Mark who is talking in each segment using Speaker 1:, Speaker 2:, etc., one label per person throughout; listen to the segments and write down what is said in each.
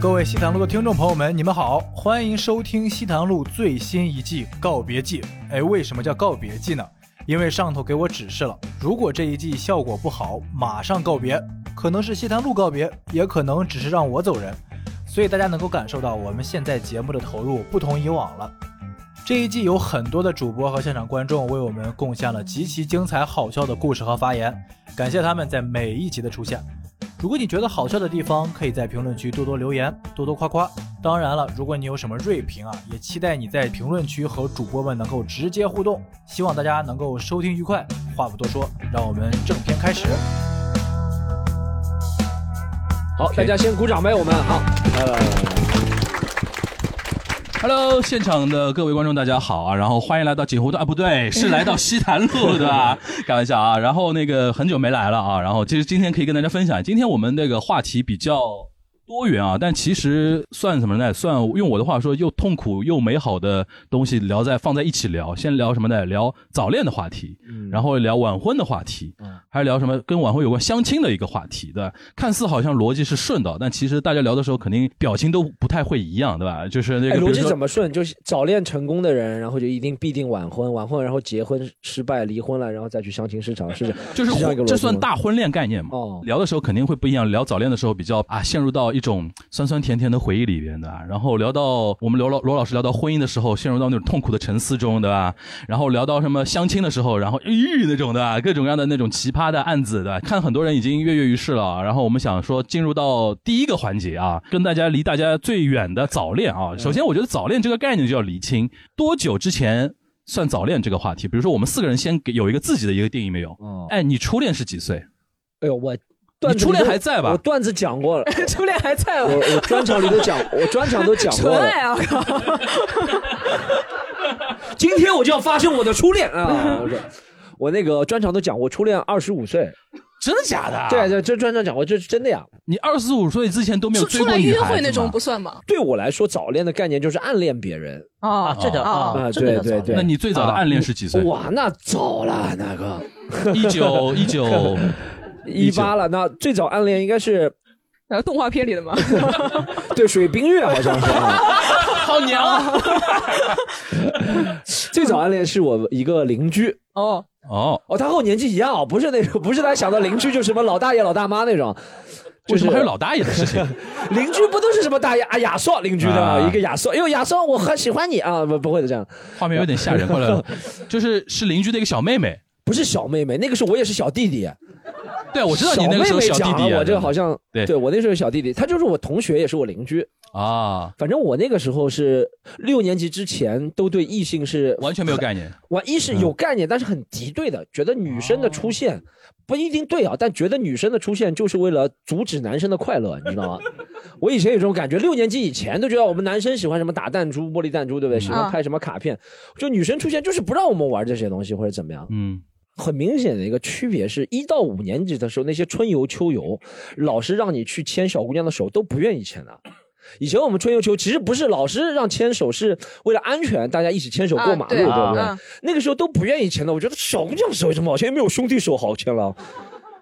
Speaker 1: 各位西塘路的听众朋友们，你们好，欢迎收听西塘路最新一季《告别季》。哎，为什么叫告别季呢？因为上头给我指示了，如果这一季效果不好，马上告别，可能是西塘路告别，也可能只是让我走人。所以大家能够感受到我们现在节目的投入不同以往了。这一季有很多的主播和现场观众为我们贡献了极其精彩好笑的故事和发言，感谢他们在每一集的出现。如果你觉得好笑的地方，可以在评论区多多留言，多多夸夸。当然了，如果你有什么锐评啊，也期待你在评论区和主播们能够直接互动。希望大家能够收听愉快。话不多说，让我们正片开始。
Speaker 2: 好，大家先鼓掌呗，我们好。
Speaker 3: 呃
Speaker 2: 哎
Speaker 3: Hello，现场的各位观众，大家好啊！然后欢迎来到锦湖的啊，不对，是来到西坛路，对吧？开玩笑啊！然后那个很久没来了啊，然后其实今天可以跟大家分享，今天我们那个话题比较多元啊，但其实算什么呢？算用我的话说，又痛苦又美好的东西聊在放在一起聊。先聊什么呢？聊早恋的话题，
Speaker 2: 嗯
Speaker 3: 然后聊晚婚的话题，还是聊什么跟晚婚有关相亲的一个话题，对吧？看似好像逻辑是顺的，但其实大家聊的时候肯定表情都不太会一样，对吧？就是那
Speaker 2: 哎，
Speaker 3: 个
Speaker 2: 逻
Speaker 3: 比
Speaker 2: 辑
Speaker 3: 如说
Speaker 2: 怎么顺？就是早恋成功的人，然后就一定必定晚婚，晚婚然后结婚失败，离婚了，然后再去相亲市场，是 这
Speaker 3: 就是
Speaker 2: 这样一个逻辑
Speaker 3: 这算
Speaker 2: 吗
Speaker 3: 大婚恋概念嘛？
Speaker 2: 哦
Speaker 3: 聊的时候肯定会不一样。聊早恋的时候比较啊，陷入到一种酸酸甜甜的回忆里边的啊。然后聊到我们刘老罗老师聊到婚姻的时候，陷入到那种痛苦的沉思中，对吧？然后聊到什么相亲的时候，然后咦、那种的啊，各种各样的那种奇葩的案子的，啊看很多人已经跃跃欲试了啊。然后我们想说进入到第一个环节啊，跟大家离大家最远的早恋啊。首先，我觉得早恋这个概念就要厘清，多久之前？算早恋这个话题，比如说我们四个人先给有一个自己的一个定义没有？哎，你初恋是几岁？
Speaker 2: 哎呦，我嗯段
Speaker 3: 你
Speaker 2: 子
Speaker 3: 初
Speaker 2: 里
Speaker 3: 恋
Speaker 2: 都
Speaker 3: 还在吧
Speaker 2: 我段子讲过了，
Speaker 4: 初恋还在吧？
Speaker 2: 我我专场里都讲，我专场都讲过
Speaker 4: 纯
Speaker 2: 了。
Speaker 4: 爱啊！我靠，
Speaker 2: 今天我就要发现我的初恋 啊！我说我那个专场都讲，我初恋二十五岁，
Speaker 3: 真的假的
Speaker 2: 对对，这专场讲过，这是真的呀。
Speaker 3: 你二十五岁之前都没有
Speaker 2: 是
Speaker 3: 追
Speaker 2: 出
Speaker 3: 过
Speaker 2: 来
Speaker 3: 女
Speaker 2: 约
Speaker 3: 孩
Speaker 2: 会
Speaker 3: 子
Speaker 2: 那种
Speaker 3: 吗
Speaker 4: 不算吧？
Speaker 2: 对我来说，早恋的概念就是暗恋别人
Speaker 4: 哦
Speaker 2: 啊，对对对。啊
Speaker 3: 那你最早的暗恋是几岁？
Speaker 2: 哇，那早了，那个
Speaker 3: 一 九一九
Speaker 2: 一八了，那最早暗恋应该是
Speaker 4: 呃，动画片里的 嘛。
Speaker 2: 对水冰月好像是啊。
Speaker 3: 好娘啊！
Speaker 2: 最早暗恋是我一个邻居。
Speaker 4: 哦
Speaker 3: 哦
Speaker 2: 哦，他和我年纪一样哦，不是那种，不是他想到邻居就什么老大爷、老大妈那种。就
Speaker 3: 为什
Speaker 2: 是
Speaker 3: 么还有老大爷的事情？
Speaker 2: 邻居不都是什么大爷啊亚硕邻居的、
Speaker 3: 啊
Speaker 2: 一个亚硕，哟亚硕我很喜欢你啊，不不会的这样，
Speaker 3: 画面有点吓人，快 来，就是是邻居的一个小妹妹。
Speaker 2: 不是小妹妹，那个时候我也是小弟弟。
Speaker 3: 对，我知道你那个时候小弟
Speaker 2: 妹妹
Speaker 3: 弟
Speaker 2: 讲
Speaker 3: 啊，
Speaker 2: 了我这个好像
Speaker 3: 对
Speaker 2: 我那时候有小弟弟，他就是我同学，也是我邻居。
Speaker 3: 啊，
Speaker 2: 反正我那个时候是六年级之前都对异性是
Speaker 3: 完全没有概念。嗯
Speaker 2: 我一是有概念，但是很敌对的，觉得女生的出
Speaker 3: 哦
Speaker 2: 现不一定对啊，但觉得女生的出现就是为了阻止男生的快乐，你知道 吗？我以前有这种感觉，六年级以前都觉得我们男生喜欢什么打弹珠、玻璃弹珠，
Speaker 3: 嗯
Speaker 2: 对不对？喜欢拍什么卡片，就女生出现就是不让我们玩这些东西或者怎么样。
Speaker 3: 嗯，
Speaker 2: 很明显的一个区别是，一到五年级的时候，那些春游、秋游，老师让你去牵小姑娘的手，都不愿意牵的。以前我们春游秋其实不是老师让牵手，是为了安全，大家一起牵手过马
Speaker 4: 啊
Speaker 2: 路，
Speaker 4: 对
Speaker 2: 对不对、
Speaker 4: 啊
Speaker 2: 那个时候都不愿意牵的，我觉得小姑娘手有什么好牵，又没有兄弟手好牵了。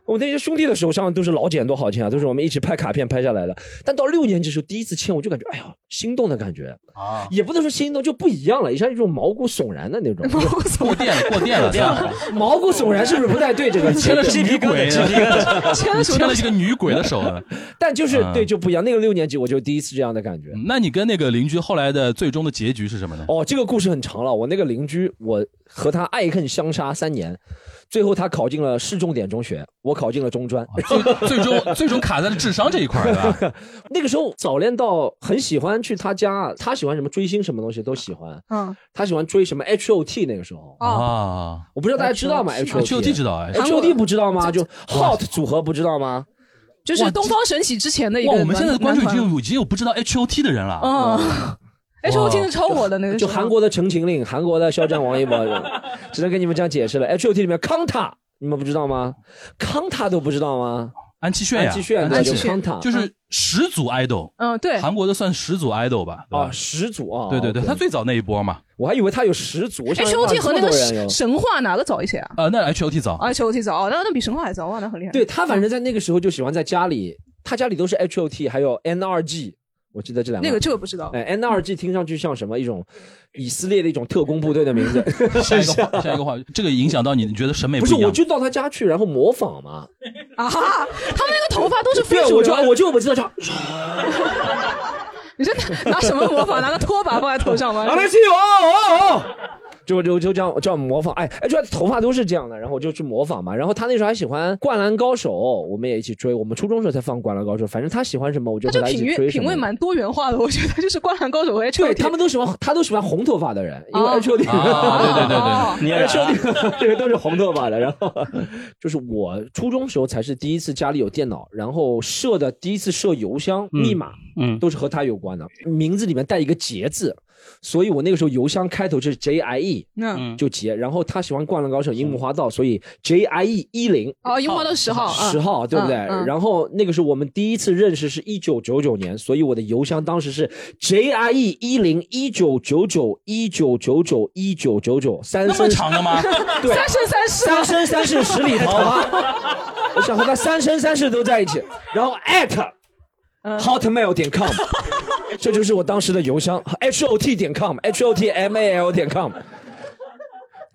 Speaker 2: 我那些兄弟的手上都是老茧，多好牵啊，都是我们一起拍卡片拍下来的。但到六年级的时候，第一次牵，我就感觉哎呀，心动的感觉
Speaker 3: 啊，
Speaker 2: 也不能说心动，就不一样了，一下一种毛骨悚然的那种。毛骨
Speaker 3: 过电了，过电了，算了。
Speaker 2: 毛骨悚然是不是不太对？这个
Speaker 3: 你牵了是女鬼啊，
Speaker 4: 牵了
Speaker 3: 你
Speaker 4: 手
Speaker 3: 牵了一个女鬼的手啊。
Speaker 2: 但就是
Speaker 3: 嗯
Speaker 2: 对就不一样。那个六年级我就第一次这样的感觉。
Speaker 3: 那你跟那个邻居后来的最终的结局是什么呢？
Speaker 2: 哦，这个故事很长了。我那个邻居，我和他爱恨相杀三年，最后他考进了市重点中学，我考进了中专。
Speaker 3: 最最终最终卡在了智商这一块儿，对啊吧？
Speaker 2: 那个时候早恋到很喜欢去他家，他喜欢什么追星什么东西都喜欢，
Speaker 4: 嗯，
Speaker 2: 他喜欢追什么 H O T 那个时候。
Speaker 4: 哦，
Speaker 3: 啊，
Speaker 2: 我不知道大家知道吗？H O
Speaker 3: H O T 知道哎
Speaker 2: ，H O T 不知道吗？就 Hot 组合不知道吗？
Speaker 4: 就是东方神起之前的一个
Speaker 3: 哇，
Speaker 4: 男。
Speaker 3: 我们现在的观众已
Speaker 4: 男团
Speaker 3: 经有已经有不知道 H O T 的人了。啊
Speaker 4: 嗯，H O T
Speaker 3: 哇
Speaker 4: 是超火的 那个时
Speaker 2: 就
Speaker 4: 候，
Speaker 2: 韩国的陈情令， 韩国的肖战、王一博， 只能跟你们这样解释了。H O T 里面康塔，你们不知道吗？康塔都不知道吗？
Speaker 3: 安七炫呀，
Speaker 2: 安七啊炫对
Speaker 3: 安七
Speaker 2: 就是康塔
Speaker 3: 就是始祖 idol，
Speaker 4: 嗯对
Speaker 3: 韩国的算始祖 idol 吧？对吧
Speaker 2: 啊，始祖啊！
Speaker 3: 对对对，
Speaker 2: OK
Speaker 3: 他最早那一波嘛。
Speaker 2: 我还以为他有始祖。我想
Speaker 4: H O T 哎
Speaker 2: 哇
Speaker 4: 和那
Speaker 2: 这么
Speaker 4: 个
Speaker 2: 多人
Speaker 4: 神
Speaker 2: 有
Speaker 4: 神话哪个早一些啊
Speaker 3: 呃，那 H O T 早，
Speaker 4: ？H O T 早，哦那那比神话还早，哇，那很厉害。
Speaker 2: 对他，反正在那个时候就喜欢在家里，他家里都是 H O T，还有 N R G。我记得这两
Speaker 4: 那个这个不知道。
Speaker 2: 哎，N 二 G 听上去像什么一种以色列的一种特工部队的 名字。
Speaker 3: 下一个话，下一个话，这个影响到你，你觉得审美
Speaker 2: 不是，
Speaker 3: 一
Speaker 2: 我
Speaker 3: 样？
Speaker 2: 就到他家去，然后模仿嘛。
Speaker 4: 啊哈，他们那个头发都是非
Speaker 2: 对啊，
Speaker 4: 主
Speaker 2: 我就
Speaker 4: 流。
Speaker 2: 我就我知道叫
Speaker 4: 你这拿什么模仿？拿个拖把放在头 上吗？
Speaker 2: 阿拉西啊哦哦哦，就就就这样这样模仿，哎哎，就头发都是这样的，然后我就去模仿嘛。然后他那时候还喜欢《灌篮高手》，我们也一起追。我们初中时候才放《灌篮高手》，反正他喜欢什么，我就
Speaker 4: 他
Speaker 2: 和
Speaker 4: 就
Speaker 2: 他一
Speaker 4: 品
Speaker 2: 起
Speaker 4: 味
Speaker 2: 追什
Speaker 4: 品
Speaker 2: 么
Speaker 4: 味
Speaker 2: 的。
Speaker 4: 蛮多元化的，我觉得就是《灌篮高手》和 H O
Speaker 2: 对
Speaker 4: T。
Speaker 2: 他们都喜欢，他都喜欢红头发的人，因为
Speaker 4: 哦
Speaker 2: H O T
Speaker 3: 啊，对对对
Speaker 4: 哦
Speaker 3: 对，你也染
Speaker 2: 兄
Speaker 3: 了
Speaker 2: 弟， 这个都是红头发的。然后就是我初中时候才是第一次家里有电脑，然后设的第一次设邮箱
Speaker 5: 嗯
Speaker 2: 密码
Speaker 5: 嗯，
Speaker 2: 都是和他有关的，名字里面带一个杰字，所以我那个时候邮箱开头是 J I E，
Speaker 4: 嗯，
Speaker 5: 嗯
Speaker 2: 就杰。然后他喜欢《灌篮高手》樱木花道，所以 J I E 一零。
Speaker 4: 哦，樱花都十号，
Speaker 2: 十号对不对？
Speaker 4: 嗯嗯
Speaker 2: 然后那个是我们第一次认识，是一九九九年，所以我的邮箱当时是 J I E 一零一九九九一九九九一九九九三
Speaker 3: 那么
Speaker 2: 生
Speaker 3: 长的吗？
Speaker 2: 对
Speaker 4: 三生三世
Speaker 2: 三生三世十里 桃花，我想和他三生三世都在一起，然后 at hotmail 点 com，这就是我当时的邮箱 h o t 点 com h o t m a l 点 com。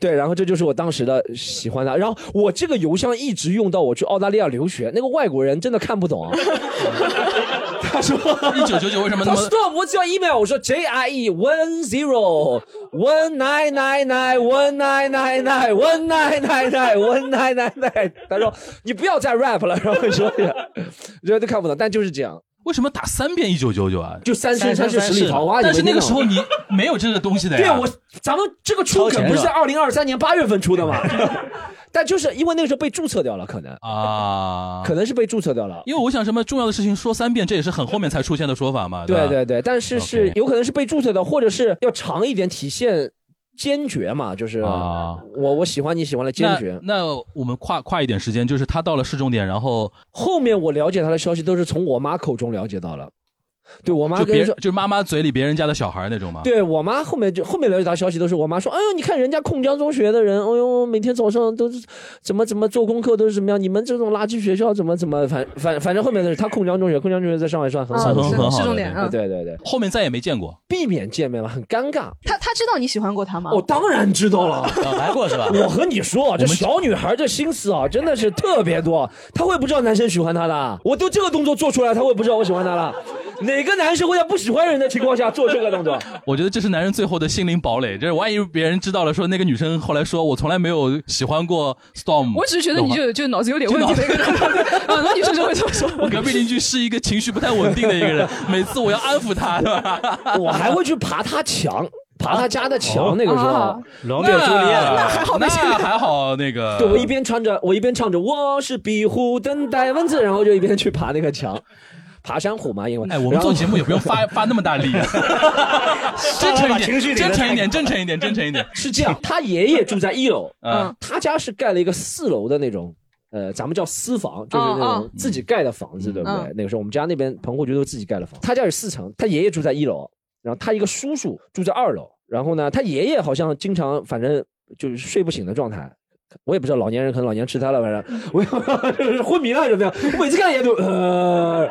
Speaker 2: 对，然后这就是我当时的喜欢的，然后我这个邮箱一直用到我去澳大利亚留学，那个外国人真的看不懂啊。 他说
Speaker 3: 一九九九为什么那
Speaker 2: 他
Speaker 3: 么
Speaker 2: 说 stop，我只要 email，我说 J I E one zero one nine nine nine one nine nine nine one nine nine nine one nine nine nine。他说你不要再 rap 了，然后说人家都看不懂，但 就是这样，
Speaker 3: 为什么打三遍一九九九啊？
Speaker 2: 就三生三世十里桃花。
Speaker 3: 但是
Speaker 2: 你
Speaker 3: 那
Speaker 2: 们
Speaker 3: 个
Speaker 2: 听
Speaker 3: 时候
Speaker 2: 到吗。
Speaker 3: 你没有这个东西的
Speaker 2: 对
Speaker 3: 呀。
Speaker 2: 我，咱们这个出梗不是在二零二三年八月份出 的吗？但就是因为那个时候被注册掉了，可能
Speaker 3: 啊，
Speaker 2: 可能是被注册掉了。
Speaker 3: 因为我想什么重要的事情说三遍，这也是很后面才出现的说法嘛。
Speaker 2: 对
Speaker 3: 啊吧
Speaker 2: 对对，但是是
Speaker 3: OK
Speaker 2: 有可能是被注册的，或者是要长一点，体现坚决嘛，就是
Speaker 3: 啊
Speaker 2: 我我喜欢你喜欢的坚决。
Speaker 3: 那。那我们跨跨一点时间，就是他到了市重点，然后
Speaker 2: 后面我了解他的消息都是从我妈口中了解到了，对我妈
Speaker 3: 就
Speaker 2: 跟
Speaker 3: 别
Speaker 2: 人
Speaker 3: 人
Speaker 2: 说。
Speaker 3: 就是妈妈嘴里别人家的小孩那种嘛。
Speaker 2: 对我妈后面就后面了解到消息都是我妈说，哎呦，你看人家控江中学的人，哎呦，每天早上都是怎么怎么做功课都是怎么样，你们这种垃圾学校怎么怎么，反反反正后面的是他控江中学，控江中学在上海算很好
Speaker 4: 啊
Speaker 2: 的学
Speaker 3: 很好
Speaker 2: 校，
Speaker 4: 是
Speaker 3: 的
Speaker 4: 是重点啊。嗯
Speaker 2: 对对对，啊
Speaker 3: 后面再也没见过。
Speaker 2: 避免见面嘛，很尴尬。
Speaker 4: 他他知道你喜欢过他吗？
Speaker 2: 我当然知道了。
Speaker 6: 表白过是吧？
Speaker 2: 我和你说，这小女孩这心思啊，真的是特别多。她会不知道男生喜欢她的？我都这个动作做出来，她会不知道我喜欢她了？哪个男生会在不喜欢人的情况下做这个动作？
Speaker 3: 我觉得这是男人最后的心灵堡垒，就是万一别人知道了，说那个女生后来说我从来没有喜欢过 Storm，
Speaker 4: 我只是觉得你
Speaker 3: 懂吗
Speaker 4: 就就脑子有点问题的一个 人，很多女生就会这么说。
Speaker 3: 我隔壁邻居是一个情绪不太稳定的一个人，每次我要安抚他，对吧？
Speaker 2: 我还会去爬她墙，爬她家的墙。那个时
Speaker 4: 啊
Speaker 2: 候，
Speaker 6: 罗密欧朱丽叶
Speaker 3: 啊哦那还
Speaker 4: 好没见
Speaker 3: 那还好那个。
Speaker 2: 对我一边穿着，我一边唱着我是壁虎，等待蚊子，然后就一边去爬那个墙。爬山虎嘛，因为
Speaker 3: 哎，我们做节目也不用 发发那么大力，啊真诚一
Speaker 6: 把情绪顶
Speaker 3: 点，真
Speaker 6: 得
Speaker 3: 诚一点，真诚一点，真诚一点。
Speaker 2: 是这样，他爷爷住在 一楼，
Speaker 3: 嗯，
Speaker 2: 他家是盖了一个四楼的那种，呃，咱们叫私房，就是那
Speaker 4: 嗯
Speaker 2: 种自己盖的房子，对不对？
Speaker 4: 嗯
Speaker 2: 那个时候我们家那边棚户区都是自己盖的房，他家有四层，他爷爷住在一楼，然后他一个叔叔住在二楼，然后呢，他爷爷好像经常反正就是睡不醒的状态。我也不知道老年人可能老年痴呆了，反正我 也昏迷了还是怎么样？我每次看爷爷都呃，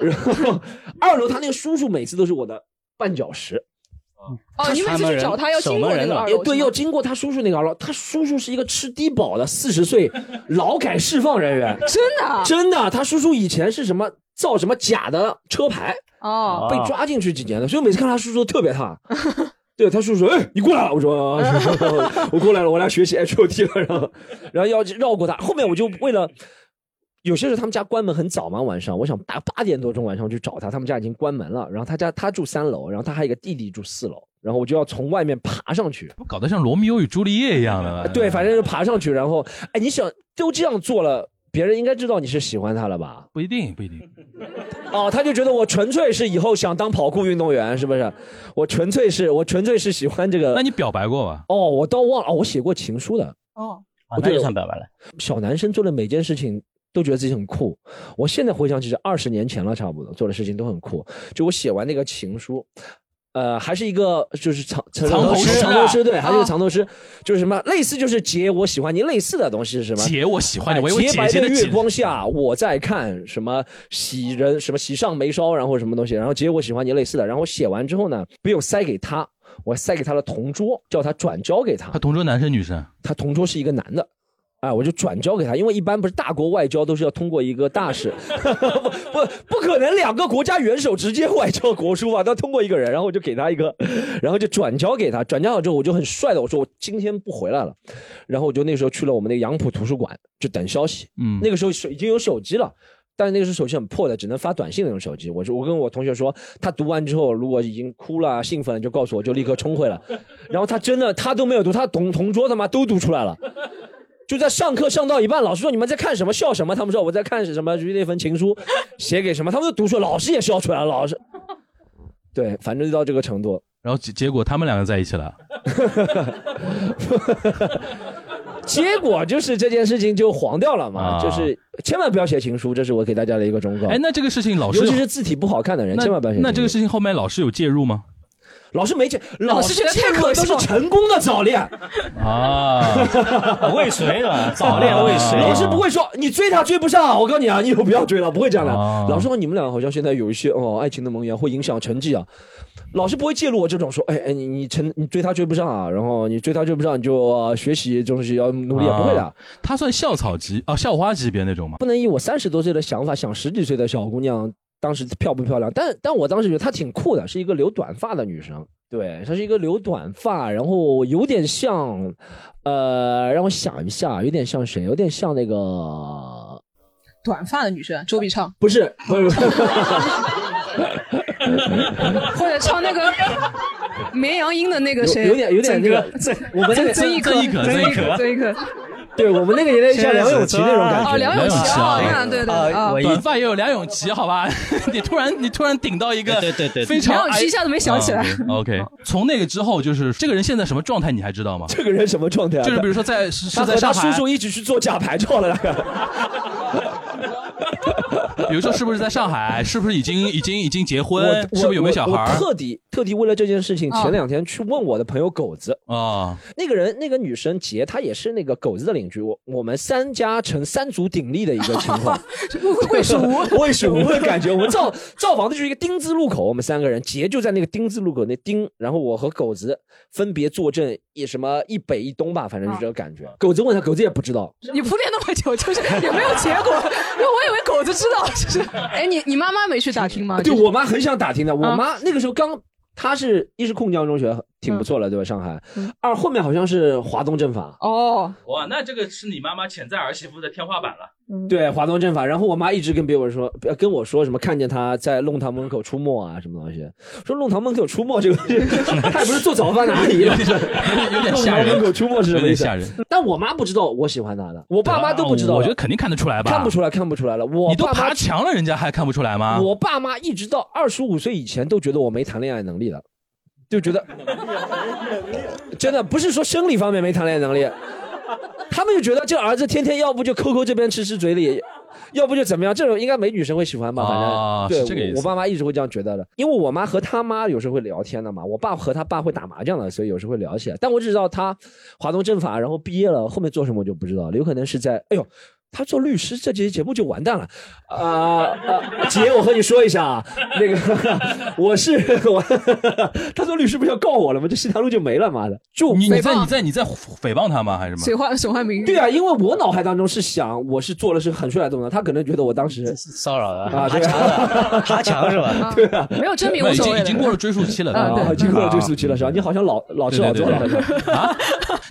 Speaker 2: 然后二楼他那个叔叔每次都是我的绊脚石，
Speaker 4: 哦，你每次去找他要经过那个二
Speaker 2: 也
Speaker 4: 楼，
Speaker 2: 对，
Speaker 4: 是吗
Speaker 2: 要经过他叔叔那个二楼，他叔叔是一个吃低保的四十岁劳改释放人员，
Speaker 4: 真的啊
Speaker 2: 真的，他叔叔以前是什么造什么假的车牌，
Speaker 7: 啊
Speaker 2: 啊
Speaker 4: 哦，
Speaker 2: 被抓进去几年的，所以每次看他叔叔特别 烫。对他叔叔说：“哎，你过来了。”我说 啊：“我过来了，我来学习 H O T 了。”然后，然后要绕过他。后面我就为了，有些时候他们家关门很早嘛，晚上我想大八点多钟晚上去找他，他们家已经关门了。然后他家他住三楼，然后他还有一个弟弟住四楼，然后我就要从外面爬上去。
Speaker 3: 搞得像罗密欧与朱丽叶一样的。
Speaker 2: 对，反正就爬上去，然后，哎，你想都这样做了，别人应该知道你是喜欢他了吧？
Speaker 3: 不一定，不一定。
Speaker 2: 哦，他就觉得我纯粹是以后想当跑酷运动员，是不是？我纯粹是我纯粹是喜欢这个
Speaker 3: 那。你表白啊过吧？
Speaker 2: 哦，我倒忘了，哦，我写过情书的。
Speaker 4: 哦，
Speaker 6: 啊那就算表白了。
Speaker 2: 小男生做的每件事情都觉得自己很酷。我现在回想起是二十年前了，差不多做的事情都很酷。就我写完那个情书，呃，还是一个就是藏
Speaker 3: 藏头诗啊
Speaker 2: 藏头诗对，还是一
Speaker 4: 哦
Speaker 2: 个藏头诗，就是什么类似就是姐我喜欢你类似的东西是什么？
Speaker 3: 姐，我喜欢你，
Speaker 2: 哎
Speaker 3: 我以为
Speaker 2: 洁
Speaker 3: 姐
Speaker 2: 白
Speaker 3: 姐
Speaker 2: 的
Speaker 3: 的
Speaker 2: 月
Speaker 3: 姐。
Speaker 2: 光下，我在看什么喜人什么喜上眉梢，然后什么东西，然后结果喜欢你类似的，然后我写完之后呢，没有塞给他，我塞给他的同桌，叫他转交给他
Speaker 3: 他，同桌男生女生？
Speaker 2: 他同桌是一个男的。哎，我就转交给他，因为一般不是大国外交都是要通过一个大使， 不不不可能两个国家元首直接外交国书吧？都通过一个人，然后我就给他一个， 然后就转交给他，转交好之后我就很帅的我说我今天不回来了，然后我就那时候去了我们那个杨浦图书馆就等消息，
Speaker 3: 嗯，
Speaker 2: 那个时候手已经有手机了。但是那个时候手机很破的，只能发短信那种手机。我说我跟我同学说，他读完之后如果已经哭了、兴奋了，就告诉我，就立刻冲回来。然后他真的他都没有读，他同同桌他妈都读出来了。就在上课上到一半，老师说你们在看什么笑什么，他们说我在看什么，就是那封情 书写给什么，他们都读出来，老师也笑出来了，老师。对，反正就到这个程度。
Speaker 3: 然后结结果他们两个在一起了。
Speaker 2: 哦结果就是这件事情就黄掉了嘛，
Speaker 3: 啊
Speaker 2: 就是千万不要写情书，这是我给大家的一个忠告。
Speaker 3: 哎，那这个事情老师
Speaker 2: 尤其是字体不好看的人，
Speaker 3: 那
Speaker 2: 千万不要写情书。
Speaker 3: 那这个事情后面老师有介入吗？
Speaker 2: 老师没见，
Speaker 4: 老师觉得太可
Speaker 2: 见
Speaker 4: 笑
Speaker 2: 过都是成功的早恋，
Speaker 3: 啊，
Speaker 6: 为谁吧？早恋为谁？
Speaker 2: 老师不会说你追他追不上，我告诉你啊，你以后不要追了，不会这样的。
Speaker 6: 哦
Speaker 3: 啊
Speaker 2: 老师说你们俩好像现在有一些哦，爱情的萌芽会影响成绩啊。老师不会介入我这种说，哎哎，你你成你追他追不上啊，然后你追他追不上，你就、呃学习这种东西要 努力，啊、
Speaker 6: 哦
Speaker 2: 不会的，
Speaker 3: 他算校草级啊，校花级别那种吗？
Speaker 2: 不能以我三十多岁的想法想十几岁的小姑娘当时漂不漂亮，但但我当时觉得她挺酷的，是一个留短发的女生。对，她是一个留短发，然后有点像，呃，让我想一下，有点像谁？有点像那个，
Speaker 4: 短发的女生，周笔畅，
Speaker 2: 不是，不是，不是
Speaker 4: 或者唱那个绵羊音的那个谁，
Speaker 2: 有有点有点那个
Speaker 4: 曾
Speaker 2: 我们那个
Speaker 4: 曾曾轶可，
Speaker 3: 曾轶可曾轶可
Speaker 4: 曾轶可，
Speaker 2: 对我们那个年代像梁咏琪那种感
Speaker 4: 哦，
Speaker 2: 觉。
Speaker 4: 梁咏
Speaker 3: 梁
Speaker 4: 琪
Speaker 3: 咏琪啊
Speaker 4: 哦，那对对对
Speaker 6: 啊，
Speaker 4: 啊
Speaker 6: 我。一
Speaker 3: 短发也有梁咏琪，好吧？ 你突然你突然顶到一个
Speaker 6: 对对对对
Speaker 3: 非常啊
Speaker 4: 梁咏琪一下子没想起来，
Speaker 3: OK，从那个之后就是这个人现在什么状态你还知道吗？
Speaker 2: 这个人什么状态啊？
Speaker 3: 就是比如说在是是
Speaker 2: 他和
Speaker 3: 在
Speaker 2: 他
Speaker 3: 上海
Speaker 2: 叔，叔一起去做假牌照了，大概。
Speaker 3: 比如说是不是在上 海？是不是已经已经已经结婚？
Speaker 2: 我
Speaker 3: 是不是有没有小孩
Speaker 2: 我我特地特地为了这件事情，
Speaker 4: 啊
Speaker 2: 前两天去问我的朋友狗子，
Speaker 3: 儿啊？
Speaker 2: 那个人，那个女生杰，她也是那个狗子的邻居。我我们三家成三足鼎立的一个情况，
Speaker 4: 魏 蜀吴，
Speaker 2: 魏蜀吴的感觉。我们造造房子就是一个丁字路口，我们三个人，杰就在那个丁字路口那丁，然后我和狗子分别坐镇一什么一北一东吧，反正就这个感觉。狗子问他，狗子也不知道，
Speaker 4: 你铺垫那么久，就是有没有结果？因为我以为狗子知道，就是哎，你你妈妈没去打听吗？
Speaker 2: 对
Speaker 4: 啊就是啊
Speaker 2: 我妈很想打听的，我妈那个时候刚，她是一是控江中学挺
Speaker 4: 嗯
Speaker 2: 不错了，对吧？上海，二后面好像是华东政法，
Speaker 4: 哦，
Speaker 3: 哇，那这个是你妈妈潜在儿媳妇的天花板了。
Speaker 4: 嗯
Speaker 2: 对华东政法。然后我妈一直跟别人说，呃跟我说什么看见她在弄堂门口出没啊，什么东西，说弄堂门口出没这个东西， 她也不是做早饭的阿姨了，
Speaker 3: 有点
Speaker 2: 弄
Speaker 3: 吓
Speaker 2: 堂门
Speaker 3: 人，
Speaker 2: 口出没是什
Speaker 3: 有
Speaker 2: 么
Speaker 3: 点
Speaker 2: 意思？
Speaker 3: 吓人。
Speaker 2: 但我妈不知道我喜欢她的，我爸妈都不知道的，
Speaker 3: 我觉得肯定看得出来吧？
Speaker 2: 看不出来，看不出来了。我
Speaker 3: 你都
Speaker 2: 爸妈
Speaker 3: 爬墙了，人家还看不出来吗？
Speaker 2: 我爸妈一直到二十五岁以前都觉得我没谈恋爱能力的，就觉得真的不是说生理方面没谈恋爱能力，他们就觉得这儿子天天要不就抠抠这边吃吃嘴里，要不就怎么样，这种应该没女生会喜欢吧？反正、
Speaker 3: 啊
Speaker 2: 对
Speaker 3: 是这个意思
Speaker 2: 我，我爸妈一直会这样觉得的，因为我妈和他妈有时候会聊天的嘛，我爸和他爸会打麻将的，所以有时候会聊起来。但我只知道他华东政法，然后毕业了，后面做什么我就不知道了，有可能是在哎呦。他做律师，这期节目就完蛋了，啊、啊！姐，我和你说一下啊，那个我是我， 他做律师不是要告我了吗？这西塘路就没了，妈的！就
Speaker 3: 你你
Speaker 4: 诽
Speaker 3: 在
Speaker 4: 谤
Speaker 3: 你在你在诽谤他吗？还是什
Speaker 4: 水
Speaker 3: 么？
Speaker 4: 化水化名
Speaker 2: 对啊，因为我脑海当中是想我是做了是很帅的动作，他可能觉得我当时
Speaker 6: 骚扰了，
Speaker 2: 啊
Speaker 6: 爬
Speaker 2: 对啊
Speaker 6: 墙了，爬墙是 吧？
Speaker 4: 啊，没有证明无
Speaker 3: 已
Speaker 4: 所
Speaker 3: 经
Speaker 4: 谓
Speaker 3: 已
Speaker 4: 的
Speaker 3: 经过了追溯期了，
Speaker 4: 啊对
Speaker 2: 啊，
Speaker 3: 吧
Speaker 2: 已经过了追溯期了是吧？你好像老老
Speaker 3: 对
Speaker 2: 吃老
Speaker 3: 对对
Speaker 2: 做了。
Speaker 3: 对啊！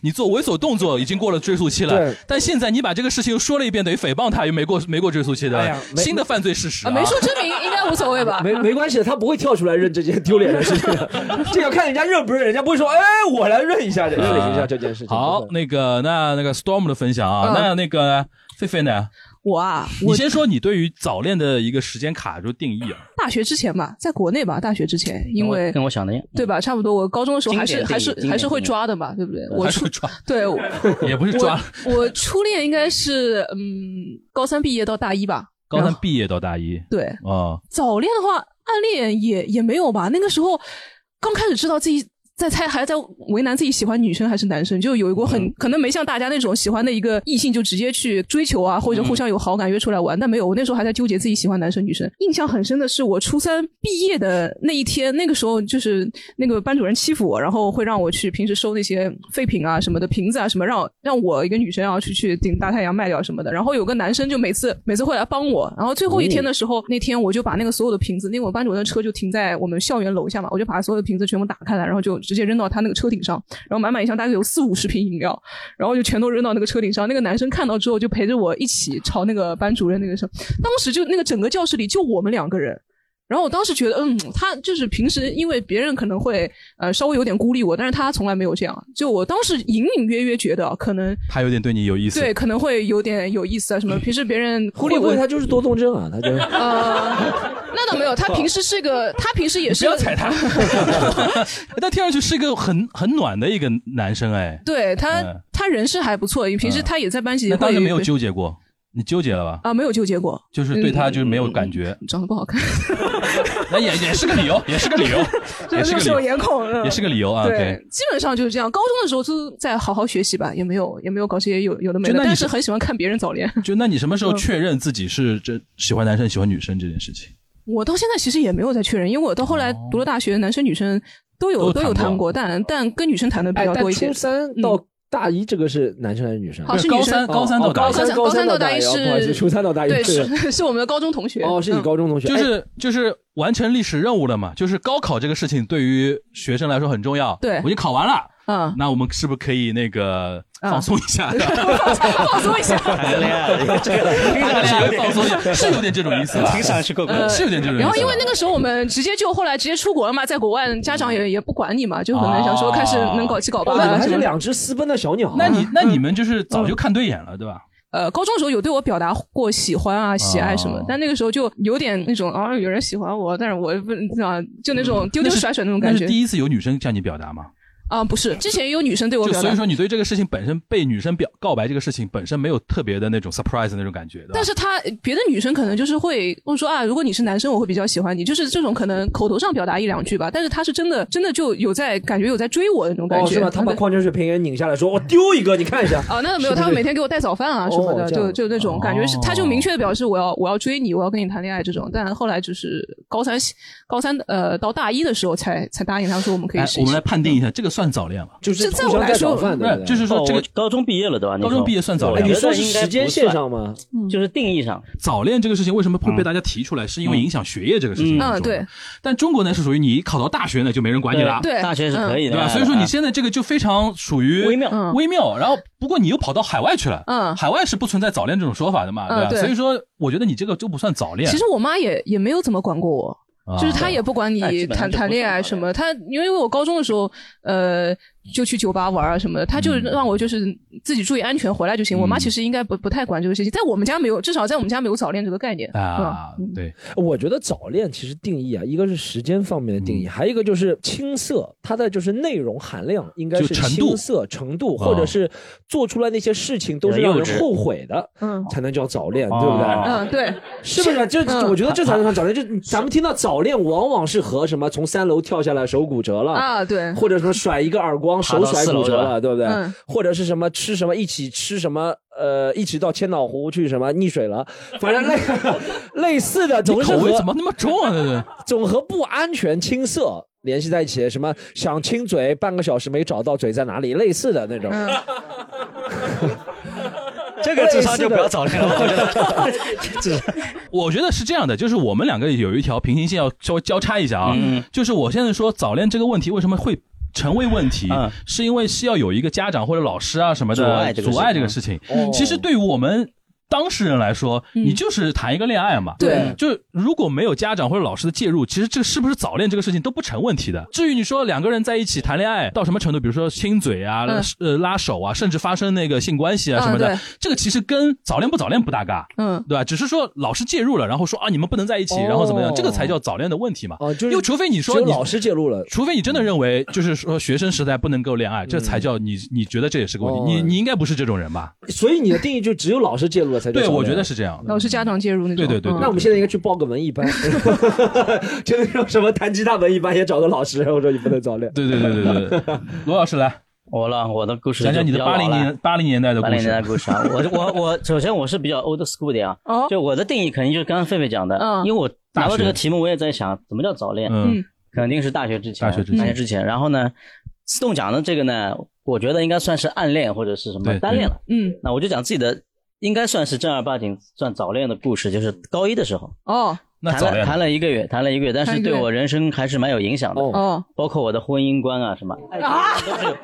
Speaker 3: 你做猥琐动作已经过了追溯期了
Speaker 2: 对，
Speaker 3: 但现在你把这个事情又说了一遍，等于诽谤他，又没过没过追溯期
Speaker 2: 哎
Speaker 3: 的
Speaker 2: 呀没
Speaker 3: 新的犯罪事实
Speaker 4: 啊，没说证明应该无所谓吧？
Speaker 2: 没没关系的，他不会跳出来认这件丢脸的事情的。这要看人家认不认，人家不会说，哎，我来认一下，认一下这件事情。
Speaker 3: 好，那个那那个 Storm 的分享啊，
Speaker 4: 嗯
Speaker 3: 那那个狒狒呢？
Speaker 4: 我啊，
Speaker 3: 你
Speaker 4: 我
Speaker 3: 先说你对于早恋的一个时间卡就定义啊，
Speaker 4: 大学之前吧，在国内吧，大学之前，因为
Speaker 6: 跟我想的一样，
Speaker 4: 对吧，差不多，我高中的时候还
Speaker 6: 经
Speaker 4: 是
Speaker 6: 典
Speaker 4: 还是
Speaker 6: 电影
Speaker 4: 还是会
Speaker 6: 经典电影
Speaker 4: 抓的嘛，对不对？我
Speaker 3: 还
Speaker 4: 初
Speaker 3: 是抓，
Speaker 4: 对我
Speaker 3: 也不是抓，
Speaker 4: 我我初恋应该是嗯高三毕业到大一吧，
Speaker 3: 高
Speaker 4: 然
Speaker 3: 三
Speaker 4: 后
Speaker 3: 毕业到大一
Speaker 4: 对
Speaker 3: 啊，
Speaker 4: 早恋的话，暗恋也也没有吧。那个时候刚开始知道自己在猜，还在为难自己喜欢女生还是男生，就有一股很、可能没像大家那种喜欢的一个异性就直接去追求啊，或者互相有好感约出来玩，但没有，我那时候还在纠结自己喜欢男生女生。印象很深的是我初三毕业的那一天，那个时候就是那个班主任欺负我，然后会让我去平时收那些废品啊什么的瓶子啊什么，让让我一个女生然后去去顶大太阳卖掉什么的。然后有个男生就每次每次会来帮我，然后最后一天的时候，那天我就把那个所有的瓶子，因为我班主任的车就停在我们校园楼下嘛，我就把所有的瓶子全部打开来，然后就直接扔到他那个车顶上，然后满满一箱大概有四五十瓶饮料，然后就全都扔到那个车顶上。那个男生看到之后就陪着我一起朝那个班主任那个什么，当时就那个整个教室里就我们两个人。然后我当时觉得，嗯，他就是平时因为别人可能会呃稍微有点孤立我，但是他从来没有这样。就我当时隐隐约约觉得啊，可能
Speaker 3: 他有点对你有意思。嗯
Speaker 4: 对可能会有点有意思啊什么。平时别人
Speaker 2: 孤立
Speaker 4: 我，
Speaker 2: 我他就是多动症啊，他就
Speaker 4: 呃， 那倒没有，他平时是个，他平时也是
Speaker 3: 不要踩他。但听上去是一个很很暖的一个男生哎，
Speaker 4: 对他
Speaker 3: 嗯，
Speaker 4: 他人是还不错，平时他也在班级
Speaker 3: 那
Speaker 4: 里
Speaker 3: 当
Speaker 4: 会
Speaker 3: 时没有纠结过，你纠结了吧？
Speaker 4: 啊，没有纠结过，
Speaker 3: 就是对他
Speaker 4: 嗯
Speaker 3: 就是没有感觉，
Speaker 4: 长得不好看，
Speaker 3: 那也也是个理由，也是 个理由，也是
Speaker 4: 就
Speaker 3: 个
Speaker 4: 是有
Speaker 3: 理由，
Speaker 4: 颜控，嗯
Speaker 3: 也是个理由啊。
Speaker 4: 对
Speaker 3: OK，
Speaker 4: 基本上就是这样。高中的时候都在好好学习吧，也没有也没有搞这些有有的没
Speaker 3: 就
Speaker 4: 的
Speaker 3: 那，你
Speaker 4: 但
Speaker 3: 是
Speaker 4: 是很喜欢看别人早 恋。
Speaker 3: 就那你什么时
Speaker 4: 嗯
Speaker 3: 候确认自己是这喜欢男生喜欢女生这件事情？
Speaker 4: 我到现在其实也没有再确认，因为我到后来读了大学，男生女生都有
Speaker 3: 都
Speaker 4: 都
Speaker 3: 有
Speaker 4: 有
Speaker 3: 谈
Speaker 4: 谈
Speaker 3: 过
Speaker 4: 过，但但跟女生谈的比
Speaker 2: 哎，
Speaker 4: 较
Speaker 2: 但
Speaker 4: 多一些嗯
Speaker 2: 初。三到大一这个是男生还是女生啊？
Speaker 4: 好是女生
Speaker 3: 高三高三到
Speaker 2: 哦
Speaker 3: 大一
Speaker 2: 高三
Speaker 4: 高三
Speaker 2: 到
Speaker 4: 到大
Speaker 2: 一
Speaker 4: 一
Speaker 2: 哦不好意思
Speaker 4: 是
Speaker 2: 初三到大一
Speaker 4: 对，
Speaker 2: 是
Speaker 4: 是是我们的高中同学。
Speaker 2: 哦，是你
Speaker 4: 嗯
Speaker 2: 高中同学，
Speaker 3: 就
Speaker 2: 哎
Speaker 3: 是就是完成历史任务了嘛，就是高考这个事情对于学生来说很重要。
Speaker 4: 对
Speaker 3: 我已经考完了，
Speaker 2: 哎
Speaker 4: 嗯，
Speaker 3: 那我们是不是可以那个
Speaker 4: 嗯
Speaker 3: 放松一 下？
Speaker 4: 放松一下。
Speaker 6: 谈个恋爱，这 个听上去有
Speaker 3: 放松一
Speaker 6: 点，
Speaker 3: 下，是有点这种意思吧？嗯
Speaker 6: 听上去怪怪
Speaker 4: 呃
Speaker 6: 的。
Speaker 3: 是有点这种意思吧。
Speaker 4: 然
Speaker 3: 啊
Speaker 4: 后因为那个时候我们直接就后来直接出国了嘛，在国外家长也也不管你嘛，就可能想说
Speaker 3: 哦
Speaker 4: 开始能搞七搞八
Speaker 2: 哦，你们
Speaker 4: 啊
Speaker 2: 还
Speaker 4: 什
Speaker 2: 是
Speaker 4: 么的。嗯
Speaker 2: 两只私奔的小鸟啊，
Speaker 3: 那你那你们就是早就看对眼了，对吧？
Speaker 4: 呃，高中的时候有对我表达过喜欢啊、喜爱什么
Speaker 3: 哦
Speaker 4: 的，但那个时候就有点那种啊，有人喜欢我，但是我不啊，就那种丢丢甩甩那种
Speaker 3: 那
Speaker 4: 感
Speaker 3: 是
Speaker 4: 觉
Speaker 3: 第一次有女生向你表达吗？
Speaker 4: 啊，不是，之前也有女生对我
Speaker 3: 就
Speaker 4: 表
Speaker 3: 所以
Speaker 4: 达。
Speaker 3: 说你对这个事情本身被女生表告白这个事情本身没有特别的那种 surprise 那种感觉，对吧
Speaker 4: 但是她别的女生可能就是会会说啊，如果你是男生，我会比较喜欢你，就是这种可能口头上表达一两句吧，但是她是真的真的就有在感觉有在追我的那种感
Speaker 2: 哦
Speaker 4: 觉，嗯
Speaker 2: 是吗？他把矿泉水瓶给拧下来说，我丢一个，你看一下。
Speaker 4: 啊，那没
Speaker 2: 是
Speaker 4: 有，
Speaker 2: 不是
Speaker 4: 他们每天给我带早饭啊什么
Speaker 2: 哦
Speaker 4: 的，
Speaker 2: 这样
Speaker 4: 就就那种感觉是
Speaker 3: 哦，
Speaker 4: 他就明确的表示我要我要追你，我要跟你谈恋爱这种。但后来就是高三高三呃到大一的时候才才答应他说我们可以
Speaker 3: 哎
Speaker 4: 试
Speaker 3: 我
Speaker 4: 一
Speaker 3: 们来
Speaker 4: 试。
Speaker 3: 判定一下，这个算早恋吗？
Speaker 2: 就是
Speaker 4: 这在
Speaker 2: 互
Speaker 4: 我
Speaker 2: 相
Speaker 4: 来
Speaker 2: 带
Speaker 4: 说
Speaker 2: 早饭
Speaker 3: 不
Speaker 2: 的，
Speaker 3: 是，就是说
Speaker 6: 哦
Speaker 3: 这
Speaker 6: 我
Speaker 3: 个
Speaker 6: 高中毕业了，对吧？那时候
Speaker 3: 高中毕业算早
Speaker 2: 哎，
Speaker 3: 恋
Speaker 2: 你
Speaker 3: 吗。
Speaker 2: 说是时间线上吗？
Speaker 4: 嗯
Speaker 6: 就是定义上，
Speaker 3: 早恋这个事情为什么会被大家提出来？是因为影响学业这个事情。
Speaker 6: 嗯
Speaker 4: 嗯，对。
Speaker 3: 但中国呢是属于你考到大学呢就没人管你了，
Speaker 4: 对
Speaker 6: 大学是可以的，
Speaker 3: 对吧？所以说你现在这个就非常属于
Speaker 6: 微妙
Speaker 4: 嗯
Speaker 3: 微妙。然后不过你又跑到海外去了，
Speaker 4: 嗯
Speaker 3: 海外是不存在早恋这种说法的嘛，
Speaker 4: 嗯
Speaker 3: 对吧？
Speaker 4: 对
Speaker 3: 所以说我觉得你这个就不算早恋
Speaker 4: 其，实我妈也也没有怎么管过我，
Speaker 3: 啊
Speaker 4: 就是她也不管
Speaker 6: 哎
Speaker 4: 你
Speaker 6: 基本上就
Speaker 4: 谈
Speaker 6: 不
Speaker 4: 谈恋爱什么，她因为我高中的时候，呃，就去酒吧玩啊什么的，她就让我就是自己注意安全回来就行。
Speaker 3: 嗯
Speaker 4: 我妈其实应该不不太管这个事情，在我们家没有，至少在我们家没有早恋这个概念。
Speaker 6: 嗯
Speaker 3: 啊，对，
Speaker 2: 我觉得早恋其实定义啊，一个是时间方面的定义，
Speaker 6: 嗯
Speaker 2: 还有一个就是青涩，它的就是内容含量应该
Speaker 3: 就是程度
Speaker 2: 青涩程度，或者是做出来那些事情都是让
Speaker 6: 啊有点
Speaker 2: 人
Speaker 6: 幼稚
Speaker 2: 后悔的，
Speaker 4: 嗯
Speaker 2: 才能叫早恋，
Speaker 6: 哦
Speaker 2: 对不
Speaker 4: 嗯，
Speaker 2: 对？
Speaker 4: 对，
Speaker 2: 啊是不是？这
Speaker 4: 嗯
Speaker 2: 我觉得这才能叫早恋。就咱们听到早恋，往往是和什么从三楼跳下来手骨折了
Speaker 4: 啊对
Speaker 2: 或者什么甩一个耳光
Speaker 6: 爬
Speaker 2: 手
Speaker 6: 到
Speaker 2: 甩
Speaker 6: 四
Speaker 2: 骨
Speaker 6: 楼
Speaker 2: 折
Speaker 6: 了
Speaker 2: 了，对不对？
Speaker 4: 嗯
Speaker 2: 或者是什么吃什么一起吃什么呃，一起到千岛湖去什么溺水了，反正类 类似的
Speaker 3: 你
Speaker 2: 总是
Speaker 3: 口味
Speaker 2: 和
Speaker 3: 怎么那么重啊？对对。
Speaker 2: 总和不安全、青涩联系在一起，什么想亲嘴，半个小时没找到嘴在哪里，类似的那种。
Speaker 4: 嗯
Speaker 6: 这个智商就不要早恋了，我觉得。智商
Speaker 3: 我觉得是这样的，就是我们两个有一条平行线要稍微交叉一下啊，
Speaker 6: 嗯
Speaker 3: 就是我现在说早恋这个问题为什么会。成为问题、
Speaker 6: 嗯
Speaker 3: 是因为是要有一个家长或者老师啊什么的
Speaker 6: 阻碍这个事情
Speaker 3: 这个事情。
Speaker 2: 哦
Speaker 3: 其实对于我们当事人来说，
Speaker 6: 嗯
Speaker 3: 你就是谈一个恋爱嘛。
Speaker 4: 对
Speaker 3: 就如果没有家长或者老师的介入，其实这是不是早恋这个事情都不成问题的。至于你说两个人在一起谈恋爱到什么程度，比如说亲嘴啊、
Speaker 4: 嗯
Speaker 3: 呃拉手啊，甚至发生那个性关系啊什么的，
Speaker 4: 嗯对
Speaker 3: 这个其实跟早恋不早恋不搭嘎。
Speaker 4: 嗯。
Speaker 3: 对吧？只是说老师介入了，然后说啊你们不能在一起，
Speaker 2: 哦
Speaker 3: 然后怎么样，这个才叫早恋的问题嘛。
Speaker 2: 哦就是
Speaker 3: 因为除非你
Speaker 2: 只
Speaker 3: 说
Speaker 2: 有
Speaker 3: 你，
Speaker 2: 老师介入了，
Speaker 3: 除非你真的认为就是说学生时代不能够
Speaker 6: 嗯
Speaker 3: 恋爱，这才叫你你觉得这也是个问题。
Speaker 2: 哦
Speaker 3: 你你应该不是这种人吧？
Speaker 2: 所以你的定义就只有老师介入了，了才叫
Speaker 3: 对，
Speaker 2: 早
Speaker 3: 我
Speaker 2: 恋
Speaker 3: 觉得是这样的。
Speaker 4: 老是家长介入那种。
Speaker 2: 那我们现在应该去报个文艺班，就是那种什么弹吉他文艺班也找个老师，我说你不能早恋。
Speaker 3: 对对对对对，罗老师来，
Speaker 6: 我了，我的故事
Speaker 3: 讲讲你的
Speaker 6: 就比较
Speaker 3: 八零
Speaker 6: 老了
Speaker 3: 年八零年代的故
Speaker 6: 八
Speaker 3: 事。
Speaker 6: 零年代故 事啊，我我我，首先我是比较 old school 的呀
Speaker 4: 哦，
Speaker 6: 就我的定义肯定就是刚刚狒狒讲的，
Speaker 4: 嗯
Speaker 6: 因为我拿
Speaker 3: 大
Speaker 6: 到
Speaker 3: 学
Speaker 6: 这个题目，我也在想怎么叫早恋，
Speaker 3: 嗯，
Speaker 6: 肯定是大学之前，啊
Speaker 3: 大学之前
Speaker 6: 大学之前。然后呢，自动讲的这个呢，我觉得应该算是暗恋或者是什么
Speaker 3: 对对
Speaker 6: 单恋了。
Speaker 4: 嗯，
Speaker 6: 那我就讲自己的，应该算是正儿八经算早恋的故事，就是高一的时候
Speaker 4: 哦
Speaker 3: 那
Speaker 6: 谈
Speaker 3: 早
Speaker 6: 了
Speaker 3: 恋
Speaker 6: 谈了一个月，谈了一个月，但
Speaker 4: 谈
Speaker 6: 是
Speaker 4: 一个
Speaker 6: 对
Speaker 4: 月
Speaker 6: 我人生还是蛮有影响的，
Speaker 2: 哦，
Speaker 4: 哦，哎
Speaker 6: 包括我的婚姻观啊什么。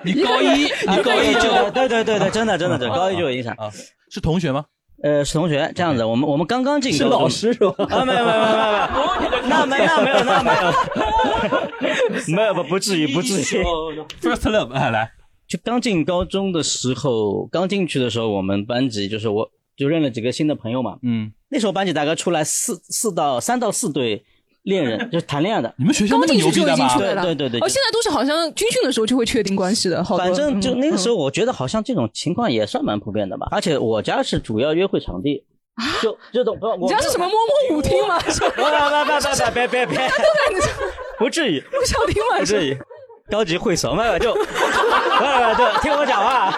Speaker 3: 你 高一，你高一就
Speaker 6: 就对对对对，真的真的真的，高一就有影响。
Speaker 3: 啊，是同学吗？
Speaker 6: 呃，是同学这样子，我们我们刚刚进
Speaker 2: 是
Speaker 6: 高中
Speaker 2: 老师是吧？
Speaker 6: 啊，没有没有没有没有没有，那没那没有那没 有，没有不不至于不至于。
Speaker 3: First love，哎，来，
Speaker 6: 就刚进高中的时候，刚进去的时候，我们班级就是我就认了几个新的朋友嘛。
Speaker 3: 嗯，
Speaker 6: 那时候班级大概出来四四到三到四对恋人，就是谈恋爱的。
Speaker 3: 你们学校
Speaker 4: 刚
Speaker 3: 那么
Speaker 4: 进
Speaker 3: 牛
Speaker 4: 去
Speaker 3: 逼
Speaker 4: 就
Speaker 3: 的
Speaker 4: 已经
Speaker 3: 吗？
Speaker 4: 确了，
Speaker 6: 对对对对
Speaker 4: 哦，现在都是好像军训的时候就会确定关系的，好多。
Speaker 6: 反正就
Speaker 4: 嗯
Speaker 6: 那个时候，
Speaker 4: 嗯
Speaker 6: 我觉得好像这种情况也算蛮普遍的吧。而且我家是主要约会场 地，就就懂不？
Speaker 4: 你
Speaker 6: 我
Speaker 4: 家是什么摸摸舞厅吗？是
Speaker 6: 别别别别别别，不至于。
Speaker 4: 不嗯想听吗？
Speaker 6: 不
Speaker 4: 是
Speaker 6: 至于，高级会所，没有就，没 有就听我讲话，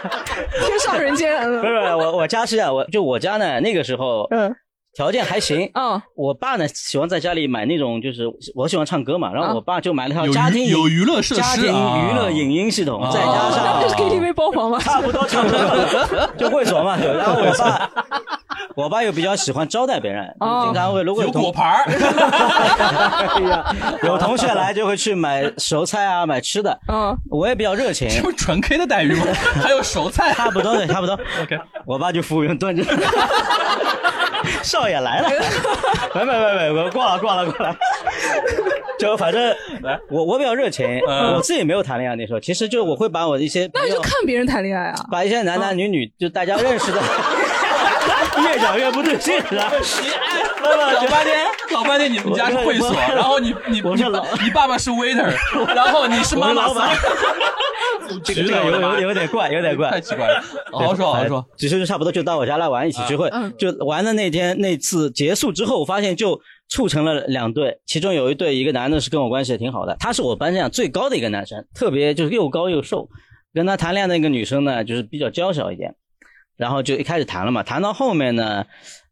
Speaker 4: 天上人间。
Speaker 6: 不是
Speaker 4: 嗯
Speaker 6: 不是，我我家是这样，我就我家呢，那个时候
Speaker 4: 嗯
Speaker 6: 条件还行。
Speaker 4: 嗯，
Speaker 6: 我爸呢喜欢在家里买那种，就是我喜欢唱歌嘛，然
Speaker 4: 啊
Speaker 6: 后我爸就买了条
Speaker 3: 有
Speaker 6: 家庭
Speaker 3: 娱有娱乐设
Speaker 6: 家庭
Speaker 3: 施啊，
Speaker 6: 娱乐影音系统，
Speaker 3: 啊
Speaker 6: 再加
Speaker 4: 哦那不就是
Speaker 6: 上
Speaker 4: KTV 包房吗？
Speaker 6: 差不多差不多， 就会所嘛。然后我爸， 我爸又比较喜欢招待别人，
Speaker 4: 哦
Speaker 6: 经常会如果
Speaker 3: 有
Speaker 6: 同
Speaker 3: 果盘儿，
Speaker 6: 有同学来就会去买熟菜啊，买吃的。
Speaker 4: 嗯，
Speaker 6: 我也比较热情，
Speaker 3: 这不是纯 K 的待遇吗？ 还有熟菜，
Speaker 6: 差不多对，差不多。
Speaker 3: OK
Speaker 6: 我爸就服务员端着，少爷来了，没没没没，我挂了挂了挂了。就反正我我比较热情，
Speaker 3: 嗯
Speaker 6: 我自己没有谈恋爱那时候，其实就我会把我一些
Speaker 4: 那
Speaker 6: 朋
Speaker 4: 你就
Speaker 6: 友，
Speaker 4: 看别人谈恋爱啊。
Speaker 6: 把一些男男女女就大家认识 的， 越讲越不对劲了。 那么九八年，
Speaker 3: 老半天你们家是会所，
Speaker 6: 我
Speaker 3: 然后你你
Speaker 6: 我
Speaker 3: 你
Speaker 6: 是老
Speaker 3: 你爸爸是 waiter，然后你是妈妈
Speaker 6: 我是老板
Speaker 3: 桑组
Speaker 6: 这
Speaker 3: 局
Speaker 6: 个这
Speaker 3: 的，
Speaker 6: 个
Speaker 3: 我的
Speaker 6: 有
Speaker 3: 妈
Speaker 6: 有有点怪，有点怪，
Speaker 3: 太奇怪了， 好好说好啊好说，
Speaker 6: 只哎是就差不多就到我家来玩，一起聚会。
Speaker 4: 嗯
Speaker 6: 就玩的那天那次结束之后，我发现就促成了两对，其中有一对一个男的是跟我关系也挺好的，他是我班上最高的一个男生，特别就是又高又瘦。跟他谈恋爱的那个女生呢，就是比较娇小一点，然后就一开始谈了嘛，谈到后面呢。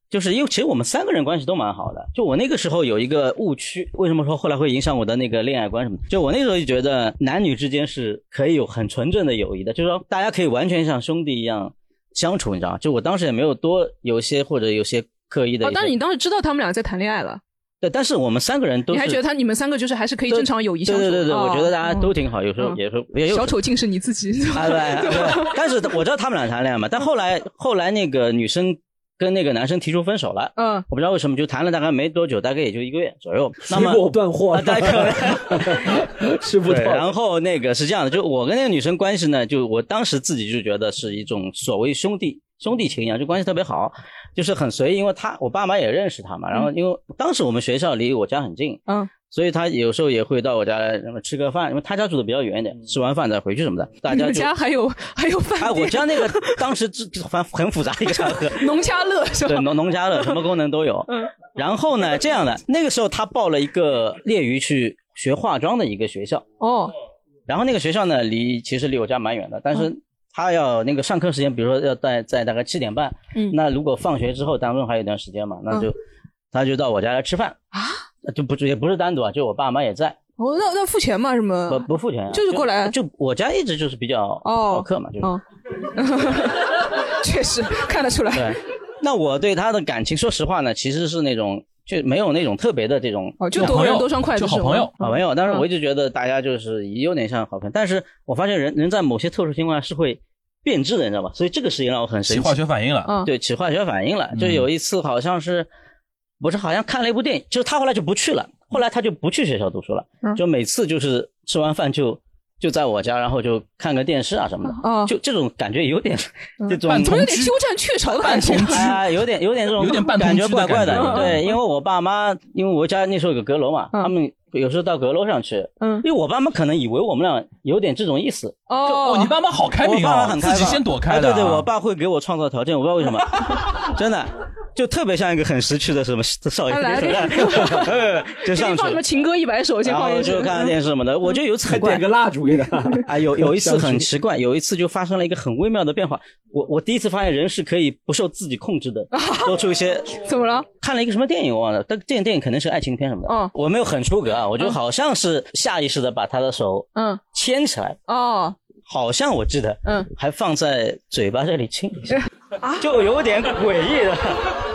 Speaker 6: 就是因为其实我们三个人关系都蛮好的，就我那个时候有一个误区，为什么说后来会影响我的那个恋爱观什么的？就我那时候就觉得男女之间是可以有很纯正的友谊的，就是说大家可以完全像兄弟一样相处，你知道吗？就我当时也没有多有一些或者有些刻意的一
Speaker 4: 哦
Speaker 6: 些，，
Speaker 4: 但是你当时知道他们俩在谈恋爱了，
Speaker 6: 对，但是我们三个人都
Speaker 4: 你
Speaker 6: 是
Speaker 4: 还觉得他你们三个就是还是可以
Speaker 6: 对
Speaker 4: 正常友谊相处
Speaker 6: 对
Speaker 4: 的？
Speaker 6: 对对对，
Speaker 4: 哦
Speaker 6: 我觉得大家都挺好，有时候
Speaker 4: 嗯
Speaker 6: 也说也有
Speaker 4: 小丑竟是你 自己。
Speaker 6: 啊， 对，对但是我知道他们俩谈恋爱嘛，但后来后来那个女生跟那个男生提出分手了，
Speaker 4: 嗯，
Speaker 6: 我不知道为什么，就谈了大概没多久，大概也就一个月左右。那
Speaker 2: 水
Speaker 6: 么
Speaker 2: 果断货
Speaker 6: 啊，，大概
Speaker 2: 吃不
Speaker 6: 对，
Speaker 2: 到。
Speaker 6: 然后那个是这样的，就我跟那个女生关系呢，就我当时自己就觉得是一种所谓兄弟兄弟情一样，就关系特别好，就是很随意，因为她我爸妈也认识她嘛，然后因为当时我们学校离我家很近，
Speaker 4: 嗯，
Speaker 6: 所以她有时候也会到我家来，那么吃个饭，因为她家住的比较远一点，吃完饭再回去什么的，大
Speaker 4: 嗯你
Speaker 6: 家
Speaker 4: 们
Speaker 6: 就。
Speaker 4: 家 还有 还有饭
Speaker 6: 哎，我
Speaker 4: 店，
Speaker 6: 家那个当时这反很复杂一个场合，
Speaker 4: 农家乐是吧
Speaker 6: 对？农农家乐什么功能都有。
Speaker 4: 嗯
Speaker 6: 然后呢，这样的那个时候他报了一个业余去学化妆的一个学校，
Speaker 4: 哦，
Speaker 6: 然后那个学校呢离其实离我家蛮远的，但
Speaker 4: 嗯
Speaker 6: 是他要那个上课时间，比如说要在在大概七点半，
Speaker 4: 嗯
Speaker 6: 那如果放学之后当中还有一段时间嘛，那就、他就到我家来吃饭呃
Speaker 4: 啊，
Speaker 6: 就不也不是单独啊，就我爸妈也在，
Speaker 4: 哦，那那付钱吗？什么？
Speaker 6: 不不付钱啊、
Speaker 4: 嗯就是过来
Speaker 6: 就，就我家一直就是比较
Speaker 4: 哦
Speaker 6: 好客嘛，就是。
Speaker 4: 哦， 确实 看得出来。
Speaker 6: 对，那我对他的感情，说实话呢，其实是那种就没有那种特别的这种
Speaker 4: 哦，就
Speaker 3: 好
Speaker 4: 多
Speaker 3: 朋
Speaker 4: 人
Speaker 3: 友
Speaker 4: 多双筷子，嗯
Speaker 3: 就好朋友
Speaker 6: 好朋友，但是我一直觉得大家就是有点像好朋友，但是我发现人人在某些特殊情况下是会变质的，你知道吧？所以这个事情让我很
Speaker 3: 起
Speaker 6: 生
Speaker 3: 化
Speaker 6: 气，
Speaker 3: 学反应了，嗯
Speaker 4: 嗯，
Speaker 6: 对，起化学反应了。就有一次好像是，我是好像看了一部电影，就是他后来就不去了，后来他就不去学校读书了
Speaker 4: 嗯，
Speaker 6: 就每次就是吃完饭就就在我家，然后就看个电视啊什么的，
Speaker 4: 哦，
Speaker 6: 就这种感觉有点
Speaker 4: 嗯
Speaker 6: 这种
Speaker 3: 半
Speaker 4: 怎么有点
Speaker 3: 同居
Speaker 4: 鸠占鹊巢的
Speaker 3: 半
Speaker 4: 感觉
Speaker 3: 同？居
Speaker 6: 啊，有点有点这种
Speaker 3: 有点半同
Speaker 6: 感
Speaker 3: 居
Speaker 6: 觉
Speaker 3: 的
Speaker 6: 怪怪
Speaker 3: 感觉
Speaker 6: 的，
Speaker 3: 嗯
Speaker 6: 对，因为我爸妈，因为我家那时候有个阁楼嘛，
Speaker 4: 嗯
Speaker 6: 他们有时候到阁楼上去，
Speaker 4: 嗯，
Speaker 6: 因为我爸妈可能以为我们俩有点这种意思，
Speaker 4: 哦
Speaker 3: 哦，你爸妈好开
Speaker 6: 我
Speaker 3: 明
Speaker 6: 爸
Speaker 3: 啊
Speaker 6: 妈，很开
Speaker 3: 自
Speaker 6: 放
Speaker 3: 己先躲开
Speaker 6: 哎
Speaker 3: 的啊。
Speaker 6: 对对，我爸会给我创造条件，我不知道为什么， 真的就特别像一个很识趣的什么少爷
Speaker 4: 他来了，
Speaker 6: 哦 就
Speaker 4: 给
Speaker 6: 上
Speaker 4: 你
Speaker 6: 去
Speaker 4: 放。什么情歌一百首，先
Speaker 6: 然
Speaker 4: 放
Speaker 6: 后
Speaker 4: 进去。嗯
Speaker 6: 就看看电视什么的，我就有一次还点个
Speaker 2: 蜡烛 给他，
Speaker 6: 啊，有有一次很奇怪，有一次就发生了一个很微妙的变化。我我第一次发现人是可以不受自己控制 的，做出一些。
Speaker 4: 怎么了？
Speaker 6: 看了一个什么电影我忘了，但这个电影肯定是爱情片什么的。
Speaker 4: 嗯
Speaker 6: 我没有很出格啊，我就好像是下意识的把他的手
Speaker 4: 嗯，
Speaker 6: 牵起来，
Speaker 4: 哦，
Speaker 6: 好像我记得，
Speaker 4: 嗯，啊
Speaker 6: 还放在嘴巴这里亲一 下，就有点诡异的。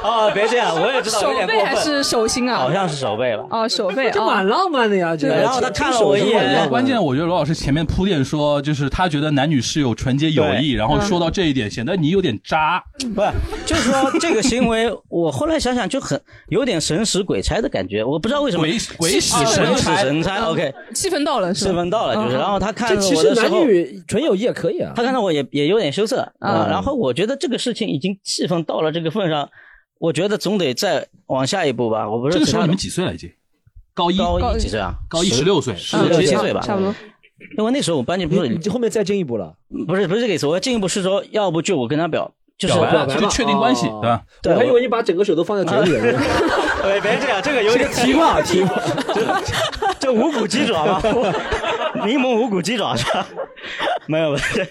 Speaker 6: 哦，别这样，我也知道
Speaker 4: 手
Speaker 6: 有点
Speaker 4: 背
Speaker 6: 过
Speaker 4: 还
Speaker 6: 分，
Speaker 4: 是手心啊？
Speaker 6: 好像是手背吧。
Speaker 4: 哦，手背
Speaker 2: 这
Speaker 4: 啊
Speaker 2: 蛮。浪漫的呀。这个
Speaker 6: 然后他看了我一眼
Speaker 3: 然后
Speaker 6: 对
Speaker 3: 关键，我觉得罗老师前面铺垫说，就是他觉得男女是有纯洁友谊，然后说到这一点，显得你有点渣。
Speaker 6: 不，就是说这个行为，我后来想想就很有点神使鬼差的感觉，我不知道为什么
Speaker 3: 鬼鬼使
Speaker 4: 神
Speaker 6: 鬼
Speaker 3: 差
Speaker 6: 使神差。OK，
Speaker 4: 气氛到了是
Speaker 6: 是
Speaker 4: 吧？
Speaker 6: 分到了，就是，
Speaker 4: 嗯
Speaker 6: 然后他看
Speaker 2: 这
Speaker 6: 着
Speaker 2: 其
Speaker 6: 我
Speaker 2: 实
Speaker 6: 的时
Speaker 2: 男
Speaker 6: 候，
Speaker 2: 女纯友谊也可以啊
Speaker 6: 他。看到我也也有点羞涩啊、
Speaker 4: 嗯
Speaker 6: 然后我觉得这个事情已经气氛到了这个份上，我觉得总得再往下一步吧。我不是
Speaker 3: 这个时
Speaker 6: 其他
Speaker 3: 候
Speaker 6: 的
Speaker 3: 你们几岁了？已经高一，
Speaker 6: 高
Speaker 4: 高
Speaker 6: 一
Speaker 4: 一
Speaker 6: 几岁啊？
Speaker 3: 高一十六岁，
Speaker 6: 十六
Speaker 4: 嗯
Speaker 6: 七岁吧
Speaker 4: 差不多。
Speaker 6: 因为那时候我班级不
Speaker 2: 你
Speaker 6: 是嗯
Speaker 2: 你后面再进一步了，
Speaker 6: 不是不是这个意思，我要进一步是说，要不就我跟他表，就是
Speaker 3: 表白
Speaker 2: 白
Speaker 3: 就
Speaker 2: 嘛
Speaker 3: 确定关系，
Speaker 2: 哦
Speaker 3: 对吧？
Speaker 6: 对
Speaker 2: 我还以
Speaker 6: 我
Speaker 2: 为你把整个手都放在嘴里了。
Speaker 6: 哎，别这样，这个有点
Speaker 2: 提吧提吧，
Speaker 6: 这无骨鸡 爪 吗？柠檬无骨鸡爪是吧？没有没 有。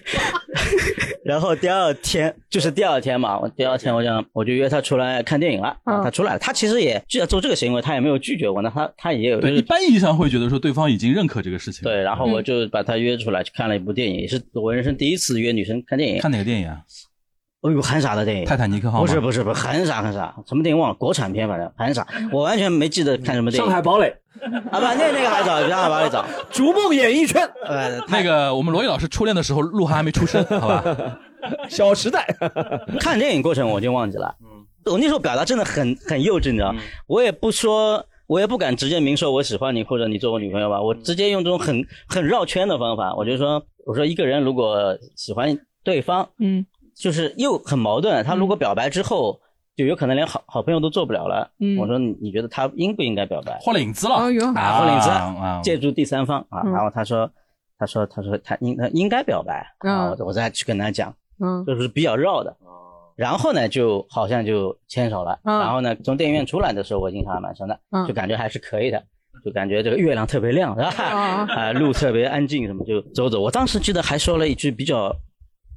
Speaker 6: 然后第二天就是第二天嘛，我第二天我想我就约他出来看电影了，啊
Speaker 4: 嗯
Speaker 6: 他出来了，他其实也就要做这个行为，他也没有拒绝我，那他他也有就
Speaker 3: 对，一
Speaker 6: 是
Speaker 3: 般意义上会觉得说对方已经认可这个事情。，
Speaker 6: 对，然后我就把他约出来去看了一部电影，也是我人生第一次约女生看电影，
Speaker 3: 看哪个电影啊？
Speaker 6: 哦呦很傻的电影。
Speaker 3: 《泰坦尼克号》
Speaker 6: 不
Speaker 3: 吗
Speaker 6: 是不是不是，很傻很傻，什么电影忘了，国产片反正很傻，我完全没记得看什么电
Speaker 2: 上
Speaker 6: 影。
Speaker 2: 海堡垒，
Speaker 6: 啊不，那那个还早，比上海堡垒早。
Speaker 2: 逐梦演艺圈，
Speaker 6: 呃，
Speaker 3: 那个我们罗毅老师初恋的时候，鹿晗还没出 生，好吧？
Speaker 2: 小时代。
Speaker 6: 看电影过程我就忘记了。嗯，我那时候表达真的很很幼稚，你知
Speaker 3: 嗯
Speaker 6: 道，我也不说，我也不敢直接明说我喜欢你或者你做我女朋友吧，
Speaker 3: 嗯
Speaker 6: 我直接用这种很很绕圈的方法，我就说，我说一个人如果喜欢对方，
Speaker 4: 嗯
Speaker 6: 就是又很矛盾，他如果表白之后。就有可能连好好朋友都做不了了。
Speaker 4: 嗯
Speaker 6: 我说你你觉得他应不应该表白？
Speaker 3: 换了影子了，
Speaker 4: 哎呦
Speaker 6: 啊，了影子
Speaker 3: 啊！
Speaker 6: 借助第三方啊。
Speaker 4: 嗯
Speaker 6: 然后他说，他说，他说他应他应该表白啊。
Speaker 4: 嗯
Speaker 6: 我我再去跟他讲，
Speaker 4: 嗯
Speaker 6: 就是比较绕的。
Speaker 3: 哦
Speaker 6: 然后呢，就好像就牵手了。
Speaker 4: 嗯
Speaker 6: 然后呢，从电影院出来的时候，我印象还蛮深的，
Speaker 4: 嗯
Speaker 6: 就感觉还是可以的，就感觉这个月亮特别亮，是吧？
Speaker 4: 啊
Speaker 6: 啊，路特别安静，什么就走走。我当时记得还说了一句比较，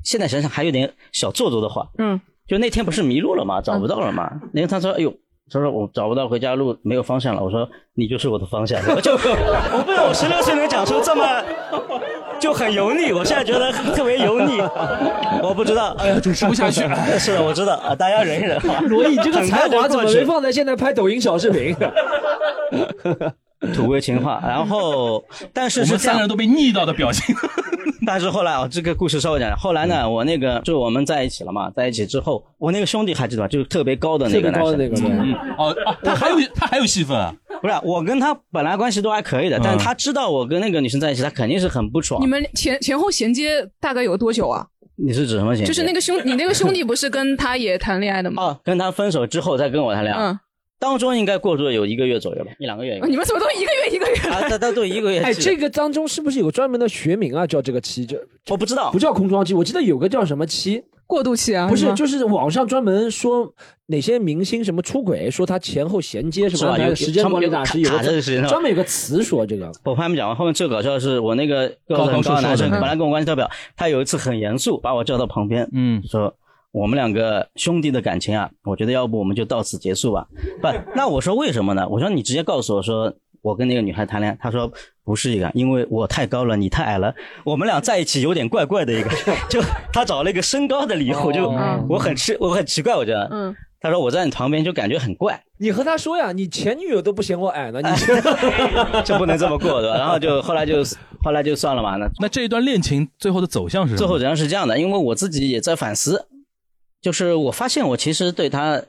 Speaker 6: 现在想想还有点小做作的话，
Speaker 4: 嗯
Speaker 6: 就那天不是迷路了嘛，找不到了嘛。然后他说：“哎呦，他说我找不到回家路，没有方向了。”我说：“你就是我的方向。”我 就我不知道我十六岁能讲出这么就很油腻，我现在觉得特别油腻，我不知道。
Speaker 3: 哎呀，主持不下去了。
Speaker 6: 是的，我知道啊，大家忍一忍啊。
Speaker 2: 罗毅，这个才华怎么没放在现在拍抖音小视频？
Speaker 6: 土味情话？然后，但是
Speaker 3: 我
Speaker 6: 是
Speaker 3: 们
Speaker 6: 这
Speaker 3: 三个
Speaker 6: 样
Speaker 3: 人，都被腻到的表情。
Speaker 6: 但是后来啊，这个故事稍微讲，后来
Speaker 4: 嗯
Speaker 6: 呢，我那个就我们在一起了嘛，在一起之后，我那个兄弟还记得吧？就是特别高的那
Speaker 2: 特
Speaker 6: 个
Speaker 2: 别
Speaker 6: 男
Speaker 2: 高
Speaker 6: 生
Speaker 2: 的，那个，
Speaker 3: 嗯，哦哦，他还有他还有戏份啊！
Speaker 6: 不是，我跟他本来关系都还可以的，但
Speaker 3: 嗯
Speaker 6: 是他知道我跟那个女生在一起，他肯定是很不爽
Speaker 4: 你。们前前后衔接大概有多久啊？
Speaker 6: 你是指什么情节？
Speaker 4: 就是那个兄，你那个兄弟不是跟他也谈恋爱的吗？
Speaker 6: 哦，跟他分手之后再跟我谈恋爱，
Speaker 4: 嗯，哦
Speaker 6: 当中应该过去了有一个月左右吧，一两个月应该。
Speaker 4: 你们怎么都一个月一个月？
Speaker 6: 啊，他他都一个月。
Speaker 2: 哎，这个当中是不是有专门的学名啊？叫这个期，这
Speaker 6: 我不知道
Speaker 2: 不。叫空窗期，我记得有个叫什么期，
Speaker 4: 过渡期啊？
Speaker 2: 不是
Speaker 4: 吗
Speaker 2: 就是网上专门说哪些明星什么出轨，说他前后衔接什
Speaker 6: 是
Speaker 2: 么
Speaker 6: 吧？
Speaker 2: 安排
Speaker 6: 有
Speaker 2: 的时间管理大师有
Speaker 6: 卡卡这
Speaker 2: 个
Speaker 6: 个时间段
Speaker 2: 专。门有个词说这个，
Speaker 6: 我还没讲完，后面最搞笑的是我那个高很高的男生，
Speaker 3: 高高瘦瘦的
Speaker 6: 本来跟我关系特别好，他有一次很严肃把我叫到旁边，
Speaker 3: 嗯，
Speaker 6: 说我们两个兄弟的感情啊，我觉得要不我们就到此结束吧。不，那我说为什么呢？我说你直接告诉我说我跟那个女孩谈恋爱，他说不是一个，因为我太高了，你太矮了，我们俩在一起有点怪怪的一个， 就他找了一个身高的理由，我就
Speaker 4: 哦
Speaker 6: 我很吃我很奇怪，我觉得。
Speaker 4: 嗯，
Speaker 6: 他说我在你旁边就感觉很怪，
Speaker 2: 你和他说呀，你前女友都不嫌我矮呢，你
Speaker 6: 就不能 这么过，对吧？然后就后来就后来就算了嘛，那
Speaker 3: 那这一段恋情最后的走向是什么？
Speaker 6: 最后怎样是这样的，因为我自己也在反思，就是我发现我其实对他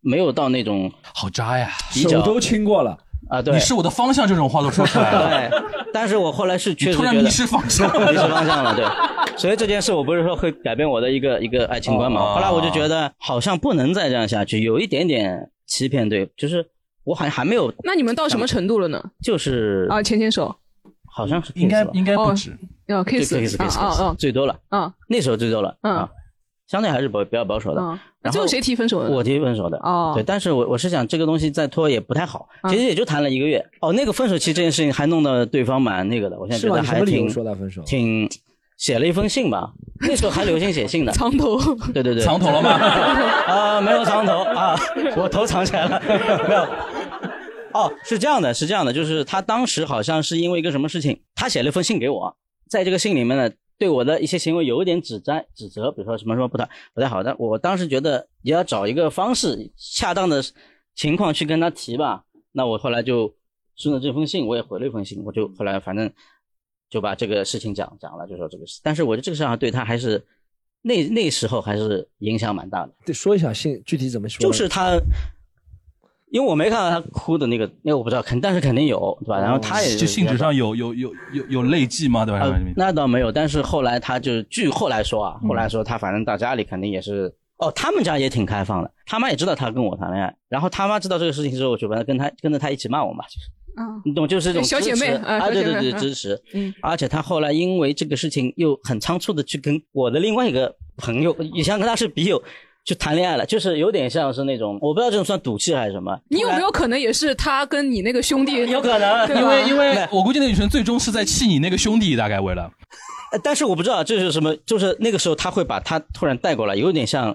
Speaker 6: 没有到那种
Speaker 3: 好渣呀！
Speaker 6: 比较
Speaker 2: 手都亲过了，
Speaker 6: 啊，对
Speaker 3: 你，是我的方向，这种话都说出来了，
Speaker 6: 对，但是我后来是确
Speaker 3: 你
Speaker 6: 实
Speaker 3: 突
Speaker 6: 觉
Speaker 3: 然
Speaker 6: 得
Speaker 3: 迷失方向。
Speaker 6: 迷失方向了， 对，所以这件事我不是说会改变我的一个一个爱情观嘛，
Speaker 3: 哦
Speaker 6: 后来我就觉得好像不能再这样下去，有一点点欺骗对，就是我好像还没有。
Speaker 4: 那你们到什么程度了呢？
Speaker 6: 就是
Speaker 4: 啊，牵牵手，
Speaker 6: 好像是
Speaker 1: 应该应该不
Speaker 4: 哦
Speaker 1: 止。
Speaker 4: 要 kiss，
Speaker 6: 对 kiss kiss
Speaker 4: 啊
Speaker 6: kiss，
Speaker 4: 啊
Speaker 6: 最多了，
Speaker 4: 啊啊
Speaker 6: 那时候最多了
Speaker 4: 嗯
Speaker 6: 啊，相对还是保比较保守的。
Speaker 4: 啊！那
Speaker 6: 然后
Speaker 4: 最后谁提分手的？
Speaker 6: 我提分手的
Speaker 4: 哦
Speaker 6: 对，但是我我是想这个东西再拖也不太好，
Speaker 4: 嗯
Speaker 6: 其实也就谈了一个月。哦，那个分手期这件事情还弄到对方蛮那个的，我现在
Speaker 2: 是
Speaker 6: 觉
Speaker 2: 吗？
Speaker 6: 得
Speaker 2: 你什
Speaker 6: 还
Speaker 2: 么理
Speaker 6: 挺
Speaker 2: 由说他分手？
Speaker 6: 挺写了一封信 吧，那时候还流行写信的，
Speaker 4: 藏头，
Speaker 6: 对对对，
Speaker 3: 藏头了吗？
Speaker 6: 啊，没有藏头啊， 我头藏起来了，没有。哦，是这样的，是这样的，就是他当时好像是因为一个什么事情，他写了一封信给我，在这个信里面呢，对我的一些行为有一点指摘、指责，比如说什么什么不太不太好，但我当时觉得也要找一个方式，恰当的情况去跟他提吧。那我后来就顺着这封信，我也回了一封信，我就后来反正就把这个事情讲讲了，就说这个事。但是我觉得这个事情对他还是那那时候还是影响蛮大的。
Speaker 2: 得说一下信具体怎么说呢？
Speaker 6: 就是他，因为我没看到他哭的那个，那个我不知道，肯但是肯定有，对吧？然后他也
Speaker 3: 哦就性质上有啊有有有有累计吗？对吧？
Speaker 6: 呃那倒没有，但是后来他就据后来说
Speaker 3: 嗯
Speaker 6: 啊，后来说他反正到家里肯定也是。哦，他们家也挺开放的，他妈也知道他跟我谈恋爱，然后他妈知道这个事情之后，就把他跟他跟着他一起骂我嘛，
Speaker 4: 啊，
Speaker 6: 你懂，就是这种
Speaker 4: 小姐
Speaker 6: 支持
Speaker 4: 妹啊
Speaker 6: 啊，
Speaker 4: 小
Speaker 6: 对
Speaker 4: 姐
Speaker 6: 对
Speaker 4: 妹
Speaker 6: 对，
Speaker 4: 啊
Speaker 6: 支持。
Speaker 4: 嗯，
Speaker 6: 而且他后来因为这个事情又很仓促的去跟我的另外一个朋友，以前跟他是笔友，去谈恋爱了，就是有点像是那种，我不知道这种算赌气还是什么。
Speaker 4: 你有
Speaker 6: 突然
Speaker 4: 没有可能也是他跟你那个兄弟？
Speaker 6: 有可能
Speaker 4: 对吧
Speaker 3: 因为因为
Speaker 6: 没
Speaker 3: 我估计那女生最终是在气你那个兄弟，大概为了
Speaker 6: 呃但是我不知道这是什么，就是那个时候他会把他突然带过来，有点像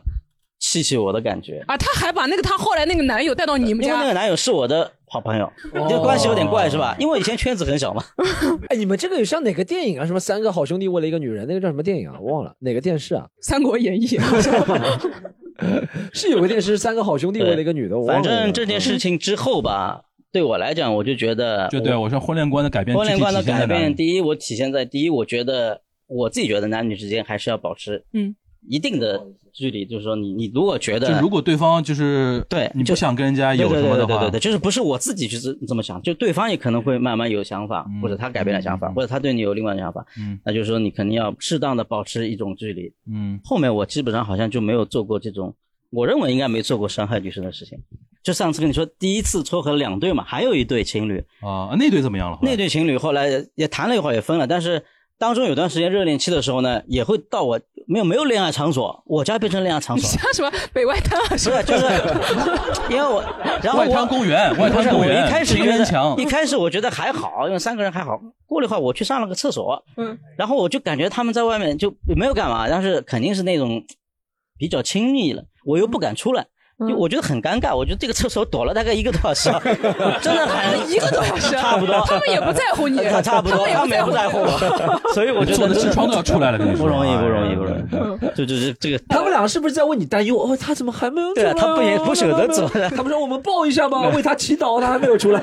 Speaker 6: 气气我的感觉，
Speaker 4: 啊，他还把那个他后来那个男友带到你们
Speaker 6: 因为那
Speaker 4: 家
Speaker 6: 个，男友是我的好朋友，这关系有点怪是吧？因为我以前圈子很小嘛，
Speaker 2: 哎，你们这个有像哪个电影啊？什么三个好兄弟为了一个女人，那个叫什么电影啊？忘了哪个电视啊？
Speaker 4: 《三国演义》
Speaker 2: 是有个电视是三个好兄弟为了一个女的，我
Speaker 6: 反
Speaker 2: 忘了那个。
Speaker 6: 正这件事情之后吧，对我来讲，我就觉得
Speaker 3: 就对我说婚恋观的改变，
Speaker 6: 婚恋观的
Speaker 3: 具体体
Speaker 6: 改
Speaker 3: 现在哪里
Speaker 6: 变，第一，我体现在第一，我觉得我自己觉得男女之间还是要保持
Speaker 4: 嗯
Speaker 6: 一定的距离，就是说你你如果觉得
Speaker 3: 就如果对方就是
Speaker 6: 对
Speaker 3: 你
Speaker 6: 就
Speaker 3: 不想跟人家有什
Speaker 6: 对
Speaker 3: 么的
Speaker 6: 对对对
Speaker 3: 话
Speaker 6: 对，对，就是不是我自己去这这么想，就对方也可能会慢慢有想法，
Speaker 3: 嗯
Speaker 6: 或者他改变了想法，
Speaker 3: 嗯嗯
Speaker 6: 或者他对你有另外的想法，
Speaker 3: 嗯
Speaker 6: 那就是说你肯定要适当的保持一种距离。
Speaker 3: 嗯，
Speaker 6: 后面我基本上好像就没有做过这种，我认为应该没做过伤害女生的事情。就上次跟你说，第一次撮合了两对嘛，还有一对情侣，
Speaker 3: 啊，那对怎么样了？
Speaker 6: 那对情侣后来也谈了一会儿也分了，但是当中有段时间热恋期的时候呢，也会到我没有没有恋爱场所，我家变成恋爱场 所了，
Speaker 4: 像什么北外滩啊，什
Speaker 6: 不
Speaker 4: 么
Speaker 6: 是就是， 因为 我然后
Speaker 3: 外滩
Speaker 6: 我
Speaker 3: 公园，外
Speaker 6: 不
Speaker 3: 滩
Speaker 6: 是，
Speaker 3: 公
Speaker 6: 我
Speaker 3: 园，
Speaker 6: 一开始
Speaker 3: 情
Speaker 6: 觉
Speaker 3: 人
Speaker 6: 得
Speaker 3: 墙
Speaker 6: 一，开始我觉得还好，因为三个人还好。过了一会儿，我去上了个厕所，
Speaker 4: 嗯，
Speaker 6: 然后我就感觉他们在外面就没有干嘛，但是肯定是那种比较亲密了，我又不敢出来。
Speaker 4: 嗯
Speaker 6: 就我觉得很尴尬，我觉得这个厕所躲了大概一个多小时，真的很
Speaker 4: 一个多小时，
Speaker 6: 差不多
Speaker 4: 他们也不在乎你，
Speaker 6: 差不多，
Speaker 4: 他
Speaker 6: 他们
Speaker 4: 们
Speaker 6: 也
Speaker 4: 也
Speaker 6: 不在乎
Speaker 4: 你。
Speaker 6: 我，所以我觉得
Speaker 3: 坐的
Speaker 6: 真
Speaker 3: 痔疮都要出来了，跟你说
Speaker 6: 不容易，
Speaker 3: 哎
Speaker 6: 不容易，不容易。就就是这个，
Speaker 2: 他们俩是不是在为你担忧？哦，他怎么还没有出来啊？
Speaker 6: 对啊他不也不舍得走
Speaker 2: 他们说我们抱一下吧，为他祈祷，他还没有出来。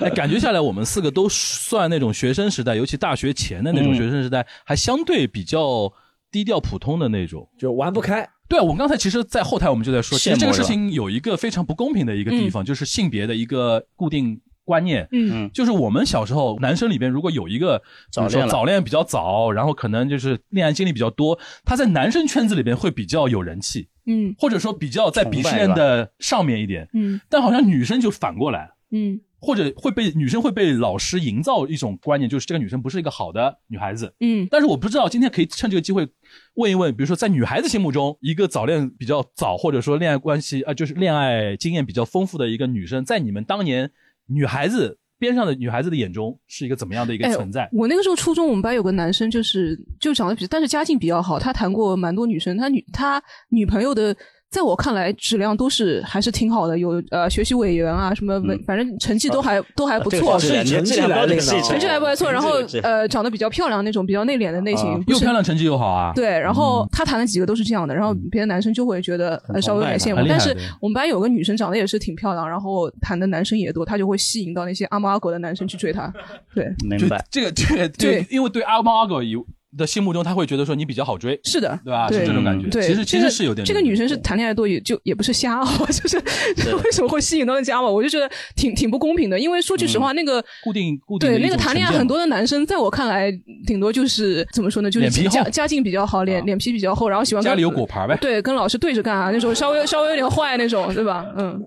Speaker 3: 哎，感觉下来，我们四个都算那种学生时代，尤其大学前的那
Speaker 6: 嗯
Speaker 3: 种学生时代，还相对比较低调普通的那种。
Speaker 2: 就玩不开，
Speaker 3: 对啊，我们刚才其实，在后台我们就在说，其实
Speaker 6: 羡慕
Speaker 3: 这个事
Speaker 6: 是吧
Speaker 3: 情有一个非常不公平的一个地方，就是性别的一个固定观念。
Speaker 4: 嗯
Speaker 3: 就是我们小时候男生里边，如果有一个比
Speaker 6: 早
Speaker 3: 如说
Speaker 6: 恋了
Speaker 3: 早恋比较早，然后可能就是恋爱经历比较多，他在男生圈子里边会比较有人气，
Speaker 4: 嗯
Speaker 3: 或者说比较在鄙
Speaker 6: 崇
Speaker 3: 视
Speaker 6: 拜
Speaker 3: 链
Speaker 6: 吧
Speaker 3: 的上面一点。
Speaker 4: 嗯
Speaker 3: 但好像女生就反过来，
Speaker 4: 嗯
Speaker 3: 或者会被女生会被老师营造一种观念，就是这个女生不是一个好的女孩子。
Speaker 4: 嗯
Speaker 3: 但是我不知道，今天可以趁这个机会问一问，比如说在女孩子心目中，一个早恋比较早，或者说恋爱关系啊、呃就是恋爱经验比较丰富的一个女生，在你们当年女孩子边上的女孩子的眼中，是一个怎么样的一个存在？
Speaker 4: 哎我那个时候初中，我们班有个男生，就是就长得比，但是家境比较好，他谈过蛮多女生，他女他女朋友的，在我看来质量都是还是挺好的，有呃学习委员啊什么
Speaker 3: 嗯
Speaker 4: 文，反正成绩都
Speaker 3: 哦
Speaker 4: 还、都还不
Speaker 6: 啊这
Speaker 4: 错
Speaker 6: 个，是
Speaker 2: 成绩来那个呢
Speaker 4: 成绩还不错。然后
Speaker 6: 成绩
Speaker 4: 呃长得比较漂亮那种，比较内敛的类型，
Speaker 6: 啊
Speaker 4: 不
Speaker 3: 又
Speaker 4: 是
Speaker 3: 漂亮，成绩又好啊！嗯
Speaker 4: 对，然后他谈的几个都是这样的，然后别的男生就会觉得呃稍微有点羡慕
Speaker 3: 很。
Speaker 4: 但
Speaker 3: 崇拜
Speaker 4: 是
Speaker 3: 的
Speaker 4: 我们班有个女生长得也是挺漂亮，然后谈的男生也多，她就会吸引到那些阿猫阿狗的男生去追她。对，
Speaker 6: 明
Speaker 3: 就
Speaker 6: 白。
Speaker 3: 这个这个
Speaker 4: 对
Speaker 3: 对，因为对阿猫阿狗以的心目中，他会觉得说你比较好追，
Speaker 4: 是的，
Speaker 3: 对吧？
Speaker 4: 对嗯
Speaker 3: 啊是这种感觉。
Speaker 4: 对，
Speaker 3: 其实其
Speaker 4: 这
Speaker 3: 实
Speaker 4: 个
Speaker 3: 是有点
Speaker 4: 这个女生是谈恋爱多也就也不是瞎熬， 就是就是 为什么会吸引到人家嘛？我就觉得挺挺不公平的，因为说句实话，那个
Speaker 3: 嗯固定固定的
Speaker 4: 对
Speaker 3: 一
Speaker 4: 那个
Speaker 3: 种
Speaker 4: 谈恋爱
Speaker 3: 成见
Speaker 4: 很多的男生，在我看来，顶多就是怎么说呢，就是
Speaker 3: 脸皮
Speaker 4: 家
Speaker 3: 厚啊
Speaker 4: 家境比较好，脸脸皮比较厚，然后喜欢跟
Speaker 3: 家里有果盘呗
Speaker 4: 对，跟老师对着干啊，那种稍微稍微有点坏那种，对吧？嗯，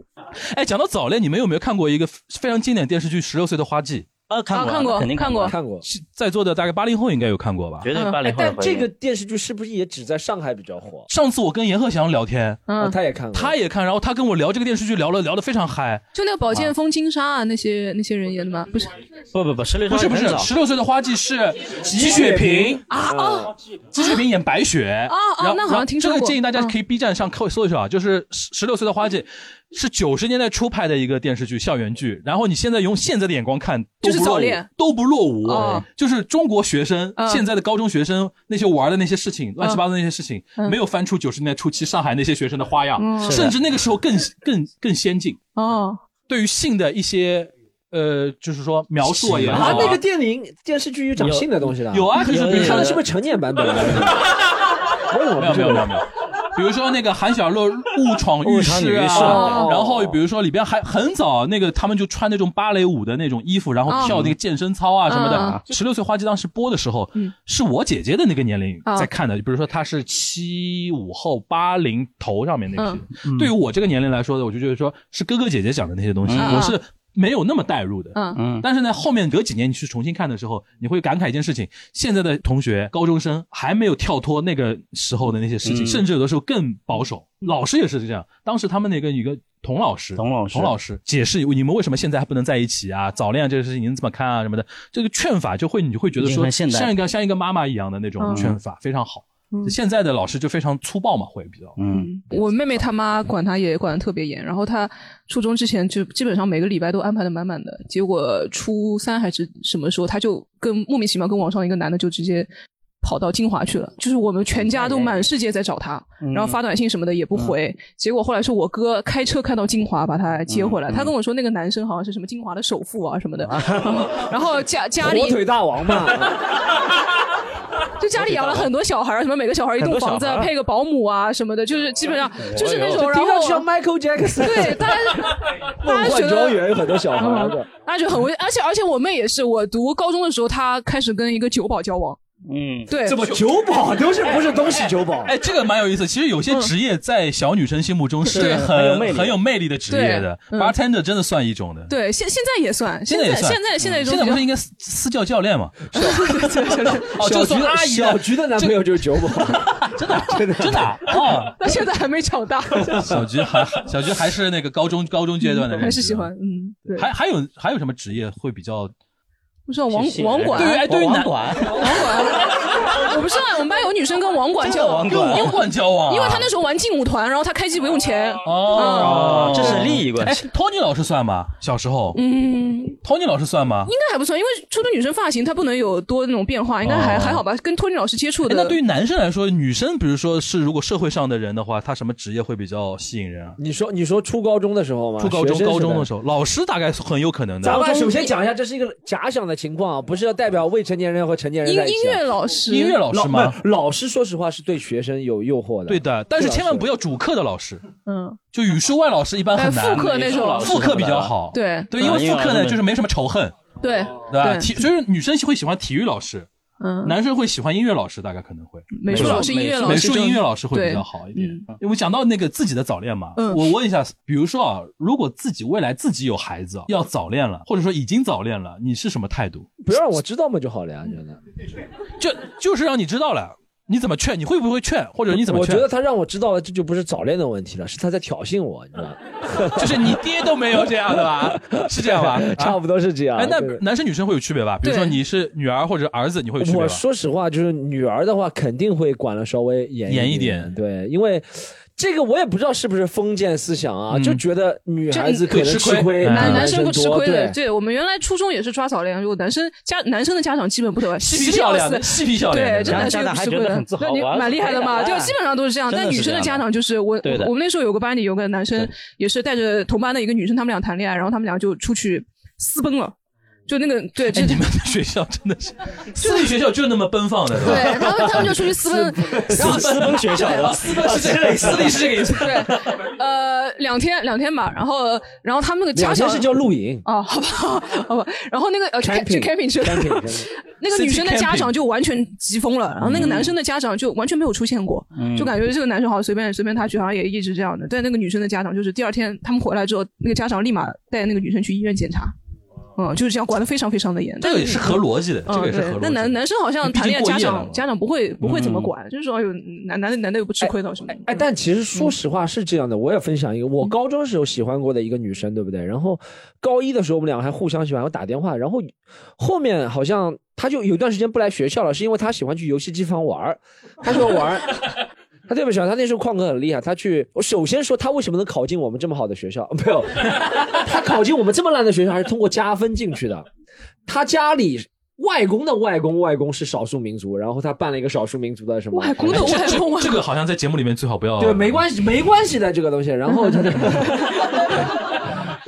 Speaker 3: 哎，讲到早恋，你们有没有看过一个非常经典电视剧《十六岁的花季》？
Speaker 6: 啊，
Speaker 4: 看过啊啊看过肯定看过看哎
Speaker 2: 过。
Speaker 3: 在座的大概八零后应该有看过吧？
Speaker 2: 嗯哎但这个电视剧是不是也只在上海比较火？
Speaker 3: 上次我跟严鹤翔聊天，
Speaker 4: 嗯哦
Speaker 2: 他也看过，
Speaker 3: 他也看，然后他跟我聊这个电视剧，聊了聊得非常嗨。
Speaker 4: 就那个宝剑锋金沙啊，那些那些人演的吗？不是
Speaker 6: 不不不，十六
Speaker 3: 不是不是，十六岁的花季是吉雪萍
Speaker 4: 啊哦，
Speaker 3: 吉雪萍演白雪
Speaker 4: 哦哦
Speaker 3: 然后
Speaker 4: 那好像
Speaker 3: 然后
Speaker 4: 听说过嗯
Speaker 3: 这个建议大家可以 B 站上搜搜一下，就是十十六岁的花季，是九十年代初拍的一个电视剧，校园剧。然后你现在用现在的眼光看，都
Speaker 4: 就是
Speaker 3: 不落
Speaker 4: 早
Speaker 3: 伍
Speaker 4: 恋，
Speaker 3: 都不落伍哎
Speaker 4: 哦，
Speaker 3: 就是中国学生
Speaker 4: 嗯
Speaker 3: 现在的高中学生那些玩的那些事情，乱七八糟的那些事情
Speaker 4: 嗯，
Speaker 3: 没有翻出九十年代初期上海那些学生的花样
Speaker 4: 嗯，
Speaker 3: 甚至那个时候更更更先进。
Speaker 4: 哦，
Speaker 3: 对于性的一些呃，就是说描述啊也好
Speaker 2: 啊，那个电影电视剧有讲性的东西的，
Speaker 3: 有啊，就是比如
Speaker 2: 你
Speaker 3: 说
Speaker 2: 看的是不是成年 版本啊？
Speaker 3: 没有没有没有没有，比如说那个韩小乐误闯浴室
Speaker 2: 误闯浴
Speaker 3: 啊，
Speaker 2: 室哦
Speaker 3: 然后比如说里边还很早那个他们就穿那种芭蕾舞的那种衣服，然后跳那个健身操啊什么
Speaker 4: 嗯嗯
Speaker 3: 的。十六岁花季当时播的时候，
Speaker 2: 嗯
Speaker 3: 是我姐姐的那个年龄
Speaker 2: 哦
Speaker 4: 嗯
Speaker 3: 在看的，比如说她是七五后八零头上面那批
Speaker 5: 嗯。
Speaker 3: 对于我这个年龄来说的，我就觉得说是哥哥姐姐讲的那些东西，
Speaker 4: 嗯
Speaker 3: 我是。没有那么代入的，
Speaker 4: 嗯
Speaker 2: 啊
Speaker 4: 嗯
Speaker 3: 但是呢，后面隔几年你去重新看的时候，你会感慨一件事情：现在的同学、高中生还没有跳脱那个时候的那些事情，
Speaker 6: 嗯
Speaker 3: 甚至有的时候更保守。老师也是这样，当时他们那个一个童老师，童老
Speaker 6: 师
Speaker 3: 童老师解释你们为什么现在还不能在一起啊，早恋这个事情你们怎么看啊什么的，这个劝法就会你就会觉得
Speaker 6: 已经
Speaker 3: 说
Speaker 6: 很现代
Speaker 3: 像一个像一个妈妈一样的那种
Speaker 4: 嗯
Speaker 3: 劝法、非常好
Speaker 4: 嗯。
Speaker 3: 现在的老师就非常粗暴嘛，会比较
Speaker 6: 嗯，
Speaker 4: 我妹妹她妈管她也管的特别严，然后她初中之前就基本上每个礼拜都安排的满满的，结果初三还是什么时候，她就跟莫名其妙跟网上一个男的就直接跑到金华去了，就是我们全家都满世界在找她，
Speaker 7: 嗯
Speaker 4: 然后发短信什么的也不回，结果后来是我哥开车开到金华把她接回来，他跟我说那个男生好像是什么金华的首富啊什么的， 然后家家里
Speaker 2: 火腿大王嘛，
Speaker 4: 就家里养了很多小孩儿，什么每个小孩儿一栋房子
Speaker 2: 很多小孩，儿
Speaker 4: 配个保姆啊什么的，就是基本上就是
Speaker 3: 哎
Speaker 4: 那种，
Speaker 2: 就
Speaker 4: 然
Speaker 2: 听上去
Speaker 4: 后
Speaker 2: 像 Michael Jackson，
Speaker 4: 对，大 家大
Speaker 2: 梦
Speaker 4: 家觉
Speaker 2: 幻
Speaker 4: 得嗯
Speaker 2: 庄园有很多小孩儿的。
Speaker 4: 大家觉得很危，而且而且我妹也是，我读高中的时候，她开始跟一个酒保交往，
Speaker 6: 嗯，
Speaker 4: 对
Speaker 2: 怎么酒保都是不是东西酒保？
Speaker 3: 哎，这个蛮有意思。其实有些职业在小女生心目中
Speaker 4: 对
Speaker 3: 是
Speaker 4: 很有
Speaker 3: 很
Speaker 4: 魅力
Speaker 3: 很有魅力的职业的
Speaker 4: 对嗯
Speaker 3: ，bartender 真的算一种的。
Speaker 4: 对，现现在也算，
Speaker 3: 现在
Speaker 4: 在
Speaker 3: 也算嗯
Speaker 4: 现在现在
Speaker 3: 现在不是应该私私教教练吗？哦，就算阿姨
Speaker 2: 小菊的男朋友就是酒保， 真的真
Speaker 3: 的
Speaker 4: 啊
Speaker 3: 哦。
Speaker 4: 到现在还没长大，
Speaker 3: 小菊还小菊还是那个高中高中阶段的人，啊
Speaker 4: 还是喜欢，嗯，对，
Speaker 3: 还还有还有什么职业会比较
Speaker 4: 不知道网网管，
Speaker 3: 对于哎对于男
Speaker 4: 我不知道，我们班有女生跟网管交往，
Speaker 3: 跟网管交往啊，
Speaker 4: 因为她那时候玩劲舞团，然后她开机不用钱，啊
Speaker 3: 哦，
Speaker 6: 这是利益关
Speaker 3: 系。哎，Tony 老师算吗？小时候，
Speaker 4: 嗯。
Speaker 3: ，Tony 老师算吗
Speaker 4: 应？该还不算，因为初中女生发型她不能有多那种变化，应该还、
Speaker 3: 哦
Speaker 4: 还好吧。跟托尼老师接触
Speaker 3: 哎
Speaker 4: 的，
Speaker 3: 那对于男生来说，女生比如说是如果社会上的人的话，她什么职业会比较吸引人啊？
Speaker 2: 你说你说初高中的时候吗？
Speaker 3: 初高
Speaker 2: 啊学生
Speaker 3: 中
Speaker 2: 时代
Speaker 3: 高中的时候，老师大概是很有可能的。
Speaker 2: 咱们首先讲一下，这是一个假想的情况啊，不是要代表未成年人和成年人
Speaker 4: 音
Speaker 2: 在一
Speaker 4: 音
Speaker 2: 起啊。
Speaker 4: 乐老师，
Speaker 3: 音乐老师吗
Speaker 2: 老不是老师说实话是对学生有诱惑的，
Speaker 3: 对的，但是千万不要主课的老师，
Speaker 4: 嗯，
Speaker 3: 就语数外老师一般很
Speaker 4: 哎
Speaker 3: 难。
Speaker 4: 副课那种
Speaker 3: 副课比较好。
Speaker 4: 对
Speaker 3: 对，
Speaker 2: 啊
Speaker 3: 因为副课呢就是没什么仇恨，
Speaker 4: 对
Speaker 3: 哦对吧？体所以说女生喜欢喜欢体育老师，
Speaker 4: 嗯，
Speaker 3: 男生会喜欢音乐老师，大概可能会
Speaker 4: 美术老师
Speaker 3: 对吧
Speaker 4: 音乐老师
Speaker 3: 美术
Speaker 4: 这种
Speaker 3: 音乐老师会
Speaker 4: 对
Speaker 3: 比较好一点。嗯因为讲到那个自己的早恋嘛，
Speaker 4: 嗯
Speaker 3: 我问一下，比如说啊，如果自己未来自己有孩子要早恋了，或者说已经早恋了，你是什么态度？
Speaker 2: 不要让我知道嘛就好了呀，觉得。
Speaker 3: 就就是让你知道了，你怎么劝？你会不会劝？ 或者你怎么
Speaker 2: 我
Speaker 3: 劝？
Speaker 2: 觉得他让我知道了，这就不是早恋的问题了，是他在挑衅我，你知道吗？
Speaker 3: 就是你爹都没有这样的吧？是这样吧？
Speaker 2: 差不多是这样。
Speaker 3: 哎，那
Speaker 2: 对
Speaker 3: 男生女生会有区别吧？比如说
Speaker 2: 对
Speaker 3: 你是女儿或者儿子，你会有区别
Speaker 2: 我
Speaker 3: 吧？
Speaker 2: 说实话，就是女儿的话，肯定会管的稍微严
Speaker 3: 严一
Speaker 2: 一
Speaker 3: 点
Speaker 2: 对，因为这个我也不知道是不是封建思想
Speaker 3: 嗯
Speaker 2: 啊，就觉得女孩子可能
Speaker 4: 就
Speaker 2: 吃
Speaker 3: 哎
Speaker 2: 亏，
Speaker 4: 男
Speaker 2: 男
Speaker 4: 生不吃
Speaker 2: 多
Speaker 4: 亏的。
Speaker 2: 对，
Speaker 4: 对我们原来初中也是抓早恋，如果男生家男生的家长基本不怎么
Speaker 3: 嬉皮笑脸
Speaker 4: 死，
Speaker 3: 嬉皮笑
Speaker 4: 对，
Speaker 3: 脸
Speaker 4: 真的是
Speaker 6: 家
Speaker 4: 有
Speaker 6: 长还
Speaker 4: 吃
Speaker 6: 觉
Speaker 4: 亏
Speaker 6: 得
Speaker 4: 的
Speaker 6: 很自，豪
Speaker 4: 那你
Speaker 6: 哇
Speaker 4: 蛮厉害的嘛，
Speaker 6: 这
Speaker 4: 就
Speaker 6: 个
Speaker 4: 基本上都是这样。
Speaker 6: 真的
Speaker 4: 但
Speaker 6: 是
Speaker 4: 女生的
Speaker 6: 这样
Speaker 4: 家
Speaker 6: 的
Speaker 4: 长就是我，
Speaker 6: 对的
Speaker 4: 我们那时候有个班里有个男生也是带着同班的一个女生，他们俩谈恋爱，然后他们俩就出去私奔了。就那个对，就
Speaker 3: 哎，你们的 学校真的是私立学校就那么奔放的，是吧？
Speaker 4: 对他们，他们就出去私奔，然后
Speaker 6: 私奔学校的
Speaker 3: 对私奔是这个，私立是这个意思。
Speaker 4: 呃，两天两天吧，然后然后他们那个家
Speaker 2: 两
Speaker 4: 长
Speaker 2: 天是叫露营，
Speaker 4: 哦，好吧，好吧，然后那个呃去
Speaker 2: Camping，
Speaker 4: 去 camping 去了
Speaker 2: camping，camping，
Speaker 4: 那个女生的
Speaker 3: City
Speaker 4: 家
Speaker 3: camping
Speaker 4: 长就完全急疯了，然后那个男生的家长就完全没有出现过，
Speaker 6: 嗯
Speaker 4: 就感觉这个男生好像随便随便他去，好像也一直这样的。但那个女生的家长就是第二天他们回来之后，那个家长立马带那个女生去医院检查，嗯，就是这样管得非常非常的严。
Speaker 3: 这个也是合逻辑的，这
Speaker 4: 嗯，
Speaker 3: 个也
Speaker 4: 对
Speaker 3: 是合，逻辑的。
Speaker 4: 那男男生好像
Speaker 3: 毕竟
Speaker 4: 谈恋爱，
Speaker 3: 过
Speaker 4: 家
Speaker 3: 夜了
Speaker 4: 长
Speaker 3: 嘛
Speaker 4: 家长不会不会怎么管，就是说哎呦男男的男的又不吃亏了什么的。
Speaker 2: 哎，但
Speaker 4: 嗯
Speaker 2: 其实说实话是这样的，我也分享一个，我高中时候喜欢过的一个女生，对不对？然后高一的时候我们两个还互相喜欢，我打电话，然后后面好像她就有段时间不来学校了，是因为她喜欢去游戏机房玩儿，她喜欢玩儿。她特别喜欢，她那时候旷课很厉害。她去，我首先说她为什么能考进我们这么好的学校？ 没有，她考进我们这么烂的学校，还是通过加分进去的。她家里外公的外公外公是少数民族，然后她办了一个少数民族的什么
Speaker 4: 外公的
Speaker 3: 哎这
Speaker 4: 外公
Speaker 3: 这
Speaker 4: 外
Speaker 3: 这个好像在节目里面最好不要。啊
Speaker 2: 对，没关系，没关系的这个东西。然后他就，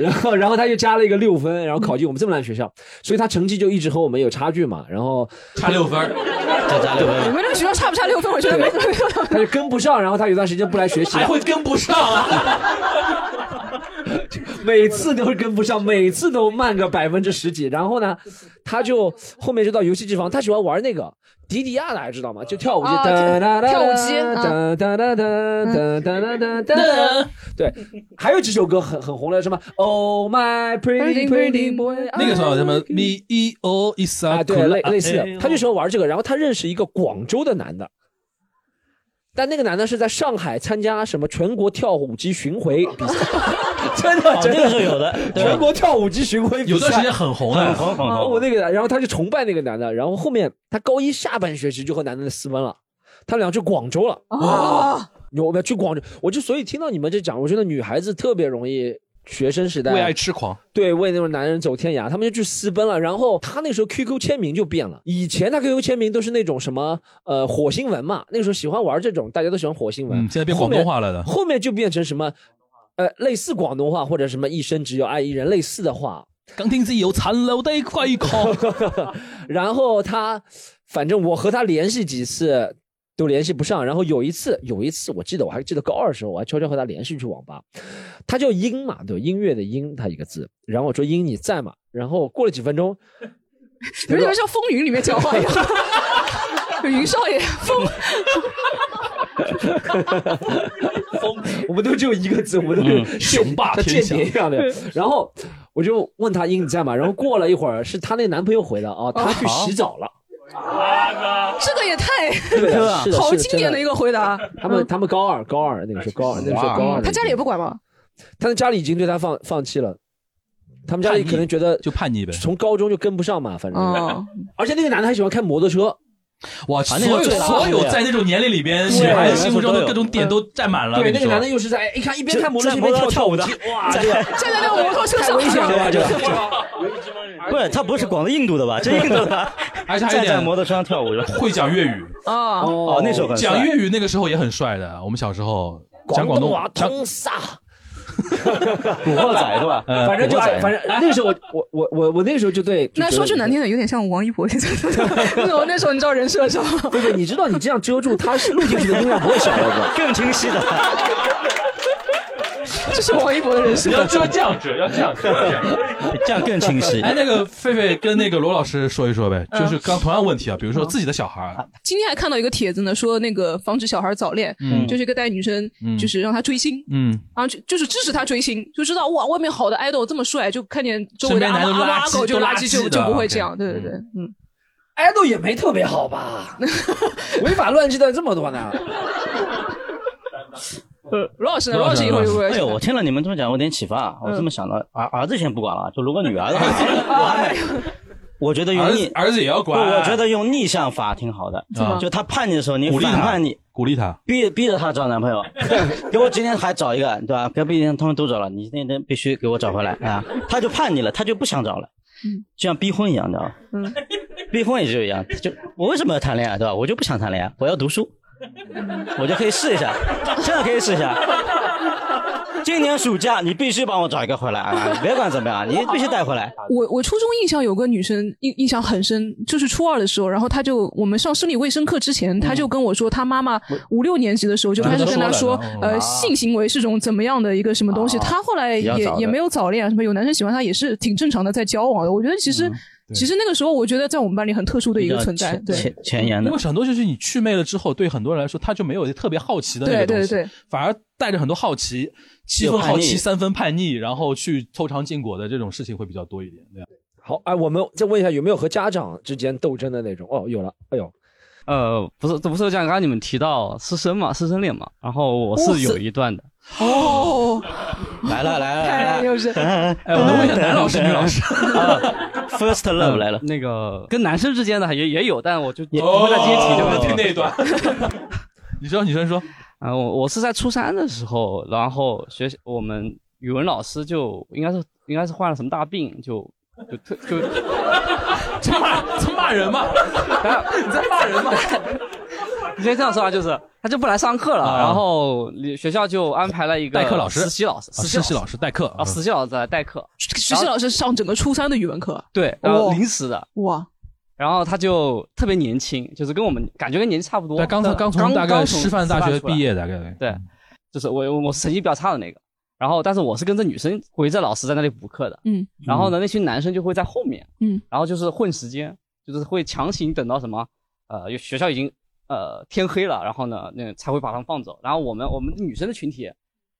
Speaker 2: 然后然后他就加了一个六分，然后考进我们这么烂学校，所以他成绩就一直和我们有差距嘛。然后
Speaker 3: 差 六分儿。
Speaker 6: 这咱六
Speaker 4: 你
Speaker 6: 分，
Speaker 4: 们这个学校差不差六分？我觉得没怎么样。
Speaker 2: 他就跟不上，然后他有段时间不来学习
Speaker 3: 还
Speaker 2: 了，
Speaker 3: 会跟不上啊！
Speaker 2: 每次都跟不上，每次都慢个百分之十几。然后呢，他就后面就到游戏机房，他喜欢玩那个。迪迪亚，大家知
Speaker 3: 哦
Speaker 2: 道吗？就跳舞机，
Speaker 4: 啊
Speaker 2: 哒哒哒哒
Speaker 4: 跳舞机嗯
Speaker 2: 哒哒哒哒哒哒哒哒哒。对，还有几首歌很很红的，什么 Oh my pretty pretty boy，
Speaker 3: 那个时候什么
Speaker 2: I-
Speaker 3: V E O 一三
Speaker 2: 啊，对，类类似的，
Speaker 6: 哎
Speaker 2: 他就
Speaker 3: 说
Speaker 2: 喜欢玩这个。然后他认识一个广州的男的，但那个男的是在上海参加什么全国跳舞机巡回比赛，真的
Speaker 6: 哦，
Speaker 2: 真
Speaker 6: 那个
Speaker 2: 的
Speaker 6: 时候有的，对吧
Speaker 2: 全国跳舞机巡回比赛。
Speaker 3: 有段时间很红哎
Speaker 6: 很
Speaker 3: 的，
Speaker 6: 红很
Speaker 2: 啊，
Speaker 7: 呃
Speaker 6: 红，
Speaker 2: 我那个，然后他就崇拜那个男的，然后后面他高一下半学期就和男的私奔了，他们俩去广州了。
Speaker 4: 啊，
Speaker 2: 我们去广州，我就所以听到你们这讲，我觉得女孩子特别容易学生时代
Speaker 3: 为爱痴狂。
Speaker 2: 对，为那种男人走天涯，他们就去私奔了。然后他那时候 QQ 签名就变了，以前他 QQ 签名都是那种什么呃火星文嘛，那个时候喜欢玩这种，大家都喜欢火星文。
Speaker 3: 嗯，现在变广东话了的
Speaker 2: 后面，。后面就变成什么呃类似广东话或者什么一生只有爱一人类似的话。
Speaker 3: 钢钉自由残留的怪狂。
Speaker 2: 然后他，反正我和他联系几次都联系不上。然后有一次，有一次我记得我还记得高二的时候，我还悄悄和他联系去网吧。他叫英嘛，对，音乐的音，他一个字。然后我说英你在吗？然后过了几 分钟，
Speaker 4: 你们这个像风云里面讲 话一样。 云少爷，风
Speaker 2: 我们都只有一个字，我们都是
Speaker 3: 嗯雄霸
Speaker 2: 像
Speaker 3: 天
Speaker 2: 间
Speaker 3: 下
Speaker 2: 谍 一
Speaker 4: 嗯
Speaker 2: 样的。然后我就问他英你在吗？然后过了一会儿，是她那男朋友回的啊，他去洗澡了。
Speaker 4: 这个也太
Speaker 2: 对的，是的，
Speaker 4: 好
Speaker 2: 是
Speaker 4: 经典的一
Speaker 2: 个。
Speaker 4: 个回答。嗯
Speaker 2: 他们他们高二高二那个时候高二那个时候高二，
Speaker 4: 他家里也不管吗？
Speaker 2: 啊他的家里已经对他放放弃了，他们家里可能觉得
Speaker 3: 就叛逆呗
Speaker 2: 从高中就跟不上嘛，反正。
Speaker 4: 哦，
Speaker 2: 而且那个男的还喜欢开摩托车，
Speaker 3: 哇，
Speaker 6: 啊
Speaker 3: 所
Speaker 6: 那时候
Speaker 3: 有
Speaker 6: 最大的
Speaker 3: 所有
Speaker 6: 对
Speaker 3: 在那种年龄里边，
Speaker 2: 对
Speaker 3: 女孩子
Speaker 6: 对
Speaker 3: 心目中
Speaker 6: 都
Speaker 3: 的
Speaker 6: 有嗯
Speaker 3: 各种点都占满了。
Speaker 2: 对，
Speaker 3: 跟你
Speaker 2: 那个男的
Speaker 3: 说
Speaker 2: 又是在哎一看一边开摩托车一
Speaker 6: 在
Speaker 2: 边
Speaker 6: 摩
Speaker 2: 跳
Speaker 6: 托车
Speaker 2: 跳舞机，哇，这个
Speaker 4: 站在那个摩托车
Speaker 2: 太
Speaker 4: 上，
Speaker 2: 危险了吧， 这个。
Speaker 6: 不是他不是广东印度的 吧？这印度的，
Speaker 3: 而且还有
Speaker 6: 站
Speaker 3: 一
Speaker 6: 在
Speaker 3: 点
Speaker 6: 摩托车上跳舞是吧？
Speaker 3: 会讲粤语，
Speaker 4: 啊！
Speaker 6: 哦，那时候很帅
Speaker 3: 讲粤语那个时候也很帅的。我们小时候讲
Speaker 2: 广啊
Speaker 3: 广东
Speaker 2: 话
Speaker 3: 讲
Speaker 2: 通杀。
Speaker 6: 古惑仔对吧？
Speaker 3: 呃
Speaker 2: 反正就
Speaker 6: 古惑
Speaker 2: 哎
Speaker 6: 仔
Speaker 2: 反正那时候我我我我我那时候就对，就
Speaker 4: 那
Speaker 2: 觉得
Speaker 4: 说句难听，的，有点像王一博现在 那种那时候你知道人设是吧？
Speaker 2: 对对，你知道你这样遮住，他是录进去的音量不会小 的哥。
Speaker 6: 更清晰的，
Speaker 4: 这是王一博的人设。
Speaker 3: 要这样子，要这样子。
Speaker 6: 这样更清晰。嗯
Speaker 3: 哎，那个狒狒跟那个罗老师说一说呗，就是刚同样问题啊，比如说自己的小孩儿，
Speaker 4: 今天还看到一个帖子呢，说那个防止小孩早恋，
Speaker 3: 嗯
Speaker 4: 就是一个带女生，就是让她追星。
Speaker 3: 嗯，
Speaker 4: 然后就就是支持她追星，就知道哇，外面好的 idol 这么帅，就看见周围的
Speaker 3: 身边
Speaker 4: 阿
Speaker 3: 男的
Speaker 4: 猫阿猫
Speaker 3: 垃圾
Speaker 4: 阿狗就
Speaker 3: 都
Speaker 4: 垃
Speaker 3: 垃
Speaker 4: 圾，
Speaker 3: 圾
Speaker 4: 就
Speaker 3: 的啊
Speaker 4: 就不会
Speaker 3: OK
Speaker 4: 这样。对对对，嗯，
Speaker 2: 爱豆也没特别好吧， 违法乱纪的这么多呢。
Speaker 4: 嗯罗老师呢？罗
Speaker 3: 罗老
Speaker 4: 老
Speaker 3: 师
Speaker 4: 师一会儿
Speaker 3: 呢
Speaker 4: 有没有？
Speaker 6: 哎呦，我听了你们这么讲，我有点启发。
Speaker 3: 嗯
Speaker 6: 我这么想的，儿儿子先不管了，就如果女儿 的话，我觉得用
Speaker 3: 儿
Speaker 6: 逆
Speaker 3: 子，儿子也要
Speaker 6: 不，
Speaker 3: 管。
Speaker 6: 我觉得用逆向法挺好的
Speaker 3: 怎么。
Speaker 6: 就他叛逆的时候，你
Speaker 3: 鼓励
Speaker 6: 反
Speaker 3: 他
Speaker 6: 叛你，，
Speaker 3: 鼓励他。
Speaker 6: 逼逼着他找男朋友， 给我今天还找一个，对吧？隔壁天他们都找了，你那天必须给我找回来啊！他就叛逆了，他就不想找了，就像逼婚一样，你知道吧？
Speaker 4: 嗯，
Speaker 6: 逼婚也是一样，就我为什么要谈恋爱，对吧？我就不想谈恋爱，我要读书，我就可以试一下，真的可以试一下。今年暑假你必须帮我找一个回来啊！你别管怎么样，你必须带回来。
Speaker 4: 我我初中印象有个女生印印象很深，就是初二的时候，然后她就我们上生理卫生课之前，她就跟我说，她妈妈五六年级的时候就开始跟她说
Speaker 5: 啊说了，
Speaker 4: 呃，性行为是种怎么样的一个什么东西。她后来
Speaker 5: 比较
Speaker 4: 也
Speaker 5: 早的
Speaker 4: 也没有早恋啊，什么有男生喜欢她也是挺正常的，在交往的。我觉得其实其实那个时候，我觉得在我们班里很特殊的一个存在，对。
Speaker 6: 前沿
Speaker 3: 的，因为很多就是你祛魅了之后，对很多人来说，他就没有特别好奇的那个
Speaker 4: 对
Speaker 3: 东西，
Speaker 4: 对对
Speaker 3: 反而带着很多好奇，七分
Speaker 2: 有叛
Speaker 3: 好
Speaker 2: 逆
Speaker 3: 奇，三分叛逆，然后去偷尝禁果的这种事情会比较多一点，对吧？啊
Speaker 2: 好，哎，我们再问一下，有没有和家长之间斗争的那种？哦，有了，哎呦，
Speaker 7: 呃，不是，这不是像刚刚你们提到师生嘛，师生恋嘛，然后我是有一段的，
Speaker 4: 哦，
Speaker 6: 来了来了
Speaker 4: 来了，又是
Speaker 7: 哎，
Speaker 6: 我能问一下
Speaker 7: 男
Speaker 6: 老师女老师
Speaker 7: ，First
Speaker 6: love 来了，
Speaker 7: 呃那个跟男生之间的也也有，但我就也不太接题，
Speaker 3: 我
Speaker 7: 对吧？
Speaker 3: 听哦那一段，
Speaker 7: 你说，你先说。啊、我我是在初三的时候，然后学习我们语文老师就应该是应该是患了什么大病，就就特就
Speaker 3: 这骂这骂人嘛，
Speaker 7: 你在骂人吗？啊 你先这样说啊，就是他就不来上课了，
Speaker 3: 啊
Speaker 7: 然后你学校就安排了一个
Speaker 3: 代课老师
Speaker 7: 实习老师，
Speaker 3: 啊实习老师代课
Speaker 7: 啊，实习老师来代课，
Speaker 4: 实习老师上整个初三的语文课，
Speaker 7: 对，然后
Speaker 4: 哇
Speaker 7: 临时的，
Speaker 4: 哇，
Speaker 7: 然后他就特别年轻，就是跟我们感觉跟年纪差不多。
Speaker 3: 对刚从刚从大概
Speaker 7: 刚
Speaker 3: 师范大学
Speaker 7: 出来
Speaker 3: 毕业大概嗯
Speaker 7: 对，就是我我我是成绩比较差的那个，然后但是我是跟着女生围着老师在那里补课的，
Speaker 4: 嗯
Speaker 7: 然后呢那群男生就会在后面，
Speaker 4: 嗯，
Speaker 7: 然后就是混时间，就是会强行等到什么呃有学校已经呃天黑了，然后呢那才会把他们放走，然后我们我们女生的群体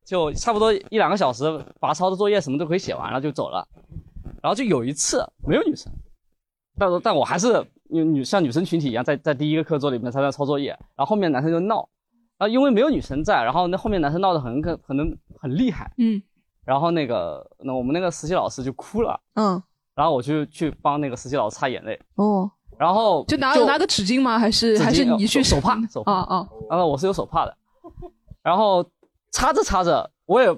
Speaker 7: 就差不多一两个小时罚抄的作业什么都可以写完了就走了，然后就有一次没有女生，但但我还是女女像女生群体一样，在在第一个课桌里面在那抄作业，然后后面男生就闹，然后因为没有女生在，然后那后面男生闹得很可可能很厉害，
Speaker 4: 嗯
Speaker 7: 然后那个那我们那个实习老师就哭了，
Speaker 4: 嗯，
Speaker 7: 然后我就去帮那个实习老师擦眼泪，
Speaker 4: 哦，
Speaker 7: 然后
Speaker 4: 就拿拿个纸巾吗？还是
Speaker 7: 纸巾
Speaker 4: 还是
Speaker 7: 呃
Speaker 4: 你去
Speaker 7: 手 手帕手帕
Speaker 4: 啊啊，
Speaker 7: 然后我是有手帕的，然后擦着擦着我也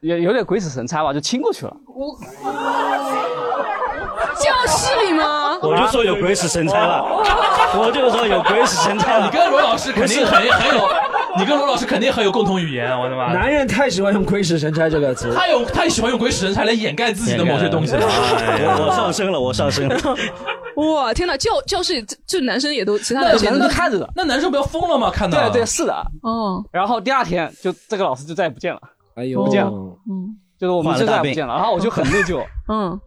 Speaker 7: 也有点鬼使神差吧，就亲过去了。
Speaker 4: 教室里吗？
Speaker 6: 啊我就说有鬼使神差了，
Speaker 7: 啊
Speaker 6: 我 就说有鬼使神差了。
Speaker 3: 哎你跟罗老师肯定很
Speaker 6: 不是
Speaker 3: 很有，你跟罗老师肯定很有共同语言，我的妈！
Speaker 2: 男人太喜欢用“鬼使神差”这个词，
Speaker 3: 他有他喜欢用鬼使神差来掩盖自己的某些东西了。
Speaker 6: 哎呀我上升了，我上升了。
Speaker 4: 哇，天哪！教教室这这男生也都，其他
Speaker 7: 那
Speaker 4: 男
Speaker 7: 有
Speaker 4: 生 也
Speaker 7: 男生
Speaker 4: 都
Speaker 7: 都看着的，
Speaker 3: 那男生不要疯了吗？看到
Speaker 7: 对对是的。
Speaker 4: 哦，
Speaker 7: 然后第二天就这个老师就再也不见了，
Speaker 2: 哎呦
Speaker 7: 不见了，
Speaker 4: 嗯
Speaker 7: 就是我们就再也不见了。然后我就很内疚，
Speaker 4: 嗯，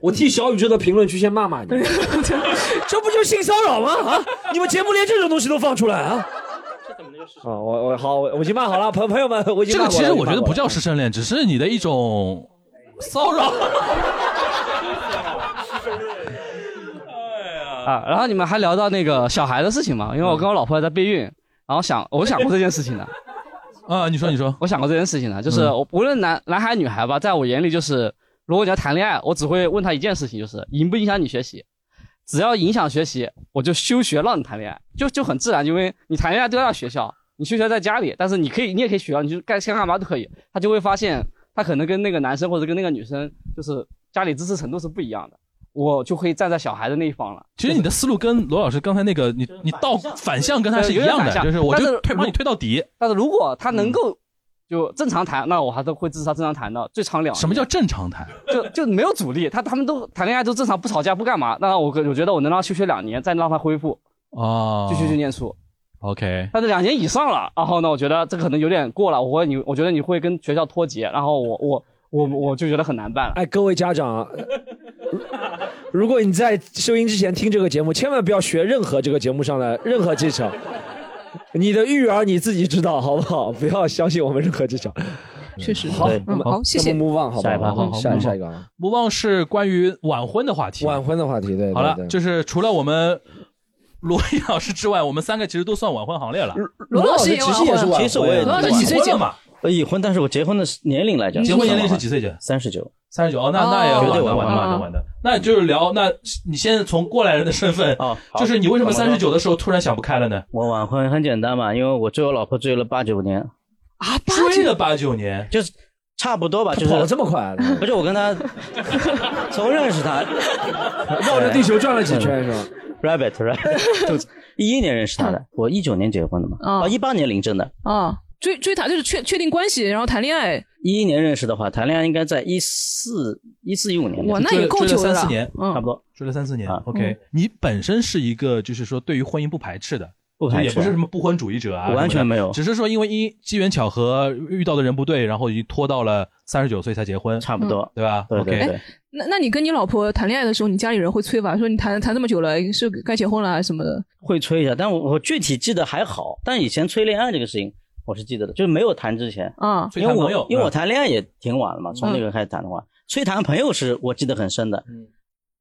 Speaker 2: 我替小宇宙的评论区先骂 骂你，这不就是性骚扰吗？啊，你们节目连这种东西都放出来啊？啊，我我好，我我已经骂好了，朋朋友们，我已经
Speaker 3: 这
Speaker 2: 骂
Speaker 3: 个
Speaker 2: 过
Speaker 3: 其
Speaker 2: 了
Speaker 3: 实我觉得不叫师生恋，只是你的一种骚扰。
Speaker 7: 啊，然后你们还聊到那个小孩的事情嘛，因为
Speaker 3: 嗯
Speaker 7: 我跟我老婆在备孕，然后想我想过这件事情的。
Speaker 3: 啊，你说你说，
Speaker 7: 我想过这件事情的，就是
Speaker 3: 嗯
Speaker 7: 我无论男男孩女孩吧，在我眼里就是，如果你要谈恋爱，我只会问他一件事情，就是影不影响你学习。只要影响学习，我就休学让你谈恋爱，就就很自然，因为你谈恋爱都要学校，你休学在家里，但是你可以，你也可以学校，你就该想干嘛都可以。他就会发现，他可能跟那个男生或者跟那个女生，就是家里支持程度是不一样的，我就会站在小孩的那一方了。
Speaker 3: 其实你的思路跟罗老师刚才那个，你你倒反向跟他是一样
Speaker 7: 对有点反
Speaker 3: 的，
Speaker 7: 向
Speaker 3: 就是我
Speaker 7: 但
Speaker 3: 就是推把你推到嗯底。
Speaker 7: 但是如果他能够就正常谈，那我还是会支持他正常谈的，最长两年
Speaker 3: 什么叫正常谈？
Speaker 7: 就就没有阻力，他他们都谈恋爱都正常，不吵架不干嘛。那我可我觉得我能让他休学两年，再让他恢复
Speaker 3: 哦，
Speaker 7: 继续去念书。
Speaker 3: OK，
Speaker 7: 但是两年以上了，然后呢，我觉得这个可能有点过了，我会你我觉得你会跟学校脱节，然后我我我我就觉得很难办了。
Speaker 2: 哎，各位家长，呃如如果你在收音之前听这个节目，千万不要学任何这个节目上的任何技巧。你的育儿你自己知道，好不好？不要相信我们任何技巧。
Speaker 4: 确实
Speaker 2: 好
Speaker 4: 对，
Speaker 2: 我们
Speaker 4: 嗯好谢谢
Speaker 2: 那我们 move on，好吧？
Speaker 3: 下一趴好好
Speaker 2: 下
Speaker 3: move on
Speaker 2: 下一个啊。
Speaker 3: 莫忘是关于晚婚的话题。
Speaker 2: 晚婚的话题，对，对
Speaker 3: 好了
Speaker 2: 对，
Speaker 3: 就是除了我们罗毅老师之外，我们三个其实都算晚婚行列了。
Speaker 4: 罗老师也晚婚
Speaker 6: 其实我也
Speaker 4: 罗老师几岁结婚？
Speaker 6: 我啊已婚，但是我结婚的年龄来讲，
Speaker 3: 结婚年龄是几岁结？
Speaker 6: 三十九。
Speaker 3: 三十九，哦，那那也
Speaker 6: 绝对
Speaker 3: 晚的，
Speaker 6: 晚
Speaker 3: 晚
Speaker 6: 婚
Speaker 3: 的，晚的，晚的。那就是聊，那你现在从过来人的身份，
Speaker 6: 啊
Speaker 3: 就是你为什么三十九的时候突然想不开了呢？
Speaker 6: 我晚婚很简单嘛，因为我追我老婆追了八九年，
Speaker 4: 啊
Speaker 3: 追了八九年，
Speaker 6: 就是差不多吧，就是
Speaker 2: 跑得这么
Speaker 3: 啊
Speaker 2: 快，
Speaker 6: 不是我跟 她从认识她，
Speaker 2: 绕着地球转了几圈是吧
Speaker 6: ？Rabbit Rabbit，就是 一一年认识她
Speaker 4: 嗯
Speaker 6: 的，我
Speaker 4: 哦
Speaker 6: 一九年结婚的嘛，啊一八年领证的，
Speaker 4: 啊，追追他就是确确定关系，然后谈恋爱，
Speaker 6: 一一年认识的话，谈恋爱应该在一四一四一五年。
Speaker 4: 哇那也够久的
Speaker 3: 三
Speaker 4: 了
Speaker 3: 四年，
Speaker 4: 嗯差不
Speaker 6: 多
Speaker 3: 追了三四年
Speaker 6: 啊。
Speaker 3: OK，你本身是一个就是说对于婚姻不排斥的，
Speaker 6: 不排斥
Speaker 3: 也不是什么不婚主义者啊，
Speaker 6: 我完全
Speaker 3: 什么
Speaker 6: 没
Speaker 3: 的
Speaker 6: 有
Speaker 3: 只是说因为一机缘巧合遇到的人不对，然后一拖到了三十九岁才结婚，嗯
Speaker 6: 差
Speaker 4: 不多，
Speaker 3: 对吧？
Speaker 6: 对对
Speaker 3: OK，
Speaker 6: 对
Speaker 4: 哎那那你跟你老婆谈恋爱的时候，你家里人会催吧？说你谈谈这么久了，是该结婚了啊什么的？
Speaker 6: 会催一下，但我我具体记得还好，但以前催恋爱这个事情我是记得的，就是没有谈之前
Speaker 4: 啊
Speaker 6: 因为
Speaker 3: 催谈朋
Speaker 6: 我
Speaker 3: 友
Speaker 6: 因为我
Speaker 3: 嗯
Speaker 6: 谈恋爱也挺晚了嘛，从那
Speaker 4: 嗯
Speaker 6: 个开始谈的话，催谈朋友是我记得很深的。
Speaker 3: 嗯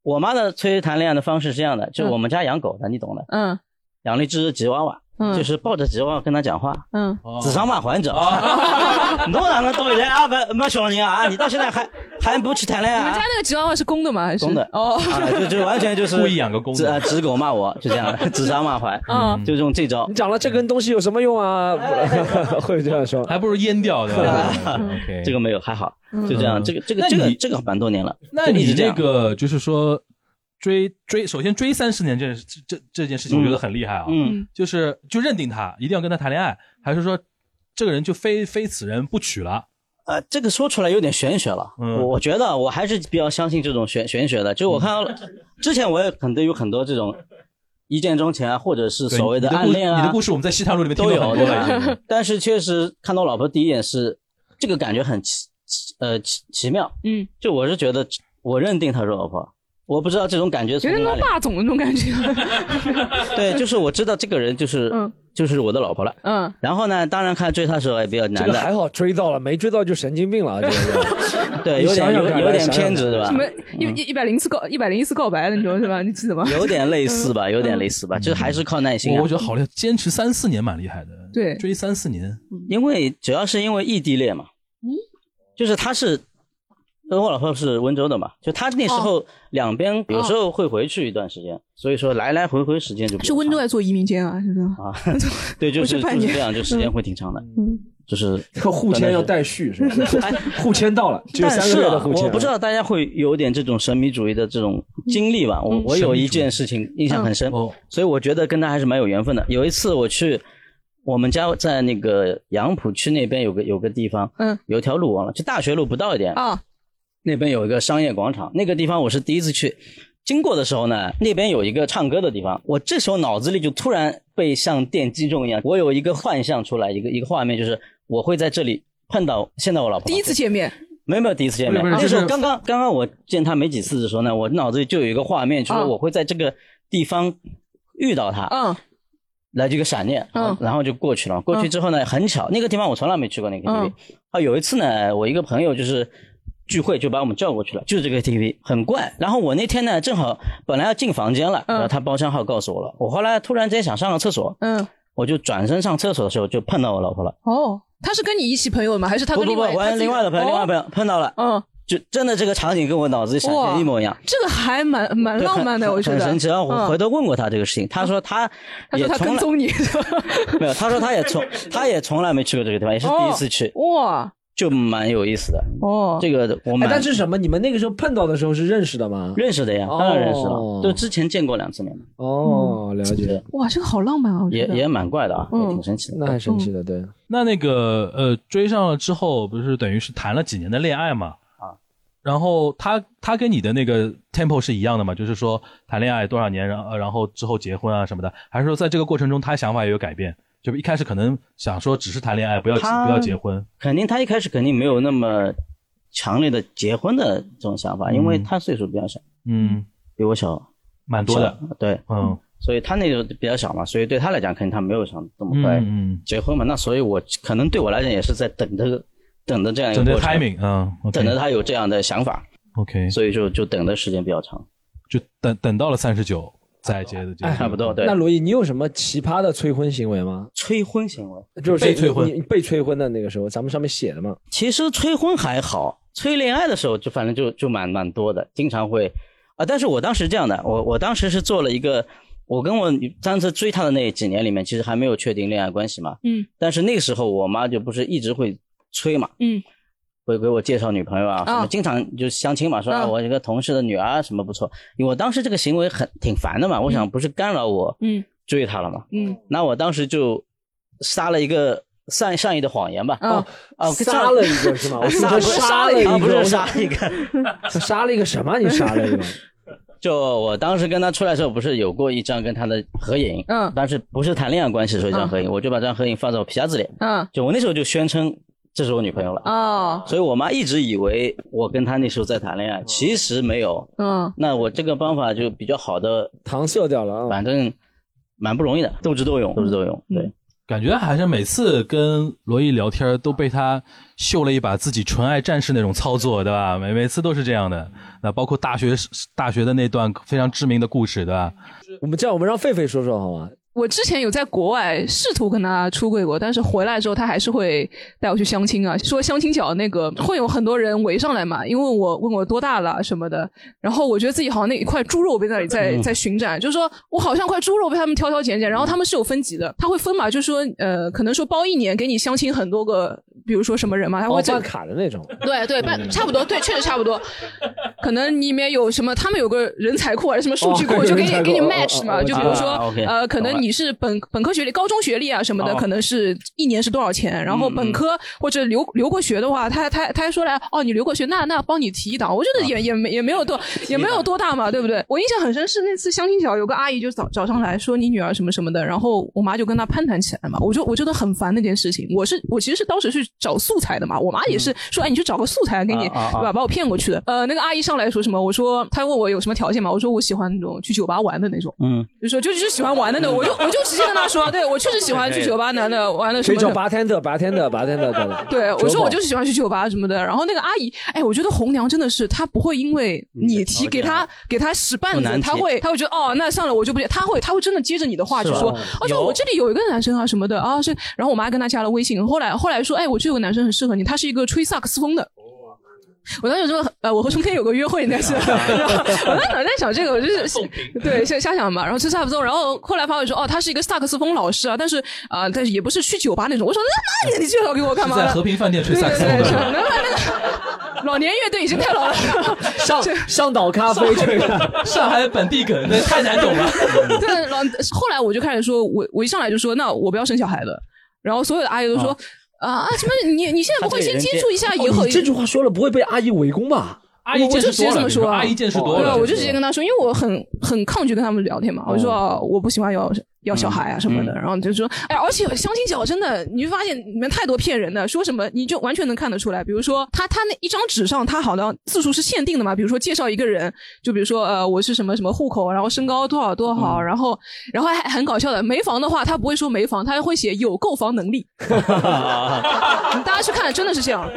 Speaker 6: 我妈的催谈恋爱的方式是这样的，就是我们家养狗的，你懂的，
Speaker 4: 嗯
Speaker 6: 养了一只吉娃娃，
Speaker 4: 嗯
Speaker 6: 就是抱着吉娃娃跟她讲话，
Speaker 4: 嗯，
Speaker 3: 哦
Speaker 6: 指桑骂槐，你知道 吗？侬哪能到现在啊没没小人啊？你到现在还还不去谈恋爱
Speaker 4: 你们
Speaker 6: 啊
Speaker 4: 家？那个吉娃娃是公的吗？还 是
Speaker 6: 公的
Speaker 4: 哦，
Speaker 6: 啊，就就完全就是
Speaker 3: 故意养个公的
Speaker 6: 指啊指狗骂我，就这 样的，指桑骂槐，
Speaker 4: 嗯
Speaker 6: 就用这招
Speaker 2: 你。讲了这根东西有什么用啊？会这样说，
Speaker 3: 还不如阉掉的。
Speaker 6: 这个没有，还好，就这样。
Speaker 3: 嗯
Speaker 6: 这个这个
Speaker 3: 那
Speaker 6: 这个
Speaker 3: 你
Speaker 6: 这个蛮多年了。
Speaker 3: 那
Speaker 6: 就一
Speaker 3: 你
Speaker 6: 直这
Speaker 3: 这
Speaker 6: 样
Speaker 3: 个就是说追追，首先追三十年这这这这件事情，我觉得很厉害啊。
Speaker 6: 嗯，
Speaker 3: 就是就认定他一定要跟他谈恋爱，还是说这个人就非非此人不娶了？
Speaker 6: 呃，这个说出来有点玄学了。
Speaker 3: 嗯
Speaker 6: 我我觉得我还是比较相信这种玄玄学的。就我看 到之前我也很多有很多这种一见钟情啊，或者是
Speaker 3: 对
Speaker 6: 所谓
Speaker 3: 你的故
Speaker 6: 暗恋啊，
Speaker 3: 你的故事我们在西塘路里面听
Speaker 6: 都
Speaker 3: 到
Speaker 6: 有
Speaker 3: 很多
Speaker 6: 对
Speaker 3: 了已经
Speaker 6: 吧？ 但是确实看到我老婆第一眼是这个感觉很奇奇呃奇奇妙，
Speaker 4: 嗯，
Speaker 6: 就我是觉得我认定她是我老婆，我不知道这种感觉
Speaker 4: 有
Speaker 6: 从
Speaker 4: 点那
Speaker 6: 哪
Speaker 4: 种
Speaker 6: 里。
Speaker 4: 霸总的那种 感觉。
Speaker 6: 对，就是我知道这个人就是、
Speaker 4: 嗯
Speaker 6: 就是我的老婆了。
Speaker 4: 嗯，
Speaker 6: 然后呢，当然看追她的时候也比较
Speaker 2: 这
Speaker 6: 难
Speaker 2: 个还
Speaker 6: 的，
Speaker 2: 好追到了，没追到就神经病了。这 个
Speaker 6: 对，
Speaker 2: 你
Speaker 6: 有点
Speaker 2: 想想看
Speaker 6: 有有点
Speaker 2: 想想
Speaker 6: 偏执对吧嗯
Speaker 4: 什？么一一一百零次告一百零一次告白那种是吧？你记得吗？嗯
Speaker 6: 有点类似吧，有点类似吧，就是还是靠耐心、啊。
Speaker 3: 我我觉得好厉害，坚持三四年蛮厉害的。
Speaker 4: 对
Speaker 3: 追三四年，
Speaker 6: 因为主要是因为异地恋嘛，
Speaker 4: 嗯
Speaker 6: 就是他是，因为我老婆是温州的嘛，就他那时
Speaker 4: 哦
Speaker 6: 候两边有时候会回去一段时间，所以说来来回回时间就比较
Speaker 4: 是温州在做移民监啊，是吧？
Speaker 6: 长啊， 对，就
Speaker 4: 不
Speaker 6: 是
Speaker 4: 是
Speaker 6: 就
Speaker 4: 半
Speaker 6: 是
Speaker 4: 年
Speaker 6: 这样，就时间会挺长的，
Speaker 4: 嗯
Speaker 6: 就是
Speaker 2: 嗯这个互签要带续是吧？ 互签到了，只有
Speaker 6: 但
Speaker 2: 三
Speaker 6: 是
Speaker 2: 个月的
Speaker 6: 啊，
Speaker 2: 互签。
Speaker 6: 我不知道大家会有点这种神秘主义的这种经历吧？
Speaker 4: 嗯
Speaker 6: 我我有一件事情印象很深
Speaker 3: 嗯哦，
Speaker 6: 所以我觉得跟他还是蛮有缘分的。有一次我去我们家在那个杨浦区那边有个有个地方，
Speaker 4: 嗯，
Speaker 6: 有一条路忘了，就大学路不到一点，
Speaker 4: 啊，
Speaker 6: 那边有一个商业广场，那个地方我是第一次去。经过的时候呢，那边有一个唱歌的地方，我这时候脑子里就突然被像电击中一样，我有一个幻象出来，一个一个画面就是我会在这里碰到现在我老婆。
Speaker 4: 第一次见面，
Speaker 6: 没有没有第一次见面，
Speaker 3: 不是不是
Speaker 6: 那时
Speaker 3: 就
Speaker 6: 候
Speaker 3: 是
Speaker 6: 刚刚刚刚我见他没几次的时候呢，我脑子里就有一个画面，就是
Speaker 4: 嗯
Speaker 6: 我会在这个地方遇到他，
Speaker 4: 嗯
Speaker 6: 来这个闪念，
Speaker 4: 嗯
Speaker 6: 然后然后就过去了。过去之后呢，很巧，那个地方我从来没去过那个 KTV
Speaker 4: 嗯。
Speaker 6: 啊，有一次呢，我一个朋友就是聚会就把我们叫过去了，就是这个 KTV 很怪。然后我那天呢，正好本来要进房间了，
Speaker 4: 嗯
Speaker 6: 然后他包厢号告诉我了，我后来突然之间想上个厕所，
Speaker 4: 嗯，
Speaker 6: 我就转身上厕所的时候就碰到我老婆了。
Speaker 4: 哦，他是跟你一起朋友吗？还是他
Speaker 6: 不
Speaker 4: 跟
Speaker 6: 不
Speaker 4: 另
Speaker 6: 不，
Speaker 4: 外
Speaker 6: 我
Speaker 4: 他自己哦
Speaker 6: 另外的朋友，另外的朋友碰到了，
Speaker 4: 嗯，
Speaker 6: 就真的这个场景跟我脑子里闪现一模一样。
Speaker 4: 这个还蛮蛮
Speaker 6: 对
Speaker 4: 浪漫的，
Speaker 6: 很
Speaker 4: 我觉
Speaker 6: 很
Speaker 4: 得。
Speaker 6: 神奇。然后我
Speaker 4: 嗯
Speaker 6: 回头问过他这个事情，他说他
Speaker 4: 他
Speaker 6: 也
Speaker 4: 说他
Speaker 6: 从
Speaker 4: 跟
Speaker 6: 来
Speaker 4: 踪你，
Speaker 6: 没有，他说他也从他也从来没去过这个地方，也是第一次去，
Speaker 4: 哦哇
Speaker 6: 就蛮有意思的。
Speaker 4: 哦，
Speaker 6: 这个我
Speaker 2: 哎，
Speaker 6: 蛮
Speaker 2: 但是什么？你们那个时候碰到的时候是认识的吗？
Speaker 6: 认识的呀，当然认识
Speaker 2: 哦
Speaker 6: 了，就之前见过两次面，
Speaker 4: 嗯
Speaker 2: 哦，了解，
Speaker 4: 哇，这个好浪漫啊，我觉
Speaker 6: 也
Speaker 4: 得。
Speaker 6: 也蛮怪的啊，
Speaker 4: 嗯
Speaker 6: 也挺神奇的。嗯
Speaker 2: 那还神奇的，对。
Speaker 3: 那那个呃，追上了之后，不是等于是谈了几年的恋爱嘛？
Speaker 6: 啊，
Speaker 3: 然后他他跟你的那个 tempo 是一样的嘛？就是说谈恋爱多少年，然后呃然后之后结婚啊什么的，还是说在这个过程中他想法也有改变？就是一开始可能想说只是谈恋爱，不要不
Speaker 6: 他
Speaker 3: 要结婚，
Speaker 6: 肯定他一开始肯定没有那么强烈的结婚的这种想法，因为
Speaker 3: 嗯
Speaker 6: 他岁数比较小，
Speaker 3: 嗯，
Speaker 6: 比我小
Speaker 3: 蛮多的，，
Speaker 6: 小对，
Speaker 3: 嗯
Speaker 6: 所以他那时候比较小嘛，所以对他来讲，肯定他没有想这么快
Speaker 3: 嗯
Speaker 6: 结婚嘛。那所以我可能对我来讲也是在等这个等着这样
Speaker 3: 嗯，
Speaker 6: 一个
Speaker 3: 整个
Speaker 6: 过程
Speaker 3: timing 嗯，OK，
Speaker 6: 等着他有这样的想法，
Speaker 3: OK，
Speaker 6: 所以就就等的时间比较长，
Speaker 3: 就等等到了三十九嗯再结的结婚，
Speaker 6: 差不多对
Speaker 2: 那。罗毅，你有什么奇葩的催婚行为吗？
Speaker 6: 催婚行为，
Speaker 2: 就是
Speaker 3: 被催婚
Speaker 2: 你你被催婚的那个时候，咱们上面写的嘛。
Speaker 6: 其实催婚还好，催恋爱的时候就反正就就蛮蛮多的，经常会啊。但是我当时这样的，我我当时是做了一个，我跟我女当时追她的那几年里面，其实还没有确定恋爱关系嘛。
Speaker 4: 嗯
Speaker 6: 但是那时候我妈就不是一直会催嘛，
Speaker 4: 嗯
Speaker 6: 会给我介绍女朋友啊，什么
Speaker 4: 哦
Speaker 6: 经常就相亲嘛，说啊
Speaker 4: 嗯
Speaker 6: 我一个同事的女儿啊什么不错。因为我当时这个行为很挺烦的嘛，我想不是干扰我
Speaker 4: 嗯
Speaker 6: 追她了嘛，
Speaker 4: 嗯
Speaker 6: 那我当时就杀了一个善善意的谎言吧。
Speaker 4: 哦
Speaker 2: 啊
Speaker 6: 啊，
Speaker 2: 杀了一个 是吗我听说杀了一个
Speaker 6: 啊不是 杀一个，
Speaker 2: 杀了一个什么？你杀了一 个？
Speaker 6: 就我当时跟他出来的时候，不是有过一张跟他的合影，
Speaker 4: 嗯，
Speaker 6: 但是不是谈恋爱关系的时候一张合影，我就把这张合影放在我皮夹子里，
Speaker 4: 嗯，
Speaker 6: 就我那时候就宣称这是我女朋友了，
Speaker 4: 哦，
Speaker 6: 所以我妈一直以为我跟她那时候在谈恋爱，其实没有。
Speaker 4: 嗯，
Speaker 6: 那我这个方法就比较好的
Speaker 2: 搪塞掉了啊，
Speaker 6: 反正蛮不容易的，斗智斗勇，斗智斗勇，对。
Speaker 3: 感觉还是每次跟罗毅聊天都被他秀了一把自己纯爱战士那种操作，对吧？每每次都是这样的。那包括大学大学的那段非常知名的故事，对吧？
Speaker 2: 我们这样，我们让狒狒说说好吗？
Speaker 4: 我之前有在国外试图跟他出柜过，但是回来之后他还是会带我去相亲啊，说相亲角那个会有很多人围上来嘛，因为我问我多大了什么的，然后我觉得自己好像那一块猪肉被那里在
Speaker 7: 嗯
Speaker 4: 在巡展，就是说我好像块猪肉被他们挑挑拣拣，然后他们是有分级的，他会分嘛，就是说呃，可能说包一年给你相亲很多个，比如说什么人嘛，他
Speaker 2: 哦
Speaker 4: 会，这
Speaker 2: 办卡的 那种。
Speaker 4: 对对，办差不多，对，确实差不多。可能里面有什么，他们有个人才库还是什么数据
Speaker 2: 哦
Speaker 4: 库，就给你
Speaker 2: 人才库
Speaker 4: 给你
Speaker 2: 哦
Speaker 4: match
Speaker 2: 哦
Speaker 4: 嘛。
Speaker 2: 哦
Speaker 4: 就比如说
Speaker 6: 啊，OK，，
Speaker 4: 呃，可
Speaker 6: 懂了
Speaker 4: 能你是本本科学历、高中学历啊什么的，
Speaker 6: 哦嗯
Speaker 4: 可能是一年是多少钱。然后本科或者留留过学的话，他他他还说来，哦，你留过学，那那帮你提一档。我觉
Speaker 6: 啊
Speaker 4: 得也也没也没有多也没有多大嘛，对不对？我印象很深是那次相亲角有个阿姨就找找上来说你女儿什么什么的，然后我妈就跟她攀谈起来嘛，我就我觉得很烦那件事情。我是我其实是当时去找素材的嘛，我妈也是说，哎，你去找个素材给你，
Speaker 6: 嗯啊啊啊
Speaker 4: 对吧？把我骗过去的。呃，那个阿姨上来说什么？我说她问我有什么条件嘛？我说我喜欢那种去酒吧玩的那种，
Speaker 6: 嗯，
Speaker 4: 就说就是喜欢玩啊的那种，我就我就直接跟她说，啊对我确实喜欢去酒吧男的玩的什
Speaker 2: 可以
Speaker 4: 么
Speaker 2: 叫
Speaker 4: 的。
Speaker 2: 八天的，八天的，八天的，对吧
Speaker 4: 对，我
Speaker 2: 酒
Speaker 4: 说
Speaker 2: 保
Speaker 4: 我就是喜欢去酒吧什么的。然后那个阿姨，哎，我觉得红娘真的是，她不会因为你提给她给她使绊
Speaker 6: 不难
Speaker 4: 子，
Speaker 6: 提
Speaker 4: 她会她会觉得哦，那算了，我就不接。她会她会真的接着你的话去
Speaker 6: 是吧
Speaker 4: 说，哦，就
Speaker 6: 有
Speaker 4: 我这里有一个男生啊什么的啊是。然后我妈跟她加了微信，后来后来说，哎，我这有个男生很适合你，他是一个吹萨克斯风的。我当时说，呃，我和春天有个约会，应该是。然后我当时在想这个，我就是 对瞎瞎想嘛。然后吃萨克斯风，然后后来发现说，哦，他是一个萨克斯风老师啊，但是啊、呃但是也不是去酒吧那种。我说那那你你介绍给我干嘛
Speaker 3: 在
Speaker 4: 呢？
Speaker 3: 和平饭店吹萨克斯
Speaker 4: 对对对，是
Speaker 3: 的，
Speaker 4: 能把那个老年乐队已经太老了。
Speaker 2: 上上岛咖啡这个，
Speaker 3: 上海本地梗，那太难懂了。
Speaker 4: 对，老后来我就开始说，我我一上来就说，那我不要生小孩了。然后所有的阿姨都说。啊啊！什么？你你现在不会先接触一下以后？
Speaker 2: 哦你这句话说了不会被阿姨围攻吧？
Speaker 3: 阿姨见识多了，阿姨见识多
Speaker 4: 对
Speaker 2: 哦
Speaker 4: 啊，
Speaker 3: 了，
Speaker 4: 我就直接跟他说，因为我很很抗拒跟他们聊天嘛，我就说、哦我不喜欢要要
Speaker 3: 嗯
Speaker 4: 小孩啊什么的，然后就说，哎呀，而且相亲角真的，你就发现里面太多骗人的，说什么你就完全能看得出来，比如说他他那一张纸上，他好像字数是限定的嘛，比如说介绍一个人，就比如说呃我是什么什么户口，然后身高多少多少，
Speaker 3: 嗯
Speaker 4: 然后然后还很搞笑的，没房的话他不会说没房，他会写有购房能力， 大家去看，真的是这样，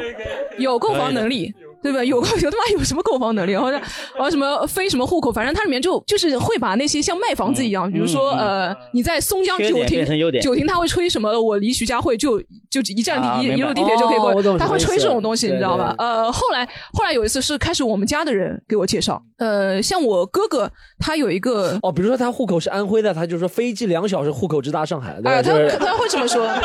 Speaker 4: 有购房能力，对吧？有购 有他妈有什么购房能力？然后呢，然后什么非什么户口，反正它里面就就是会把那些像卖房子一样，比如说、呃，你在松江
Speaker 6: 缺
Speaker 4: 九
Speaker 6: 点变成优
Speaker 4: 亭，
Speaker 6: 点
Speaker 4: 九亭他会吹什么？我离徐家汇就就一站地、
Speaker 6: 啊
Speaker 4: 一
Speaker 6: 明白
Speaker 4: 一路地铁就可以
Speaker 2: 哦我
Speaker 4: 过
Speaker 2: 懂，
Speaker 4: 他会吹这种东西，
Speaker 2: 什
Speaker 4: 你
Speaker 2: 么意
Speaker 4: 知道
Speaker 2: 思
Speaker 4: 吧？
Speaker 2: 对
Speaker 4: 呃，后来后来有一次是开始我们家的人给我介绍，呃，像我哥哥他有一个。
Speaker 2: 嗯哦，比如说他户口是安徽的，他就说飞机两小时，户口直达上海，对吧？
Speaker 4: 啊，他
Speaker 2: 就是
Speaker 4: 他会这么 说，对，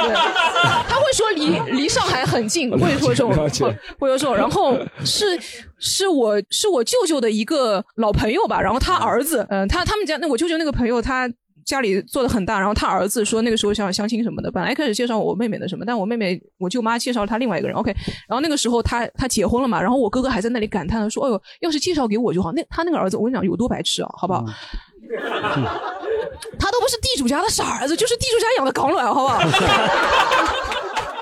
Speaker 4: 他会说离离上海很近，会说这种，
Speaker 2: 了解
Speaker 4: 会会说这种。然后是是我是我舅舅的一个老朋友吧，然后他儿子，嗯、他他们家那我舅舅那个朋友他。家里做的很大，然后他儿子说那个时候想相亲什么的，本来开始介绍我妹妹的什么，但我妹妹我舅妈介绍了她另外一个人，OK，然后那个时候他他结婚了嘛，然后我哥哥还在那里感叹的说，哎呦，要是介绍给我就好，那他那个儿子我跟你讲有多白痴啊，好不好？
Speaker 2: 嗯
Speaker 4: 他都不是地主家的傻儿子， 就是地主家养的港卵，好不好？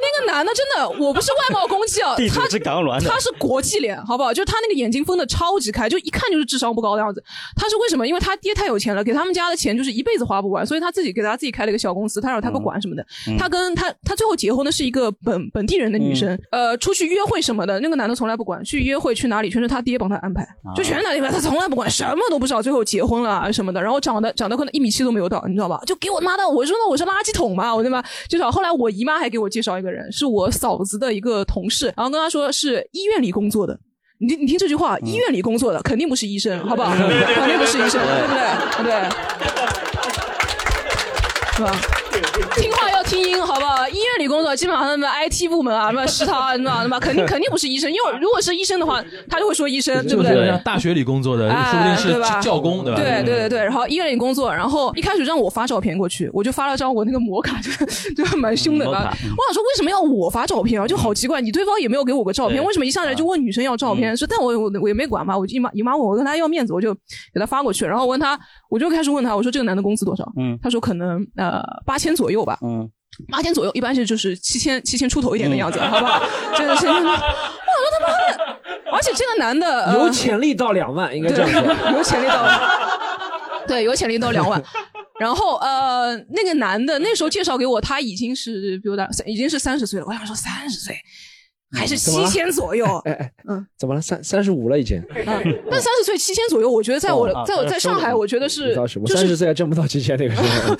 Speaker 4: 那个男的真的，我不是外貌攻击啊，
Speaker 6: 地主
Speaker 4: 他
Speaker 6: 是港卵的
Speaker 4: 他是国际脸，好不好？就是他那个眼睛分的超级开，就一看就是智商不高的样子。他是为什么？因为他爹太有钱了，给他们家的钱就是一辈子花不完，所以他自己给他自己开了一个小公司，他让他哥
Speaker 6: 嗯
Speaker 4: 管什么的。他跟他他最后结婚的是一个本本地人的女生，
Speaker 6: 嗯
Speaker 4: 呃，出去约会什么的，那个男的从来不管，去约会去哪里全是他爹帮他安排，
Speaker 6: 啊
Speaker 4: 就全是他爹帮他，他从来不管，什么都不知道。最后结婚了啊什么的，然后长得长得可能一米七都没有到，你知道吧？就给我妈的，我说那我是垃圾桶嘛，我对吧？至少后来我姨妈还给我介绍一个人，是我嫂子的一个同事，然后跟她说是医院里工作的。你你听这句话，医院里工作的肯定不是医生，好不好？肯定不是医生，对不对？对。是吧？听话要听音好不好？医院里工作基本上什么 IT 部门啊，什么食堂啊，什么什么，肯定肯定不是医生，因为如果是医生的话，他就会说医生，对
Speaker 3: 就
Speaker 4: 不
Speaker 3: 是
Speaker 4: 对
Speaker 3: 像？大学里工作的，
Speaker 4: 哎
Speaker 3: 说不定
Speaker 4: 对吧
Speaker 3: 是教工，对吧？嗯
Speaker 4: 对对对对，然后医院里工作，然后一开始让我发照片过去，我就发了张我那个摩卡，就是就是蛮凶的
Speaker 6: 嗯
Speaker 4: 嘛。
Speaker 6: 摩
Speaker 4: 我
Speaker 6: 卡嗯
Speaker 4: 想说为什么要我发照片啊？就好奇怪，你对方也没有给我个照片，
Speaker 6: 对
Speaker 4: 为什么一
Speaker 3: 啊
Speaker 4: 上来就问女生要照
Speaker 3: 嗯
Speaker 4: 片？说但我我我也没管嘛，我就姨妈姨妈问我，我跟她要面子，我就给她发过去，然后我问她，我就开始问她，我说这个男的工资多少？
Speaker 6: 嗯
Speaker 4: 她说可能呃八千左右吧。
Speaker 6: 嗯，
Speaker 4: 八千左右，一般是就是七千七千出头一
Speaker 3: 嗯
Speaker 4: 点的样子，好不好？这个是， 我想说他妈的，而且这个男的、呃、
Speaker 2: 有潜力到两万，应该这样说。
Speaker 4: 对，有潜力到 对，有潜力到两万。然后呃，那个男的那时候介绍给我，他已经是比我大，已经是三十岁了。我想说三十岁还是
Speaker 2: 嗯怎么
Speaker 4: 七
Speaker 2: 了
Speaker 4: 千左右，
Speaker 2: 哎哎，
Speaker 4: 嗯
Speaker 2: 怎么了？三三十五了已经，
Speaker 4: 嗯，但三十岁七千左右，我觉得在我
Speaker 6: 哦啊
Speaker 4: 在我
Speaker 6: 那
Speaker 4: 在
Speaker 6: 收
Speaker 4: 上海，
Speaker 6: 入
Speaker 4: 我觉得是
Speaker 2: 到什么？
Speaker 4: 就
Speaker 2: 三
Speaker 4: 是
Speaker 2: 十岁还挣不到七千那个时候，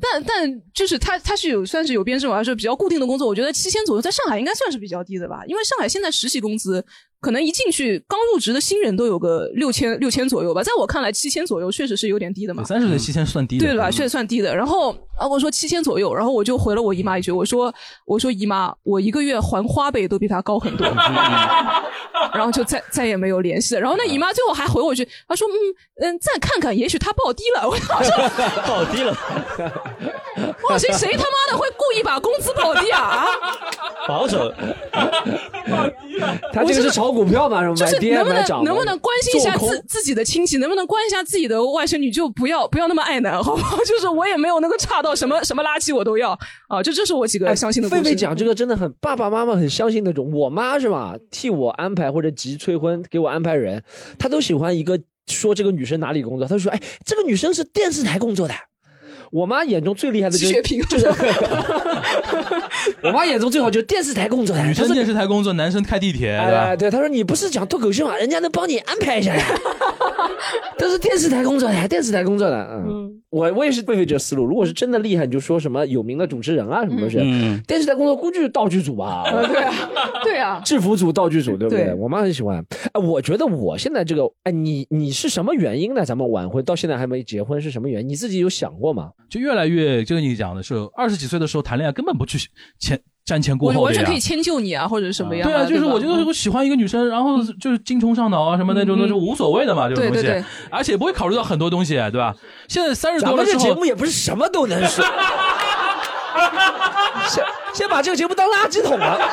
Speaker 4: 但但就是他他是有算是有编制嘛，还是比较固定的工作。我觉得七千左右在上海应该算是比较低的吧，因为上海现在实习工资可能一进去刚入职的新人都有个六千六千左右吧，在我看来七千左右确实是有点低的嘛。
Speaker 3: 三十岁七千算低的，嗯
Speaker 4: 对吧？确实算低的。然后啊，我说七千左右，然后我就回了我姨妈一句，我说我说姨妈，我一个月还花呗都比她高很多，然后就再再也没有联系了。然后那
Speaker 2: 嗯
Speaker 4: 姨妈最后还回我一句，她说嗯嗯，再看看，也许她报低了。 我 当时
Speaker 6: 暴低 了，
Speaker 4: 哇，谁谁他妈的会故意把工资跑低啊？啊
Speaker 6: 保守，
Speaker 2: 他这个是炒股票嘛？什么
Speaker 4: 就
Speaker 2: 买
Speaker 4: 是
Speaker 2: 跌
Speaker 4: 能不
Speaker 2: 买
Speaker 4: 能
Speaker 2: 涨？
Speaker 4: 能不能关心一下
Speaker 2: 做空
Speaker 4: 自自己的亲戚？能不能关心一下自己的外甥女？就不要不要那么爱男，好不好？就是我也没有那个差到什么什么垃圾我都要啊！就这是我几个相信的故
Speaker 2: 哎菲
Speaker 4: 事。
Speaker 2: 菲讲这个真的很，爸爸妈妈很相信那种。我妈是吧，替我安排或者急催婚给我安排人，她都喜欢一个说这个女生哪里工作，她就说哎，这个女生是电视台工作的。我妈眼中最厉害的就
Speaker 4: 齐
Speaker 2: 是
Speaker 4: 学平，就是
Speaker 2: 我妈眼中最好就是电视台工作的，
Speaker 3: 女
Speaker 2: 她
Speaker 3: 生
Speaker 2: 说
Speaker 3: 电视台工作，男生开地铁，对
Speaker 2: 哎，
Speaker 3: 吧？
Speaker 2: 对，她说你不是讲脱口秀嘛，人家能帮你安排一下的，都是电视台工作的，电视台工作的，嗯，我我也是菲菲这个思路，如果是真的厉害，你就说什么有名的主持人啊什么东西，
Speaker 6: 嗯，
Speaker 2: 电视台工作估计是道具组吧，
Speaker 4: 对啊，对啊，
Speaker 2: 制服组、道具组，对不对？
Speaker 4: 对
Speaker 2: 我妈很喜欢。哎，我觉得我现在这个，哎，你你是什么原因呢？咱们晚婚到现在还没结婚是什么原因？你自己有想过吗？
Speaker 3: 就越来越，就你讲的是，二十几岁的时候谈恋爱根本不去前瞻前顾
Speaker 4: 我
Speaker 3: 后
Speaker 4: 完
Speaker 3: 的
Speaker 4: 全
Speaker 3: 呀
Speaker 4: 可。以迁就你啊，或者什么样
Speaker 3: 对啊，就是我觉
Speaker 4: 吧
Speaker 2: 嗯
Speaker 4: 嗯
Speaker 3: 得我喜欢一个女生，然后就是精虫上脑啊什么那种的，就无所谓的嘛，这种
Speaker 4: 对
Speaker 3: 东西，
Speaker 4: 对对
Speaker 3: 而且不会考虑到很多东西，啊对吧？现在三十
Speaker 2: 咱
Speaker 3: 多
Speaker 2: 们
Speaker 3: 了
Speaker 2: 这
Speaker 3: 之
Speaker 2: 节
Speaker 3: 后
Speaker 2: 目，也不是什么都能说，先先把这个节目当垃圾桶啊了。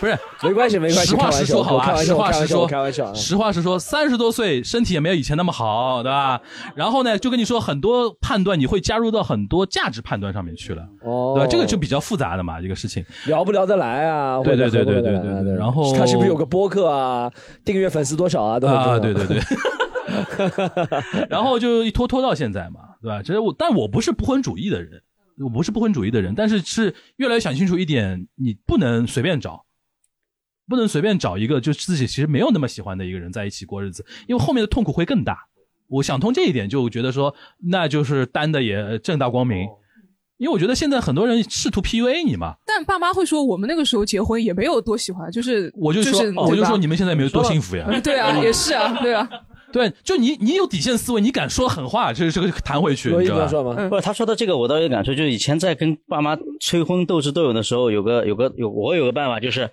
Speaker 3: 不是
Speaker 2: 没关系，没关系，
Speaker 3: 实
Speaker 2: 开
Speaker 3: 话
Speaker 2: 玩
Speaker 3: 实
Speaker 2: 笑，
Speaker 3: 说，好
Speaker 2: 我开
Speaker 3: 吧，
Speaker 2: 玩
Speaker 3: 实
Speaker 2: 笑，我
Speaker 3: 话实
Speaker 2: 开玩笑，
Speaker 3: 说，
Speaker 2: 我开玩笑。嗯
Speaker 3: 实话实说，三十多岁身体也没有以前那么好，对吧？然后呢，就跟你说，很多判断你会加入到很多价值判断上面去了，
Speaker 2: 哦
Speaker 3: 对吧？这个就比较复杂的嘛，这个事情。
Speaker 2: 聊不聊得来啊？
Speaker 3: 对对
Speaker 2: 或者合不
Speaker 3: 对
Speaker 2: 合得
Speaker 3: 对
Speaker 2: 来啊
Speaker 3: 对对
Speaker 2: 对。
Speaker 3: 然后
Speaker 2: 他是不是有个播客啊？订阅粉丝多少啊？都很重
Speaker 3: 啊，
Speaker 2: 要
Speaker 3: 对对 对。然后就一拖拖到现在嘛，对吧？其实我，但我不是不婚主义的人，我不是不婚主义的人，但是是越来越想清楚一点，你不能随便找，不能随便找一个就是自己其实没有那么喜欢的一个人在一起过日子，因为后面的痛苦会更大。我想通这一点，就觉得说，那就是单的也正大光明。因为我觉得现在很多人试图 PUA 你嘛，
Speaker 4: 但爸妈会说，我们那个时候结婚也没有多喜欢，就是
Speaker 3: 我就说哦
Speaker 4: 是，
Speaker 3: 我就说你
Speaker 4: 们
Speaker 3: 们现在有没有多幸福呀？
Speaker 4: 对啊，也是啊，对啊，
Speaker 3: 对，就你你有底线思维，你敢说狠话，这这个弹回去，
Speaker 2: 罗
Speaker 3: 你
Speaker 2: 毅
Speaker 3: 知
Speaker 2: 不
Speaker 3: 道
Speaker 2: 要
Speaker 3: 吧？
Speaker 2: 说吗？
Speaker 4: 嗯
Speaker 6: 不是，他说到这个，我倒有感触，就是以前在跟爸妈催婚斗智斗勇的时候，有个有个有我有个办法就是。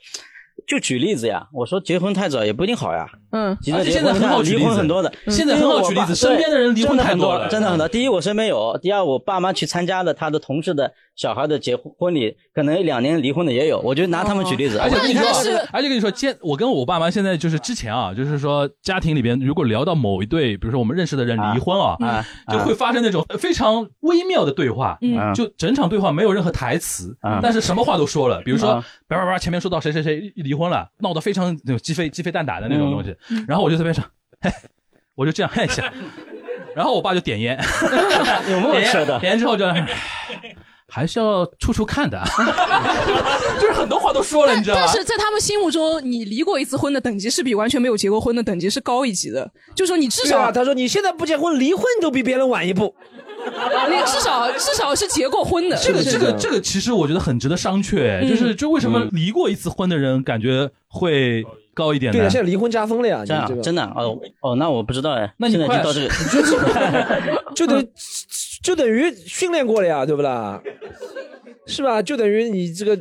Speaker 6: 就举例子呀，我说结婚太早也不一定好呀，
Speaker 4: 嗯
Speaker 6: 急着
Speaker 3: 而且
Speaker 6: 结婚
Speaker 3: 现在很好举
Speaker 6: 离
Speaker 3: 例
Speaker 6: 婚
Speaker 3: 子嗯
Speaker 6: 很多的，
Speaker 2: 嗯
Speaker 3: 现在很好举
Speaker 6: 因
Speaker 3: 例子
Speaker 6: 为我爸
Speaker 3: 身边的人离婚
Speaker 6: 真的
Speaker 3: 太
Speaker 6: 很
Speaker 3: 多
Speaker 6: 多
Speaker 3: 了
Speaker 6: 真的很多。第一，我身边有；第二，我爸妈去参加了他的同事的小孩的结婚婚礼，可能两年离婚的也有。我就拿他们举例子，啊
Speaker 3: 而且跟你
Speaker 4: 哦那你
Speaker 3: 说
Speaker 4: 看，
Speaker 3: 而且跟你说，现我跟我爸妈现在就是之前啊，就是说家庭里边如果聊到某一对，比如说我们认识的人离婚啊，
Speaker 6: 啊，
Speaker 3: 就会发生那种非常微妙的对话，
Speaker 4: 嗯
Speaker 3: 就整场对话没有任何台词，
Speaker 6: 啊
Speaker 3: 但是什么话都说了，比如说
Speaker 6: 啊
Speaker 3: 叭叭叭，前面说到谁谁谁离婚了，闹得非常那种鸡飞鸡飞蛋打的
Speaker 6: 嗯
Speaker 3: 那种东西，然后我就在边上，嘿，我就这样嘿一下，然后我爸就点烟，
Speaker 6: 有没有
Speaker 3: 点
Speaker 6: 吃
Speaker 3: 烟
Speaker 6: 的？
Speaker 3: 点烟之 后就。唉还是要处处看的， 就是很多话都说了，你知道吗？
Speaker 4: 但是在他们心目中，你离过一次婚的等级是比完全没有结过婚的等级是高一级的，就说你至
Speaker 2: 对啊，
Speaker 4: 少
Speaker 2: 他说你现在不结婚，离婚都比别人晚一步。
Speaker 4: 你啊至少至少是结过婚的，
Speaker 3: 这个
Speaker 4: 是不嗯是
Speaker 3: 这个这个，其实我觉得很值得商榷，就是就为什么离过一次婚的人感觉会高一点
Speaker 2: 对
Speaker 3: 呢
Speaker 2: 啊，？现在离婚加分了呀，你
Speaker 6: 这
Speaker 3: 啊
Speaker 2: 这
Speaker 6: 样
Speaker 2: 个
Speaker 6: 真的哦哦，那我不知道哎，
Speaker 3: 那你
Speaker 6: 现在已
Speaker 3: 快
Speaker 6: 经到这个，
Speaker 2: 就得就等于训练过了呀，对不啦？是吧？就等于你这个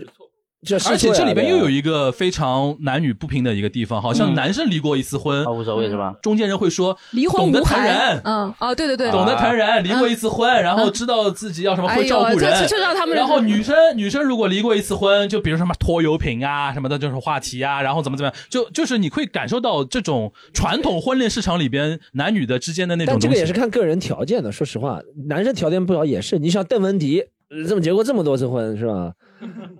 Speaker 2: 这试
Speaker 3: 而
Speaker 2: 错
Speaker 3: 且
Speaker 2: 呀
Speaker 3: 这里边又有
Speaker 2: 对
Speaker 3: 一个非常男女不平的一个地方，好像
Speaker 2: 嗯
Speaker 3: 男生离过一次婚，
Speaker 6: 无所谓是吧？
Speaker 3: 中间人会说
Speaker 4: 离婚
Speaker 3: 懂得
Speaker 4: 无
Speaker 3: 谈
Speaker 4: 孩
Speaker 3: 人，，
Speaker 4: 嗯，哦，对对对，
Speaker 3: 懂得谈人，离过一次婚，然后
Speaker 4: 嗯
Speaker 3: 知道自己要什么，会照
Speaker 4: 哎呦
Speaker 3: 顾
Speaker 4: 这
Speaker 3: 人，
Speaker 4: 这这让他们
Speaker 3: 然后女生女生如果离过一次婚，就比如什么拖油瓶啊什么的，就是话题啊，然后怎么怎么样，就就是你会感受到这种传统婚恋市场里边男女的之间的那种东
Speaker 2: 但
Speaker 3: 西。
Speaker 2: 这个也是看个人条件的。说实话，男生条件不好也是。你想邓文迪呃这么结过这么多次婚是吧？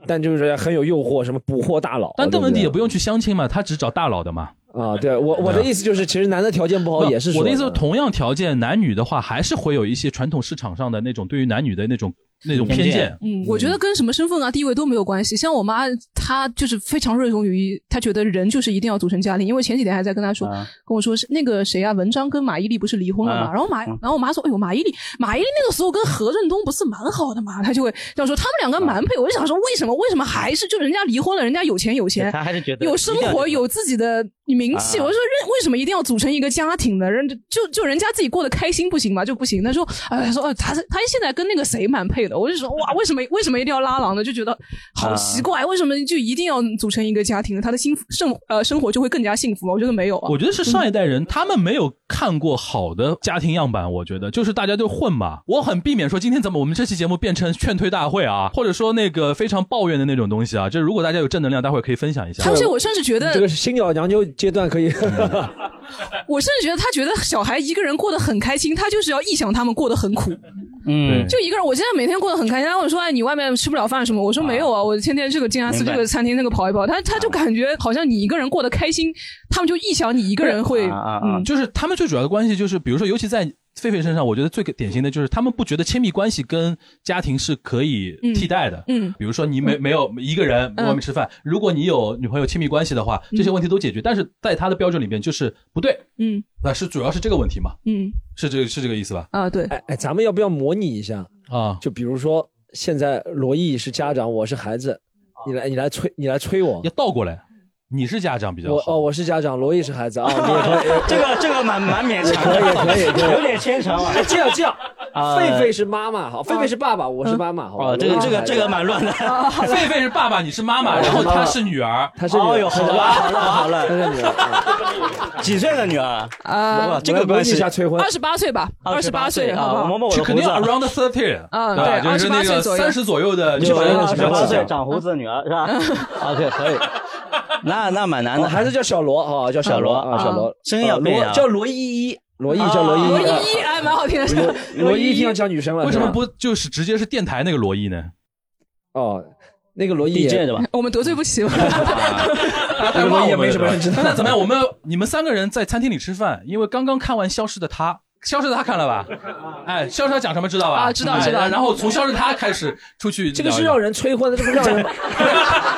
Speaker 2: 但就是很有诱惑，什么捕获大佬。啊
Speaker 3: 但邓文迪也
Speaker 2: 对
Speaker 3: 不用去相亲嘛，他只找大佬的嘛。
Speaker 2: 不对啊，对我我的意思就是，其实男的条件不好也是
Speaker 3: 不
Speaker 2: 说。
Speaker 3: 我的意思，同样条件，男女的话，还是会有一些传统市场上的那种对于男女的那种那种偏见。
Speaker 4: 嗯，我觉得跟什么身份啊、地位都没有关系。像我妈，她就是非常热衷于，她觉得人就是一定要组成家庭。因为前几天还在跟她说，
Speaker 6: 啊
Speaker 4: 跟我说是那个谁啊，文章跟马伊琍不是离婚了嘛？
Speaker 5: 啊
Speaker 4: 然后马，
Speaker 5: 嗯
Speaker 4: 然后我妈说，哎呦，马伊琍，马伊琍那个时候跟何振东不是蛮好的嘛？她就会这样说，他们两个蛮配。我就想说，为什么？为什么还是就人家离婚了，人家有钱有钱，
Speaker 6: 对她还是觉得
Speaker 4: 有生
Speaker 6: 一定要离
Speaker 4: 活
Speaker 6: 婚
Speaker 4: 有自己的名气。
Speaker 6: 啊
Speaker 4: 我说人为什么一定要组成一个家庭呢？人就就人家自己过得开心不行吗？就不行。他说，哎，他说，呃他他现在跟那个谁蛮配的。我就说，哇， 为什么为什么一定要拉郎呢？就觉得好奇
Speaker 3: 啊
Speaker 4: 怪，为什么就一定要组成一个家庭呢？他的幸福生呃生活就会更加幸福吗？我觉得没有啊。
Speaker 3: 我觉得是上一
Speaker 4: 代。
Speaker 3: 代人，他们没有看过好的家庭样板。我觉得就是大家就混嘛。我很避免说今天咱们我们这期节目变成劝退大会啊，或者说那个非常抱怨的那种东西啊。就是如果大家有正能量，待会儿可以分享一下。
Speaker 4: 而且我甚至觉得
Speaker 2: 这个是新老娘舅阶段可以。
Speaker 4: 我甚至觉得他觉得小孩一个人过得很开心，他就是要臆想他们过得很苦。
Speaker 6: 嗯
Speaker 4: 就一个人，我现在每天过得很开心。他跟我说：“哎，你外面吃不了饭什么？”我说：“没有啊，我天天这个进家吃
Speaker 6: 明白
Speaker 4: 这个餐厅那个跑一跑。他”他就感觉好像你一个人过得开心，他们就臆想你一个人会。嗯
Speaker 3: 就是他们最主要的关系就是，比如说，尤其在狒狒身上，我觉得最典型的就是他们不觉得亲密关系跟家庭是可以替代的。
Speaker 4: 嗯嗯
Speaker 3: 比如说你没没有一个人
Speaker 8: 嗯
Speaker 3: 外面吃饭，如果你有女朋友亲密关系的话，这些问题都解决。但是在他的标准里边就是不对，
Speaker 4: 嗯
Speaker 3: 那是主要是这个问题嘛？
Speaker 4: 嗯
Speaker 3: 是这个是这个意思吧？
Speaker 4: 啊，对。
Speaker 2: 哎哎，咱们要不要模拟一下
Speaker 3: 啊？
Speaker 2: 就比如说，现在罗毅是家长，我是孩子，
Speaker 6: 啊
Speaker 2: 你来你来催你来催我。
Speaker 3: 要倒过来，你是家长比较
Speaker 2: 我哦，我是家长，罗毅是 孩子啊。你也可以
Speaker 6: 这个这个蛮蛮勉强
Speaker 2: 可
Speaker 6: 的
Speaker 2: 以可以，可以
Speaker 6: 有点牵强啊
Speaker 2: 哎这样这样，
Speaker 6: 啊
Speaker 2: 狒狒是妈妈好，狒狒是爸爸，我是妈妈好吧。
Speaker 6: 哦这个
Speaker 2: 罗毅是
Speaker 6: 这个
Speaker 2: 孩子
Speaker 6: 这个蛮
Speaker 2: 哦
Speaker 6: 乱的
Speaker 4: 啊好
Speaker 3: 狒狒是爸爸，你是妈妈，然后她是女 儿，
Speaker 2: 她是女儿
Speaker 6: 哦哟好了好了好了
Speaker 2: 她是女儿。
Speaker 6: 几岁的女儿？
Speaker 4: 啊
Speaker 6: 哇，这个关系
Speaker 4: 二十八岁吧，二十八岁，好不
Speaker 6: 啊，
Speaker 4: 好？
Speaker 6: 摸摸我的
Speaker 3: 肯
Speaker 6: 胡
Speaker 3: 定
Speaker 6: 子。
Speaker 3: around thirty，
Speaker 4: 嗯
Speaker 3: 吧？
Speaker 4: 对
Speaker 3: 就是那
Speaker 4: 28岁
Speaker 3: 个
Speaker 4: 左右
Speaker 3: 三啊十左右嗯的，你把那个什么
Speaker 6: 八岁
Speaker 3: 记
Speaker 6: 长胡子的女儿是吧
Speaker 3: 嗯
Speaker 6: ？OK，可以。那那蛮难
Speaker 2: 哦
Speaker 6: 的，
Speaker 2: 孩子叫小罗啊，叫小罗
Speaker 6: 啊
Speaker 2: 啊，小罗，
Speaker 6: 声音要
Speaker 2: 啊
Speaker 6: 变啊
Speaker 2: 罗叫罗依依，罗毅叫罗毅，
Speaker 4: 罗
Speaker 2: 啊
Speaker 4: 依依，哎，蛮好听的。
Speaker 2: 罗罗毅一定要叫女生了。
Speaker 3: 为什么
Speaker 2: 对吧
Speaker 3: 不就是直接是电台那个罗毅呢？
Speaker 2: 哦，那个罗毅也
Speaker 4: 我们得罪不起吧？
Speaker 3: 那
Speaker 2: 个罗毅也没什么人知道
Speaker 3: 那怎么样？我们你们三个人在餐厅里吃饭，因为刚刚看完《消失的她》，《消失的她》看了 吧？哎，《消失的她》讲什么知道吧？
Speaker 2: 啊知道
Speaker 3: 哎
Speaker 2: 知道
Speaker 3: 然后从《消失的她》开始出去，
Speaker 2: 这个是让人催婚的，这不让人。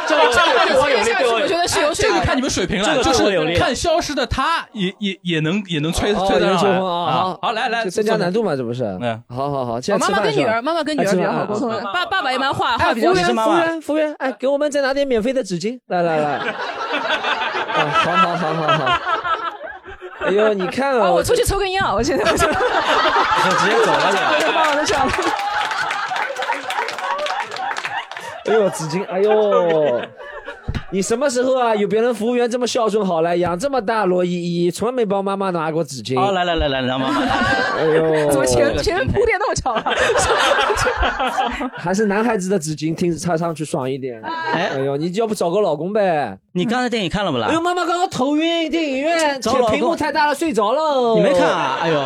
Speaker 3: 这
Speaker 2: 个这个对我有利
Speaker 4: 这个
Speaker 2: 对我有利
Speaker 4: 我觉得是有
Speaker 3: 哎
Speaker 4: 水
Speaker 3: 这
Speaker 4: 平
Speaker 3: 个
Speaker 4: 的
Speaker 3: 看你们水平了，
Speaker 2: 这
Speaker 3: 就
Speaker 2: 个对我有
Speaker 3: 是
Speaker 2: 利
Speaker 3: 看消失的她也也也能也能催
Speaker 2: 哦
Speaker 3: 催
Speaker 2: 也
Speaker 3: 得
Speaker 2: 能
Speaker 3: 上
Speaker 2: 催
Speaker 3: 来
Speaker 2: 婚啊！
Speaker 3: 好，来来，
Speaker 2: 就增加
Speaker 3: 坐
Speaker 2: 难度嘛，这不是？
Speaker 6: 嗯
Speaker 2: 好好好，现
Speaker 4: 哦
Speaker 2: 在
Speaker 4: 妈
Speaker 2: 吃
Speaker 4: 妈
Speaker 2: 饭
Speaker 4: 跟
Speaker 2: 是吧
Speaker 4: 女儿，妈妈跟女
Speaker 2: 哎
Speaker 4: 儿
Speaker 2: 吃
Speaker 4: 比较
Speaker 2: 饭
Speaker 4: 好
Speaker 2: 啊
Speaker 4: 沟通
Speaker 2: 啊。
Speaker 4: 爸爸爸也蛮话
Speaker 2: 哎
Speaker 4: 话比较啊
Speaker 2: 服务员，
Speaker 4: 少
Speaker 2: 服务员，服务员，哎，给我们再拿点免费的纸巾，来 来来，啊，好好好好好，哎呦，你看
Speaker 4: 啊，
Speaker 2: 啊，
Speaker 4: 我出去抽根烟啊！我现在我就
Speaker 2: 直接走了
Speaker 4: 就把我的脚。
Speaker 2: 哎呦，纸巾，哎呦，你什么时候啊？有别人服务员这么孝顺好了，养这么大罗依依，从来没帮妈妈拿过纸巾。
Speaker 6: 哦，来来来来，来妈妈。
Speaker 2: 哎呦，
Speaker 4: 怎么前前面铺垫那么长啊？
Speaker 2: 还是男孩子的纸巾，听擦上去爽一点。哎呦，你要不找个老公呗？
Speaker 6: 你刚才电影看了不啦
Speaker 2: 哎？呦，妈妈刚刚头晕，电影院
Speaker 6: 找老公
Speaker 2: 屏幕太大了，睡着
Speaker 3: 哦
Speaker 2: 了。
Speaker 6: 你没看啊？哎呦，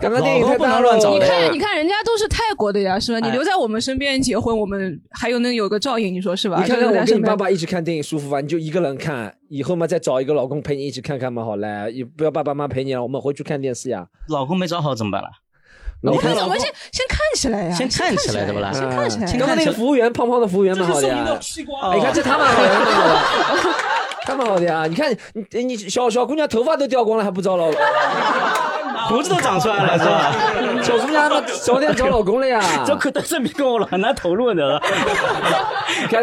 Speaker 2: 刚刚电影太大了
Speaker 6: 老
Speaker 2: 哦
Speaker 6: 公不能乱找
Speaker 4: 你
Speaker 6: 的
Speaker 4: 看，你看，人家都是泰国的呀，是吧？你
Speaker 2: 哎
Speaker 4: 留在我们身边结婚，我们还有那有个照应，你说是吧？
Speaker 2: 你看
Speaker 4: 就
Speaker 2: 看
Speaker 4: 留在
Speaker 2: 我跟
Speaker 4: 身
Speaker 2: 你
Speaker 4: 边
Speaker 2: 爸爸一起看电影舒服吧？你就一个人看，以后嘛再找一个老公陪你一起看看嘛，好嘞，也不要爸爸妈妈陪你了，我们回去看电视呀。
Speaker 6: 老公没找好怎么办啦？
Speaker 2: 老
Speaker 4: 你
Speaker 2: 公
Speaker 4: 看，我们先先看起来呀，
Speaker 2: 先
Speaker 6: 看起来怎么啦？
Speaker 4: 先看起来。
Speaker 2: 啊刚刚那个服务员，胖胖的服务员蛮好的呀。哎你看这他蛮好的，他蛮
Speaker 6: 哦
Speaker 2: 好的，他蛮好的呀。你看你你小小姑娘头发都掉光了，还不找老
Speaker 6: 胡子都长出来了是吧？
Speaker 2: 小 姑娘早点找老公了呀
Speaker 6: 这可但是没跟我很难投入的。
Speaker 2: 看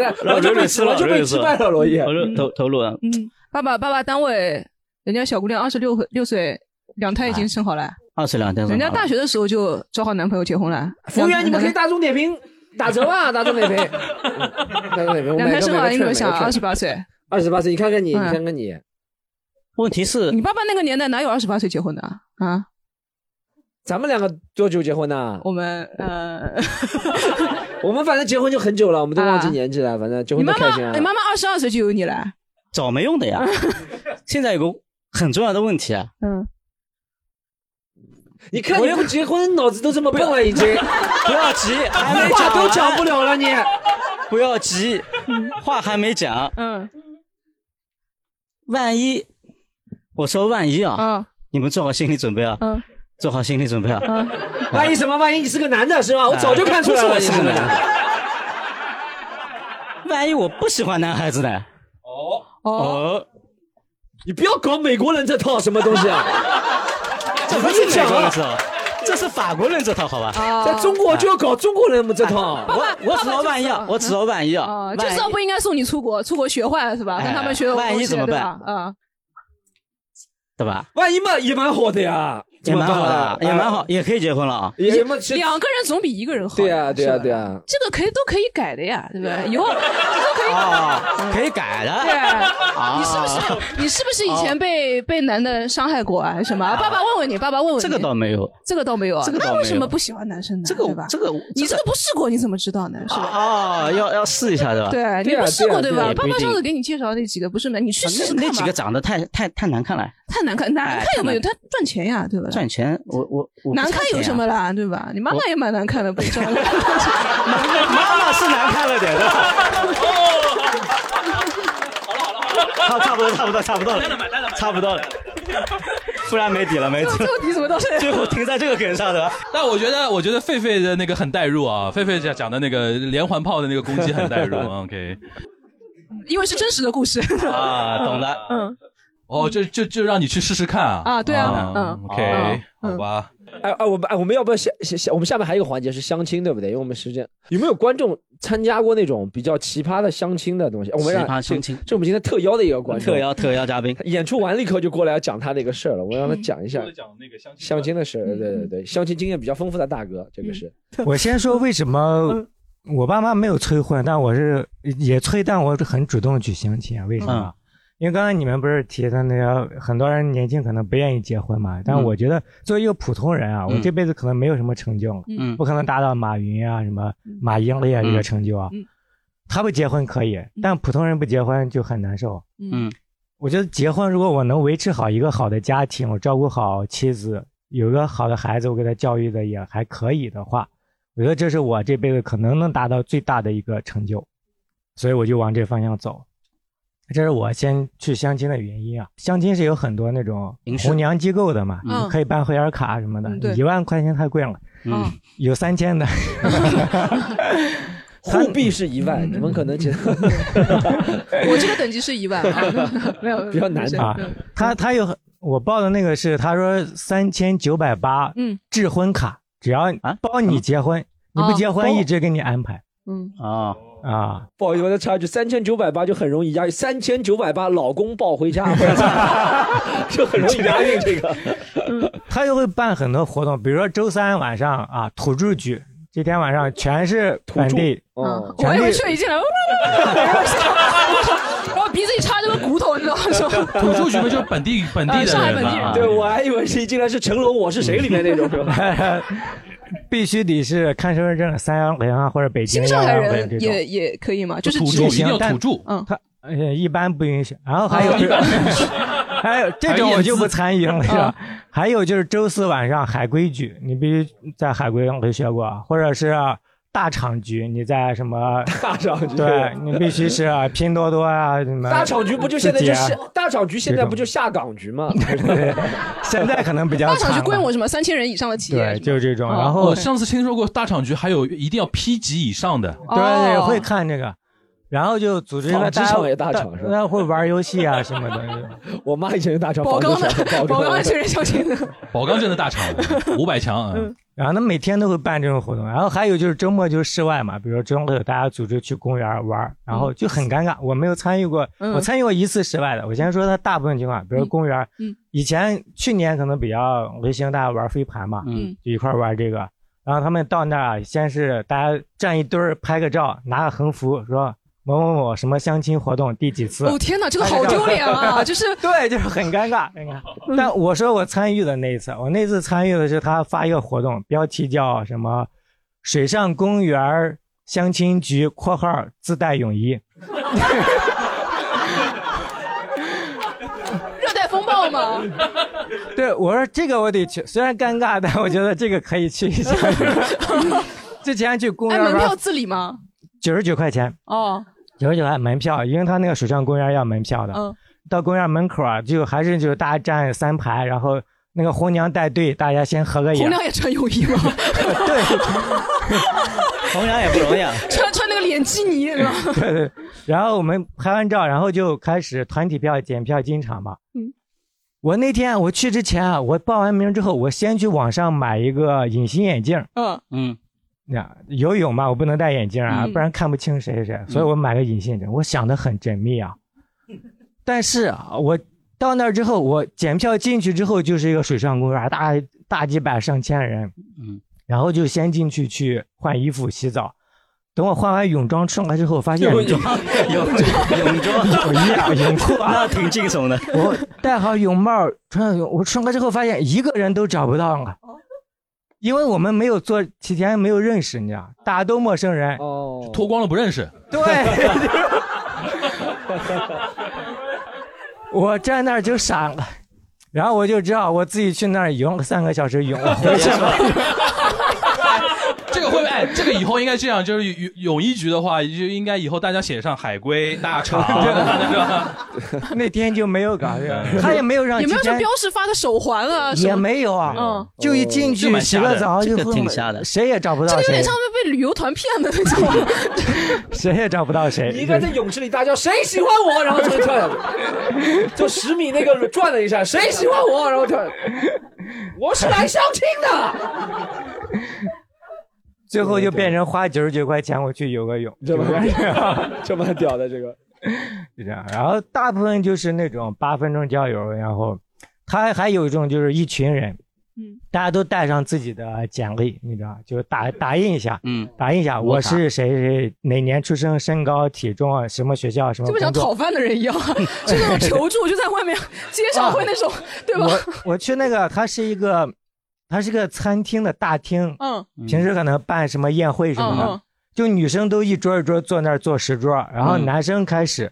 Speaker 2: 看我就被我就被击败了，罗毅。
Speaker 6: 投入投投入了。
Speaker 4: 嗯，爸爸爸爸单位，人家小姑娘二十六六岁，两胎已经生好了。
Speaker 6: 二十两天啊左
Speaker 4: 人
Speaker 6: 右。
Speaker 4: 家大学的时候就交好男朋友结婚了。
Speaker 2: 服务员，你们可以大众点评打折啊，大众点评， 大众点评。
Speaker 4: 两胎生娃，你有
Speaker 2: 有没
Speaker 4: 没有
Speaker 2: 有
Speaker 4: 想二十八岁？
Speaker 2: 二十八岁，你看看你，你
Speaker 4: 嗯
Speaker 2: 看看你，
Speaker 6: 问题是
Speaker 4: 你爸爸那个年代哪有二十八岁结婚的啊？啊，
Speaker 2: 咱们两个多久结婚的？
Speaker 4: 我们呃，
Speaker 6: 嗯
Speaker 2: 我们反正结婚就很久了，我们都忘记年纪了，反正结
Speaker 4: 啊你
Speaker 2: 婚
Speaker 4: 妈
Speaker 2: 都开
Speaker 4: 妈
Speaker 2: 心啊
Speaker 4: 你。妈妈二十二岁就有你了，
Speaker 6: 找没用的呀。 现在有个很重要的问题啊，
Speaker 4: 嗯，
Speaker 2: 你看你不结婚，脑子都这么笨了，已经，
Speaker 6: 不要急，还没
Speaker 2: 话
Speaker 6: 讲
Speaker 2: 哎都
Speaker 6: 完
Speaker 2: 讲不了了，你。
Speaker 6: 不要急，话还没讲。
Speaker 4: 嗯
Speaker 6: 万一我说万一啊，
Speaker 4: 啊
Speaker 6: 你们做好心理准备啊，
Speaker 4: 嗯
Speaker 6: 做好心理准备啊。
Speaker 4: 嗯，
Speaker 2: 万一什么？万一你是个男的，是吧？我
Speaker 6: 哎
Speaker 2: 早就看出来了，你是个男
Speaker 6: 啊
Speaker 2: 的。
Speaker 6: 万一我不喜欢男孩子呢？
Speaker 4: 哦，
Speaker 6: 哦，
Speaker 2: 你不要搞美国人这套什么 东西啊！
Speaker 6: 这不是美国人这套，哦这是法国人这套，好吧？
Speaker 2: 在中国就要搞中国人们这套。
Speaker 6: 我我只说万一啊，我只说万一啊
Speaker 4: 哦，，就
Speaker 6: 万
Speaker 4: 知
Speaker 6: 一
Speaker 4: 道不应该送你出国，出国学坏了是吧？
Speaker 6: 哎
Speaker 4: 让他们学
Speaker 6: 万一
Speaker 4: 东西
Speaker 6: 怎么
Speaker 4: 对
Speaker 6: 办
Speaker 4: 吧？啊，
Speaker 6: 对吧？
Speaker 2: 万一嘛也蛮好的呀，
Speaker 6: 也蛮好
Speaker 2: 啊哎
Speaker 6: 的，也蛮好，，也可以结婚了啊。
Speaker 2: 也嘛其实
Speaker 4: 两个人总比一个人好。
Speaker 2: 对啊呀对呀
Speaker 4: 是吧
Speaker 2: 对呀
Speaker 4: 这个可以都可以改的呀，对不对？以后都可以
Speaker 6: 哦， 可以改
Speaker 4: 对
Speaker 6: 的。，啊
Speaker 4: 你是不是你是不是以
Speaker 6: 哦
Speaker 4: 前被被男的伤害过啊？什么？爸爸问问你，爸爸问问你，
Speaker 6: 这个倒没有，
Speaker 4: 这个倒没有啊。
Speaker 6: 这个倒没有
Speaker 4: 那为什么不喜欢男生呢？
Speaker 6: 这个
Speaker 4: 对吧？
Speaker 6: 这个
Speaker 4: 你这个不试过你怎么知道呢？是吧？
Speaker 6: 哦，要要试一下对吧？
Speaker 4: 对，
Speaker 2: 对
Speaker 4: 你
Speaker 2: 啊
Speaker 4: 不试过
Speaker 2: 对啊
Speaker 4: 吧
Speaker 2: 对啊？
Speaker 4: 爸
Speaker 6: 也
Speaker 4: 爸
Speaker 6: 不一定
Speaker 4: 上次给你介绍那几个不是吗？你去试试
Speaker 6: 那
Speaker 4: 看
Speaker 6: 那几
Speaker 4: 嘛
Speaker 6: 个长得太太太难看了，
Speaker 4: 太难看，难
Speaker 6: 哎
Speaker 4: 看有没有？他赚钱呀，对吧？
Speaker 6: 赚钱我我我不
Speaker 4: 难看
Speaker 6: 赚钱
Speaker 4: 有
Speaker 6: 啊
Speaker 4: 什么？啦，对吧？你妈妈也蛮难看的，不知道。
Speaker 6: 妈妈是难看了点的。 好了好了好了，差不多差不多差不多了，差不多了，突然没底了没底
Speaker 4: 这
Speaker 6: 了，
Speaker 4: 个题怎么到这里？啊
Speaker 6: 最后停在这个梗上的。
Speaker 3: 但我觉得，我觉得狒狒的那个很代入啊，狒狒讲讲的那个连环炮的那个攻击很代 入。OK，
Speaker 4: 因为是真实的故事。
Speaker 6: 啊，懂了。
Speaker 4: 嗯，
Speaker 3: 哦，这这这让你去试试看啊！
Speaker 4: 啊对啊嗯
Speaker 3: ，OK，
Speaker 4: 嗯
Speaker 3: 好吧，
Speaker 2: 哎哎，我们哎，我们要不要下下下？我们下面还有一个环节是相亲，对不对？因为我们时间有没有观众参加过那种比较奇葩的相亲的东西？我们让
Speaker 6: 奇葩相亲
Speaker 2: 这这我们今天特邀的一个观众，
Speaker 6: 特邀特邀嘉宾，
Speaker 2: 演出完立刻就过来要讲他的一个事儿了，我让他讲一下
Speaker 3: 嗯讲那个相嗯
Speaker 2: 相亲的事儿。对对对，相亲经验比较丰富的大哥，这个是
Speaker 5: 我先说为什么我爸妈没有催婚，但我是也催，但我很主动去相亲啊？为什么？
Speaker 6: 嗯
Speaker 5: 因为刚才你们不是提的那个，很多人年轻可能不愿意结婚嘛，但我觉得作为一个普通人啊，我
Speaker 6: 嗯
Speaker 5: 这辈子可能没有什么成就了，
Speaker 6: 嗯
Speaker 5: 不可能达到马云啊、什么马英类啊这个
Speaker 6: 嗯
Speaker 5: 成就啊。
Speaker 4: 嗯
Speaker 5: 他不结婚可以，但普通人不结婚就很难受。
Speaker 6: 嗯
Speaker 5: 我觉得结婚，如果我能维持好一个好的家庭，我照顾好妻子，有一个好的孩子，我给他教育的也还可以的话，我觉得这是我这辈子可能能达到最大的一个成就，所以我就往这方向走。这是我先去相亲的原因啊。相亲是有很多那种
Speaker 6: 形式
Speaker 5: 红娘机构的嘛，
Speaker 4: 嗯
Speaker 5: 你可以办会员卡什么的
Speaker 4: 嗯对，
Speaker 5: 一、万块钱太贵了，
Speaker 6: 嗯，
Speaker 5: 有三千 的。
Speaker 2: 护币是一
Speaker 5: 嗯
Speaker 2: 万，你们可能觉得
Speaker 4: 我这个等级是一万，啊没有
Speaker 2: 比较难
Speaker 4: 的
Speaker 5: 啊。他他有我报的那个是他说三千九百八，
Speaker 4: 嗯，哦
Speaker 5: 智婚卡，只要
Speaker 6: 啊
Speaker 5: 包你结婚，你不结婚一直给你安排
Speaker 4: 嗯，
Speaker 3: 哦
Speaker 6: 啊，
Speaker 5: 啊。
Speaker 2: 不好意思，我再插一句，三千九百八就很容易押韵，三千九百八老公抱回家， 就很容易押韵这个。
Speaker 5: 他又会办很多活动，比如说周三晚上啊，土著局，这天晚上全是
Speaker 2: 土著
Speaker 5: 本地
Speaker 2: 哦，
Speaker 4: 嗯我以为是一进来，哇哇哇哇哇哇然后鼻子一插这个骨头，你知道吗？说
Speaker 3: 土著局 嘛，就是本地本地
Speaker 4: 啊上
Speaker 3: 的
Speaker 4: 海
Speaker 3: 人嘛
Speaker 4: 本地人
Speaker 3: 啊
Speaker 2: 对，我还以为是一进来是成龙《我是谁》里面那种是吧？
Speaker 5: 必须得是看身份证三幺零啊，或者北京
Speaker 4: 新上
Speaker 5: 幺
Speaker 4: 海
Speaker 5: 幺零这
Speaker 4: 人
Speaker 5: 种。
Speaker 4: 也也可以嘛，就是
Speaker 3: 土著
Speaker 4: 只
Speaker 3: 一定要
Speaker 5: 但
Speaker 3: 土著。
Speaker 4: 嗯，哦
Speaker 5: 他呃一般不允许，然后还有、 还有这种我就不参与了，是吧？还有就是周四晚上海归局，你必须在海归留学过，或者是大厂局，你在什么？
Speaker 2: 大厂局，
Speaker 5: 对你必须是 拼多多啊什么。
Speaker 2: 大厂局不就现在就
Speaker 5: 自己
Speaker 2: 是
Speaker 5: 啊
Speaker 2: 大厂局现在不就下岗局吗？
Speaker 5: 对，现在可能比较
Speaker 4: 大厂
Speaker 5: 惨
Speaker 4: 是
Speaker 5: 了
Speaker 4: 规模什么三千人以上的企业
Speaker 5: 对，，就是这种。
Speaker 4: 哦
Speaker 5: 然后
Speaker 3: 我上次听说过大厂局还有一定要 P 级以上的，
Speaker 4: 哦
Speaker 5: 对对会看这个。然后就组织了
Speaker 2: 纺织
Speaker 5: 大家
Speaker 2: 厂也大厂是吧
Speaker 5: 大家会玩游戏啊什么的。
Speaker 2: 我妈以前是大厂
Speaker 4: 宝
Speaker 2: 纺织
Speaker 4: 钢
Speaker 2: 厂，
Speaker 4: 的，宝
Speaker 2: 钢
Speaker 4: 钢的确认相亲的，
Speaker 3: 宝钢镇的大厂，五百强啊。
Speaker 5: 然后他每天都会办这种活动，然后还有就是周末就是室外嘛，比如说周末有大家组织去公园玩儿，然后就很尴尬，我没有参与过，
Speaker 8: 嗯
Speaker 5: 我参与过一次室外的。我先说它大部分情况，比如说公园，
Speaker 8: 嗯嗯
Speaker 5: 以前去年可能比较流行大家玩飞盘嘛，
Speaker 8: 嗯
Speaker 5: 就一块儿玩这个。然后他们到那儿，先是大家站一堆儿拍个照，拿个横幅说某某某什么相亲活动第几次。
Speaker 4: 哦天哪，这个好丢脸 啊！就是
Speaker 5: 对，就是很尴尬，尴尬。但我说我参与的那一次，我那次参与的是他发一个活动，标题叫什么“水上公园相亲局（括号自带泳衣
Speaker 4: 热带风暴嘛。””。
Speaker 5: 对，我说这个我得去，虽然尴尬，但我觉得这个可以去一下。之前去公
Speaker 4: 哎，
Speaker 5: 园
Speaker 4: 门票
Speaker 5: 玩，
Speaker 4: 自理吗？
Speaker 5: 九十九块钱，
Speaker 4: 哦，
Speaker 5: 九十九块门票，因为他那个水上公园要门票的。
Speaker 4: 嗯，
Speaker 5: 到公园门口啊，就还是就是大家站三排，然后那个红娘带队，大家先合个影。
Speaker 4: 红娘也穿泳衣吗？
Speaker 5: 对，
Speaker 6: 红娘也不容易 啊。
Speaker 4: 穿穿那个脸基尼是吧？
Speaker 5: 对对。然后我们拍完照，然后就开始团体票检票进场嘛。
Speaker 4: 嗯。
Speaker 5: 我那天我去之前啊，我报完名之后，我先去网上买一个隐形眼镜。
Speaker 4: 嗯
Speaker 6: 嗯。
Speaker 5: 呀，游泳嘛，我不能戴眼镜啊，
Speaker 6: 嗯
Speaker 5: 不然看不清谁是谁，所以我买个隐形眼镜。我想的很缜密啊，但是啊，我到那儿之后，我检票进去之后就是一个水上公园，大大几百上千人，
Speaker 6: 嗯，
Speaker 5: 然后就先进去去换衣服、洗澡。等我换完泳装上来之后，发现
Speaker 6: 泳装、泳装、泳装、
Speaker 5: 泳衣啊、泳裤啊，
Speaker 6: 那挺惊悚的。
Speaker 5: 我 戴好泳帽，穿上泳，我上课之后发现一个人都找不到了，
Speaker 4: 哦
Speaker 5: 因为我们没有做提前没有认识，你知道，大家都陌生人。
Speaker 3: 哦，脱光了不认识。
Speaker 5: 对， 我站那儿就傻了，然后我就知道我自己去那儿游了三个小时泳，我回 去了。
Speaker 3: 这个会不会？哎，这个以后应该这样，就是泳泳衣局的话，就应该以后大家写上海龟、 大肠，是吧？
Speaker 5: 那天就没有搞这
Speaker 3: 嗯
Speaker 5: 个， 他也没有让
Speaker 4: 也没有
Speaker 5: 提
Speaker 4: 说
Speaker 5: 前
Speaker 4: 标识发个手环啊，什么
Speaker 5: 也没有啊，
Speaker 4: 嗯，
Speaker 5: 就一进
Speaker 6: 哦这
Speaker 5: 去
Speaker 6: 蛮
Speaker 5: 洗
Speaker 6: 吓人
Speaker 5: 个澡
Speaker 6: 这
Speaker 5: 就
Speaker 6: 个
Speaker 5: 疯
Speaker 6: 挺
Speaker 5: 了
Speaker 6: 吓人
Speaker 5: 谁也找不
Speaker 4: 这
Speaker 5: 到
Speaker 4: 个有
Speaker 5: 谁
Speaker 4: 点，像被旅游团骗的那 种。
Speaker 5: 谁也找不到谁。
Speaker 2: 你应该在泳池里大叫“谁喜欢我”，然后就跳下去， 就十米那个转了一下，“谁喜欢我”，然后跳下去。我是来相亲的，
Speaker 5: 最后就变成花九十九块钱我去游个泳，
Speaker 2: 这
Speaker 5: 就
Speaker 2: 么
Speaker 5: 是这样
Speaker 2: 这么屌的这个，
Speaker 5: 就这样。然后大部分就是那种八分钟交友，然后他还有一种就是一群人，
Speaker 4: 嗯，
Speaker 5: 大家都带上自己的简历，你知道，就是打打印一下，
Speaker 6: 嗯，
Speaker 5: 打印一下我
Speaker 6: 我打
Speaker 5: 是谁谁哪年出生、身高、体重、啊什么学校、什么
Speaker 4: 就不
Speaker 5: 工
Speaker 4: 像讨
Speaker 5: 作。
Speaker 4: 饭的人 一样，就那种求助，就在外面街上会那种，对吧？
Speaker 5: 啊我我去那个，它是一个，它是个餐厅的大厅，
Speaker 4: 嗯，
Speaker 5: 平时可能办什么宴会什么的，
Speaker 4: 嗯嗯
Speaker 5: 就女生都一桌一桌坐那儿坐十桌，然后
Speaker 6: 嗯
Speaker 5: 男生开始，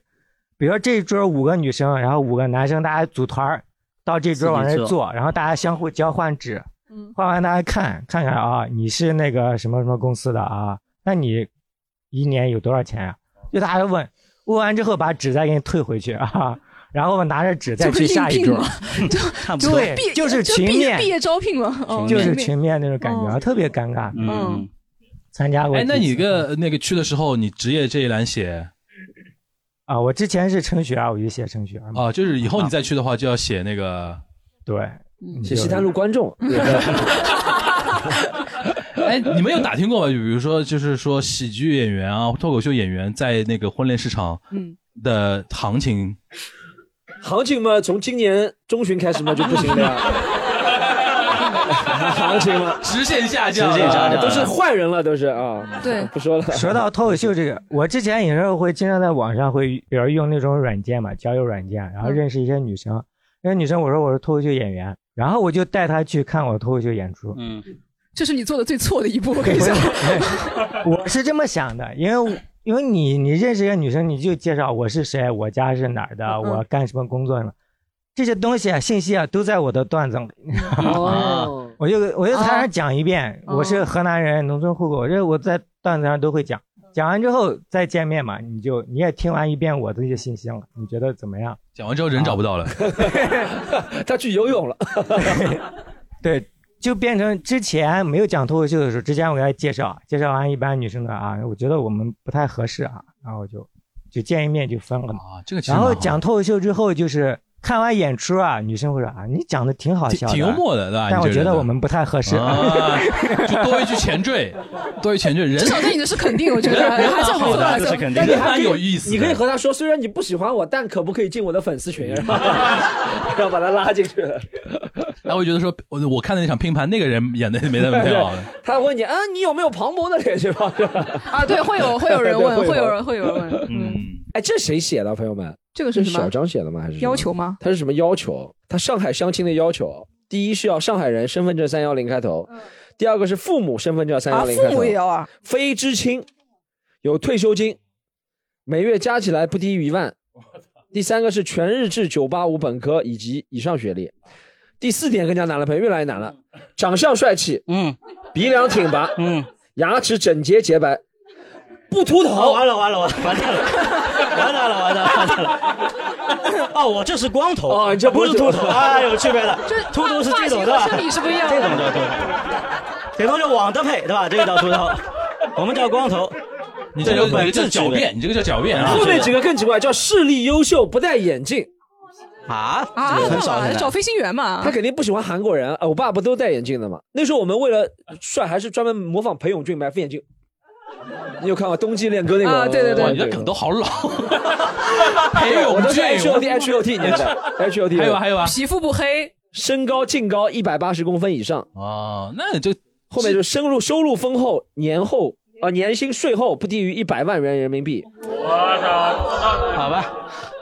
Speaker 5: 比如说这一桌五个女生，然后五个男生，大家组团儿到这桌往那
Speaker 6: 自己
Speaker 5: 儿
Speaker 6: 坐
Speaker 5: 坐，然后大家相互交换纸，
Speaker 4: 嗯
Speaker 5: 换完大家看看看啊，你是那个什么什么公司的啊？那你一年有多少钱啊？就大家问，问完之后把纸再给你退回去啊，然后拿着纸再
Speaker 4: 就
Speaker 5: 去
Speaker 4: 是应
Speaker 5: 下一
Speaker 4: 聘
Speaker 5: 桌
Speaker 4: 嘛，，
Speaker 6: 差不多。
Speaker 5: 对，
Speaker 4: 毕
Speaker 5: 就是
Speaker 4: 就
Speaker 5: 群
Speaker 4: 毕业
Speaker 5: 面
Speaker 4: 毕，业招聘嘛，嗯，
Speaker 5: 就是
Speaker 4: 面哦
Speaker 5: 群面那种感觉，啊，特别尴尬。
Speaker 6: 嗯，
Speaker 5: 参加过 几
Speaker 3: 哎
Speaker 5: 次，，
Speaker 3: 那你个那个去的时候，你职业这一栏写
Speaker 5: 啊，我之前是程序员，我就写程序 员嘛。
Speaker 3: 啊，就是以后你再去的话，就要写那个。
Speaker 5: 对，
Speaker 2: 嗯写西单路观众，
Speaker 3: 哎，你们有打听过吗？就比如说，就是说喜剧演员啊，脱口秀演员在那个婚恋市场
Speaker 4: 嗯
Speaker 3: 的行情，
Speaker 2: 行情嘛，从今年中旬开始嘛就不行 了呀，行情嘛，
Speaker 3: 直线下降啊了，
Speaker 6: 直线下降
Speaker 2: 都是坏人了，都是啊，
Speaker 4: 对
Speaker 2: 不说了，
Speaker 5: 说到脱口秀这个，我之前有时候会经常在网上会，比如用那种软件嘛，交友软件，
Speaker 4: 嗯
Speaker 5: 然后认识一些女生。那女生我说我是脱口秀演员，然后我就带她去看我脱口秀演出。
Speaker 6: 嗯，
Speaker 4: 这是你做的最错的一步，我跟你 讲，
Speaker 5: 我是这么想的，因为我因为你你认识一个女生，你就介绍我是谁，我家是哪儿的，
Speaker 4: 嗯
Speaker 5: 我干什么工作什么，这些东西啊信息啊都在我的段子里。
Speaker 2: 哦，
Speaker 5: 我就我就台上讲一遍，
Speaker 4: 哦
Speaker 5: 我是河南人，农村户口，这我在段子上都会讲。讲完之后再见面嘛，你就你也听完一遍我的这些信息了，你觉得怎么样？
Speaker 3: 讲完之后人找不到了。
Speaker 2: 他去游泳了，
Speaker 5: 对，就变成之前没有讲脱口秀的时候，之前我给他介绍，介绍完一般女生的啊，我觉得我们不太合适啊，然后就就见一面就分了嘛。
Speaker 3: 啊，这个其实
Speaker 5: 然后
Speaker 3: 蛮好
Speaker 5: 讲脱口秀之后，就是看完演出啊，女生会说啊，你讲的挺好笑的，
Speaker 3: 挺幽默的对吧
Speaker 5: 但
Speaker 3: 你
Speaker 5: 我
Speaker 3: 这
Speaker 5: 觉
Speaker 3: 人
Speaker 5: 得
Speaker 3: 呢
Speaker 5: 我们不太合适。
Speaker 3: 啊，就多一句前缀，多一句前缀，人
Speaker 4: 至少对你的是肯定，我觉 得
Speaker 3: 人
Speaker 4: 还算
Speaker 3: 好
Speaker 4: 不
Speaker 3: 的
Speaker 4: 错，还
Speaker 3: 这
Speaker 4: 算
Speaker 3: 是肯定
Speaker 2: 但你
Speaker 3: 的
Speaker 2: 还
Speaker 3: 蛮
Speaker 2: 可以
Speaker 3: 有意思的
Speaker 2: 你可以和他说，虽然你不喜欢我，但可不可以进我的粉丝群？ 然后然后把他拉进去。
Speaker 3: 他会觉得说，我我看的那场拼盘，那个人演的没那么挺好的。
Speaker 2: 他还问你，啊，你有没有庞博的 联系方式？
Speaker 4: 啊，对，会有会有人问，
Speaker 2: 对
Speaker 4: 会有人会有人 问，嗯，
Speaker 2: 哎，这谁写的，朋友们？
Speaker 4: 这个是什
Speaker 2: 小
Speaker 4: 么
Speaker 2: 张写的吗？还是什么
Speaker 4: 要？求吗？
Speaker 2: 他是什么要求？他上海相亲的要求，第一是要上海人，身份证三幺零开头；第二个是父母身份证三幺零开头，
Speaker 4: 嗯啊？
Speaker 2: 非知青，有退休金，每月加起来不低于一万。第三个是全日制九八五本科以及以上学历。第四点更加难了，朋友越来越难了，长相帅气，
Speaker 6: 嗯
Speaker 2: 鼻梁挺拔，
Speaker 6: 嗯，
Speaker 2: 牙齿整洁洁白，不秃
Speaker 6: 哦，
Speaker 2: 头。
Speaker 6: 完了完了完了完蛋了，完蛋了完蛋了完蛋了！哦，我这是光头，
Speaker 2: 哦你这不
Speaker 6: 不
Speaker 2: 是
Speaker 6: 是秃头，哎，有区别的
Speaker 4: 就是，
Speaker 6: 秃头是
Speaker 4: 发
Speaker 6: 这
Speaker 4: 型
Speaker 6: 种
Speaker 4: 和
Speaker 6: 的吧？
Speaker 4: 生理是不一样
Speaker 6: 这种
Speaker 4: 的。
Speaker 6: 叫秃头，顶多就网的配对吧？这个叫秃头，我们叫光头。
Speaker 3: 你这
Speaker 6: 这
Speaker 3: 个
Speaker 6: 个
Speaker 3: 你这个叫
Speaker 6: 本质
Speaker 3: 狡辩，你这个叫狡辩啊！
Speaker 2: 后面几个更奇怪，叫视力优秀，不戴眼镜。
Speaker 6: 啊
Speaker 4: 啊，
Speaker 6: 很少
Speaker 4: 干
Speaker 6: 很
Speaker 4: 嘛
Speaker 6: 少
Speaker 4: 找。飞行员嘛
Speaker 2: 他。肯定不喜欢韩国人。呃，我爸不都戴眼镜的嘛？那时候我们为了帅，还是专门模仿裴勇俊买副眼镜。你有看过《冬季恋歌》那个？
Speaker 4: 啊对对对
Speaker 3: 哇，你的梗都好 老。裴
Speaker 2: 我
Speaker 3: 勇
Speaker 2: 都是
Speaker 3: 俊
Speaker 2: H O T H O T 年代，H O T。
Speaker 3: 还有啊还有啊，
Speaker 4: 皮肤不黑，
Speaker 2: 身高净高一百八十公分以上，
Speaker 3: 哦，那就
Speaker 2: 后面就是收入收入丰厚，年后啊、呃年薪税后不低于一百万元人民币。
Speaker 6: 好吧，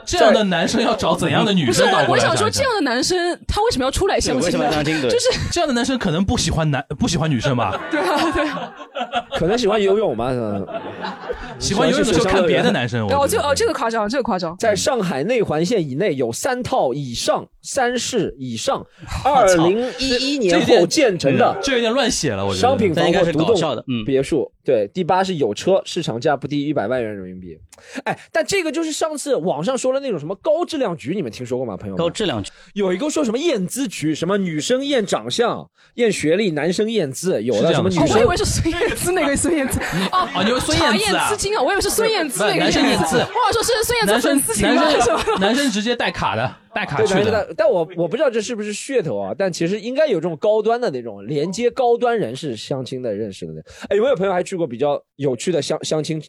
Speaker 3: 这样的男生要找怎样的女
Speaker 4: 不是
Speaker 3: 生倒？过
Speaker 4: 我
Speaker 3: 来
Speaker 4: 想
Speaker 3: 想
Speaker 4: 说，
Speaker 3: 一
Speaker 4: 这
Speaker 3: 想
Speaker 4: 样的男生他为什么要出来相
Speaker 6: 为
Speaker 4: 亲
Speaker 6: 什么
Speaker 4: 呢
Speaker 6: 要？当金嘴？
Speaker 4: 啊就是
Speaker 3: 这样的男生可能不喜欢男不喜欢女生吧，
Speaker 4: 对啊，对啊。
Speaker 2: 可能喜欢游泳吧。嗯
Speaker 3: 喜欢游泳的时候看别的男生。
Speaker 4: 哦，
Speaker 3: 我
Speaker 4: 这
Speaker 3: 觉得
Speaker 4: 哦，这个夸张，这个夸张。
Speaker 2: 在上海内环线以内有三套以上、三室以上， 二零一一年后建成的
Speaker 3: 嗯这有点乱写了，我觉得
Speaker 2: 商品
Speaker 6: 这
Speaker 2: 房
Speaker 6: 应该
Speaker 2: 或
Speaker 6: 是
Speaker 2: 独
Speaker 6: 搞笑的
Speaker 2: 栋
Speaker 6: 嗯
Speaker 2: 别墅。对，第八是有车，市场价不低于一百万元人民币。哎，但这个就是上次网上说的那种什么高质量局，你们听说过吗，朋友
Speaker 6: 高
Speaker 2: 们？
Speaker 6: 质量局，
Speaker 2: 有一个说什么验资局，什么女生验长相、验学历，男生验资，有
Speaker 3: 是这
Speaker 2: 的什
Speaker 3: 样
Speaker 2: 么
Speaker 3: 的
Speaker 2: 女
Speaker 4: 哦，我
Speaker 2: 生
Speaker 4: 以为是孙燕姿那个孙燕姿，哦
Speaker 3: 哦，你说孙燕
Speaker 4: 查
Speaker 3: 姿啊
Speaker 4: 验资金啊，我以为是孙燕姿那个
Speaker 3: 不是男生验 资
Speaker 4: 我想说是孙燕姿
Speaker 3: 男
Speaker 4: 粉
Speaker 3: 生
Speaker 4: 丝群
Speaker 3: 男
Speaker 4: 吧，是 吧？
Speaker 3: 生男生直接带卡的，带卡
Speaker 2: 对，
Speaker 3: 去
Speaker 2: 男生
Speaker 3: 的。
Speaker 2: 的，但我我不知道这是不是噱头啊，但其实应该有这种高端的那种连接高端人士相亲的认识的那。哎，我有朋友还去过比较有趣的相相亲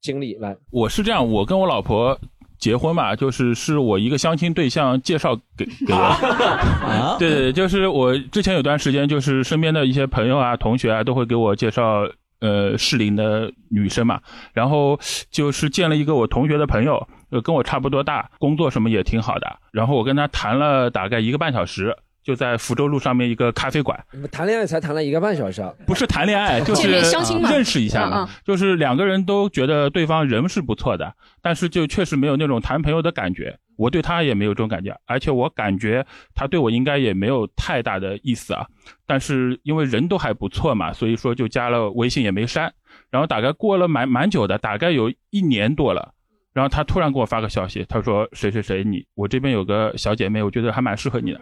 Speaker 2: 经历，来，
Speaker 8: 我是这样，我跟我老婆结婚嘛，就是是我一个相亲对象介绍给给我。对 对对，就是我之前有段时间，就是身边的一些朋友啊、同学啊，都会给我介绍呃适龄的女生嘛。然后就是见了一个我同学的朋友，呃，跟我差不多大，工作什么也挺好的。然后我跟他谈了大概一个半小时。就在福州路上面一个咖啡馆，
Speaker 2: 你们嗯谈恋爱才谈了一个半小 时啊，
Speaker 8: 不是谈 恋爱，就
Speaker 4: 见
Speaker 8: 是
Speaker 4: 面相亲嘛
Speaker 8: 认识一
Speaker 4: 嗯
Speaker 8: 下
Speaker 4: 嗯
Speaker 8: 嘛，就是两个人都觉得对方人是不错的，但是就确实没有那种谈朋友的感觉。我对他也没有这种感觉，而且我感觉他对我应该也没有太大的意思啊。但是因为人都还不错嘛，所以说就加了微信也没删。然后大概过了蛮蛮久的，大概有一年多了。然后他突然给我发个消息，他说：“谁谁谁，你我这边有个小姐妹，我觉得还蛮适 合你的，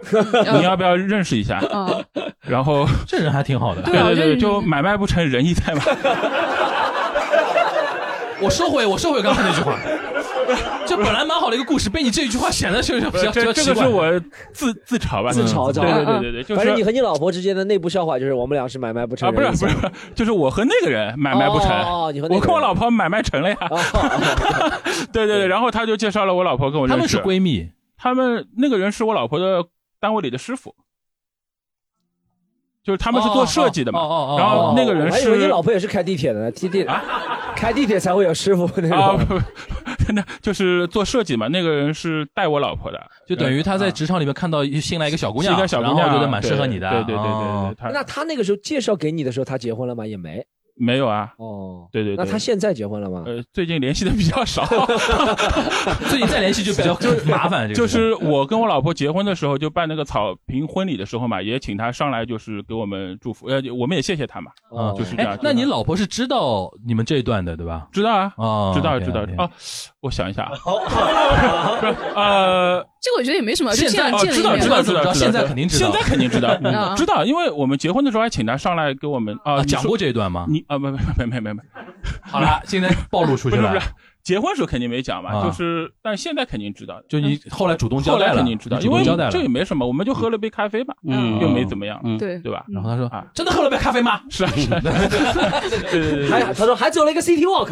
Speaker 8: 你要不要认识一下
Speaker 4: 啊，？”
Speaker 8: 然后
Speaker 3: 这人还挺好的，
Speaker 4: 对啊
Speaker 8: 对对
Speaker 4: 就是
Speaker 8: 对，就买卖不成仁义在嘛。
Speaker 3: 我收回，我收回刚才那句 话。这本来蛮好的一个故事，被你这一句话显得就是比较比
Speaker 8: 这
Speaker 3: 较奇
Speaker 8: 这个
Speaker 3: 怪
Speaker 8: 是。 我自自嘲吧，嗯
Speaker 2: 自嘲
Speaker 8: 对
Speaker 2: 自嘲
Speaker 8: 对对对对，就
Speaker 2: 反正你
Speaker 8: 是
Speaker 2: 和你老婆之间的内部笑话就是我们俩是买卖不成
Speaker 8: 啊，
Speaker 2: 仁
Speaker 8: 不是
Speaker 2: 义
Speaker 8: 不
Speaker 2: 在
Speaker 8: 是，就是我和那个人 买卖不成
Speaker 2: 哦哦哦你和，那
Speaker 8: 我
Speaker 2: 个人
Speaker 8: 跟我老婆买卖成了呀。
Speaker 3: 哦
Speaker 8: 对对对，然后他就介绍了我老婆跟我
Speaker 3: 她
Speaker 8: 认
Speaker 3: 哦们
Speaker 8: 识
Speaker 3: 是，闺蜜，
Speaker 8: 他们那个人是我老婆的单位里的师傅，就是他
Speaker 3: 他
Speaker 8: 们是做设计的
Speaker 3: 哦
Speaker 8: 嘛。
Speaker 3: 哦哦，
Speaker 8: 然后
Speaker 2: 哦
Speaker 8: 那个人
Speaker 2: 我还以为你
Speaker 8: 是
Speaker 2: 老婆也是开地铁的呢，地铁、开地铁才会有师傅那
Speaker 8: 啊，
Speaker 2: 种。
Speaker 8: 不不那就是做设计嘛，那个人是带我老婆的，
Speaker 3: 就等于他在
Speaker 8: 啊
Speaker 3: 职场里面看到一新来一个小姑娘，
Speaker 8: 是一个小姑娘，
Speaker 3: 然后觉得蛮适合
Speaker 8: 对
Speaker 3: 你的。
Speaker 8: 对对对对
Speaker 3: 哦
Speaker 8: 对，他
Speaker 2: 那他那个时候介绍给你的时候，他结婚了吗？也没。
Speaker 8: 没有啊，
Speaker 2: 哦，
Speaker 8: 对对对。
Speaker 2: 那他现在结婚了吗？
Speaker 8: 呃，最近联系的比较少，
Speaker 3: 所以再 联系 就比较麻烦。这个
Speaker 8: 就
Speaker 3: 事情
Speaker 8: 是我跟我老婆结婚的时候，就办那个草坪婚礼的时候嘛，也请她上来，就是给我们祝福，呃，我们也谢谢她嘛，
Speaker 2: 哦
Speaker 3: 嗯
Speaker 8: 就是这样
Speaker 3: 哎，。那你老婆是知道你们这一段的对吧？
Speaker 8: 知道啊？
Speaker 3: 哦，
Speaker 8: 知道
Speaker 3: OK，
Speaker 8: 知道
Speaker 3: OK
Speaker 8: 哦，我想一下，不是呃，
Speaker 4: 这个我觉得也没什么，就
Speaker 3: 现
Speaker 4: 见
Speaker 3: 在
Speaker 4: 了
Speaker 8: 哦，
Speaker 4: 见了
Speaker 8: 知
Speaker 4: 一
Speaker 8: 道
Speaker 4: 面
Speaker 8: 知
Speaker 4: 嘛。
Speaker 8: 道
Speaker 3: 知
Speaker 8: 知
Speaker 3: 道
Speaker 8: 道，
Speaker 3: 现在肯定知道
Speaker 8: 现在肯定知道
Speaker 4: 嗯，
Speaker 8: 知道，因为我们结婚的时候还请她上来给我们啊
Speaker 3: 啊，讲过这一段吗？
Speaker 8: 你你啊，没没没没没没，
Speaker 3: 好了现在暴露出去了
Speaker 8: 不是不是，结婚时候肯定没讲嘛，
Speaker 3: 啊
Speaker 8: 就是，但现在肯定知道的。
Speaker 3: 就你后来主动交代了
Speaker 8: 后来肯定知道，
Speaker 3: 你主
Speaker 8: 因
Speaker 3: 动
Speaker 8: 为
Speaker 3: 交代了
Speaker 8: 这也没什么，我们就喝了杯咖啡嘛，
Speaker 3: 嗯
Speaker 8: 又没怎么样，
Speaker 3: 嗯
Speaker 4: 对
Speaker 8: 对吧？
Speaker 3: 然后他说啊，
Speaker 2: 真的喝了杯咖啡吗？
Speaker 8: 是啊 是啊，
Speaker 2: 还他说还走了一个 City Walk，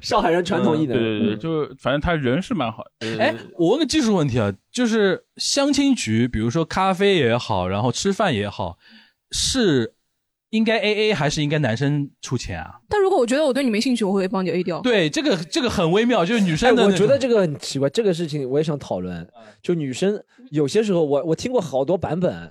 Speaker 2: 上海人传统艺能。
Speaker 8: 对对对，就反正他人是蛮好的。
Speaker 3: 哎，我问个技术问题啊，就是相亲局，比如说咖啡也好，然后吃饭也好，是应该 A A 还是应该男生出钱啊？
Speaker 4: 但如果我觉得我对你没兴趣，我会帮你 A 掉。
Speaker 3: 对，这个这个很微妙，就是女生的
Speaker 2: 哎，我
Speaker 3: 那种啊
Speaker 2: 觉得这个很奇怪，这个事情我也想讨论。就女生有些时候我，我听过好多版本，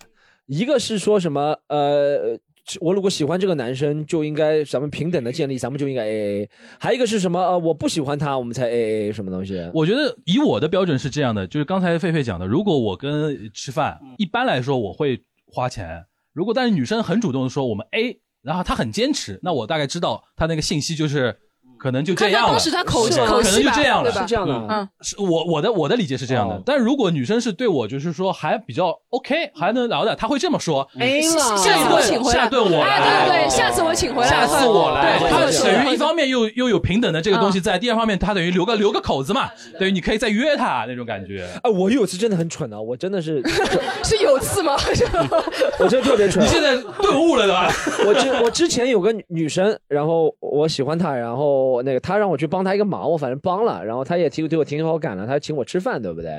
Speaker 2: 一个是说什么呃，我如果喜欢这个男生，就应该咱们平等的建立，咱们就应该 A A。还有一个是什么呃，我不喜欢他，我们才 A A 什么东西。
Speaker 3: 我觉得以我的标准是这样的，就是刚才狒狒讲的，如果我跟吃饭，一般来说我会花钱。如果但是女生很主动的说我们 A，然后她很坚持，那我大概知道她那个信息就是可能就这样
Speaker 4: 看
Speaker 3: 了。
Speaker 4: 她当时她口
Speaker 3: 嗯是吧
Speaker 4: 口
Speaker 3: 可能
Speaker 4: 气
Speaker 3: 就
Speaker 4: 吧
Speaker 3: 这样了，
Speaker 4: 对
Speaker 3: 哦
Speaker 4: 吧是这样的嗯，
Speaker 3: 是我我的我的理解是这样的。但如果女生是对我就是说还比较 OK，还能聊的，她会这么说。
Speaker 2: A 了
Speaker 3: 下
Speaker 4: 下
Speaker 3: 一
Speaker 4: 次我请
Speaker 3: 顿
Speaker 4: 回来
Speaker 3: 下顿我来。
Speaker 4: 哎，对对，下次我请回来，
Speaker 3: 下次我来，
Speaker 4: 对
Speaker 3: 他
Speaker 4: 对对
Speaker 3: 等于一方面又又有平等的这个
Speaker 4: 嗯
Speaker 3: 东西在，第二方面他等于留个留个口子嘛，等于你可以再约他那种感觉。
Speaker 2: 啊，我有一次真的很蠢啊，我真的是，
Speaker 4: 是有次吗？
Speaker 2: 我真的特别蠢。
Speaker 3: 你现在顿悟了对吧？
Speaker 2: 我之我之前有个女女生，然后我喜欢她，然后那个她让我去帮她一个忙，我反正帮了，然后她也挺对我挺有好感的，她还请我吃饭，对不对？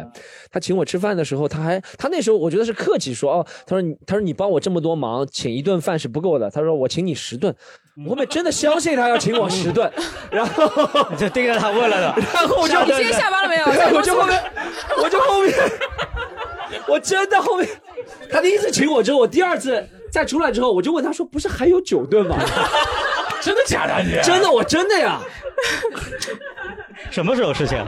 Speaker 2: 她请我吃饭的时候，她还她那时候我觉得是客气说哦，她说你她说你帮我这么多忙，请一顿饭是不够的，她说我请你十顿。我后面真的相信她要请我十顿，然后
Speaker 6: 就盯着他问了的。
Speaker 2: 然后我就
Speaker 4: 你今天下班了没有
Speaker 2: 对我就后面， 我就后面，我真的后面，他第一次请我之后，我第二次再出来之后，我就问他说：“不是还有九顿吗？”
Speaker 3: 真的假的你？
Speaker 2: 真的，我真的呀，
Speaker 6: 什么时候事情？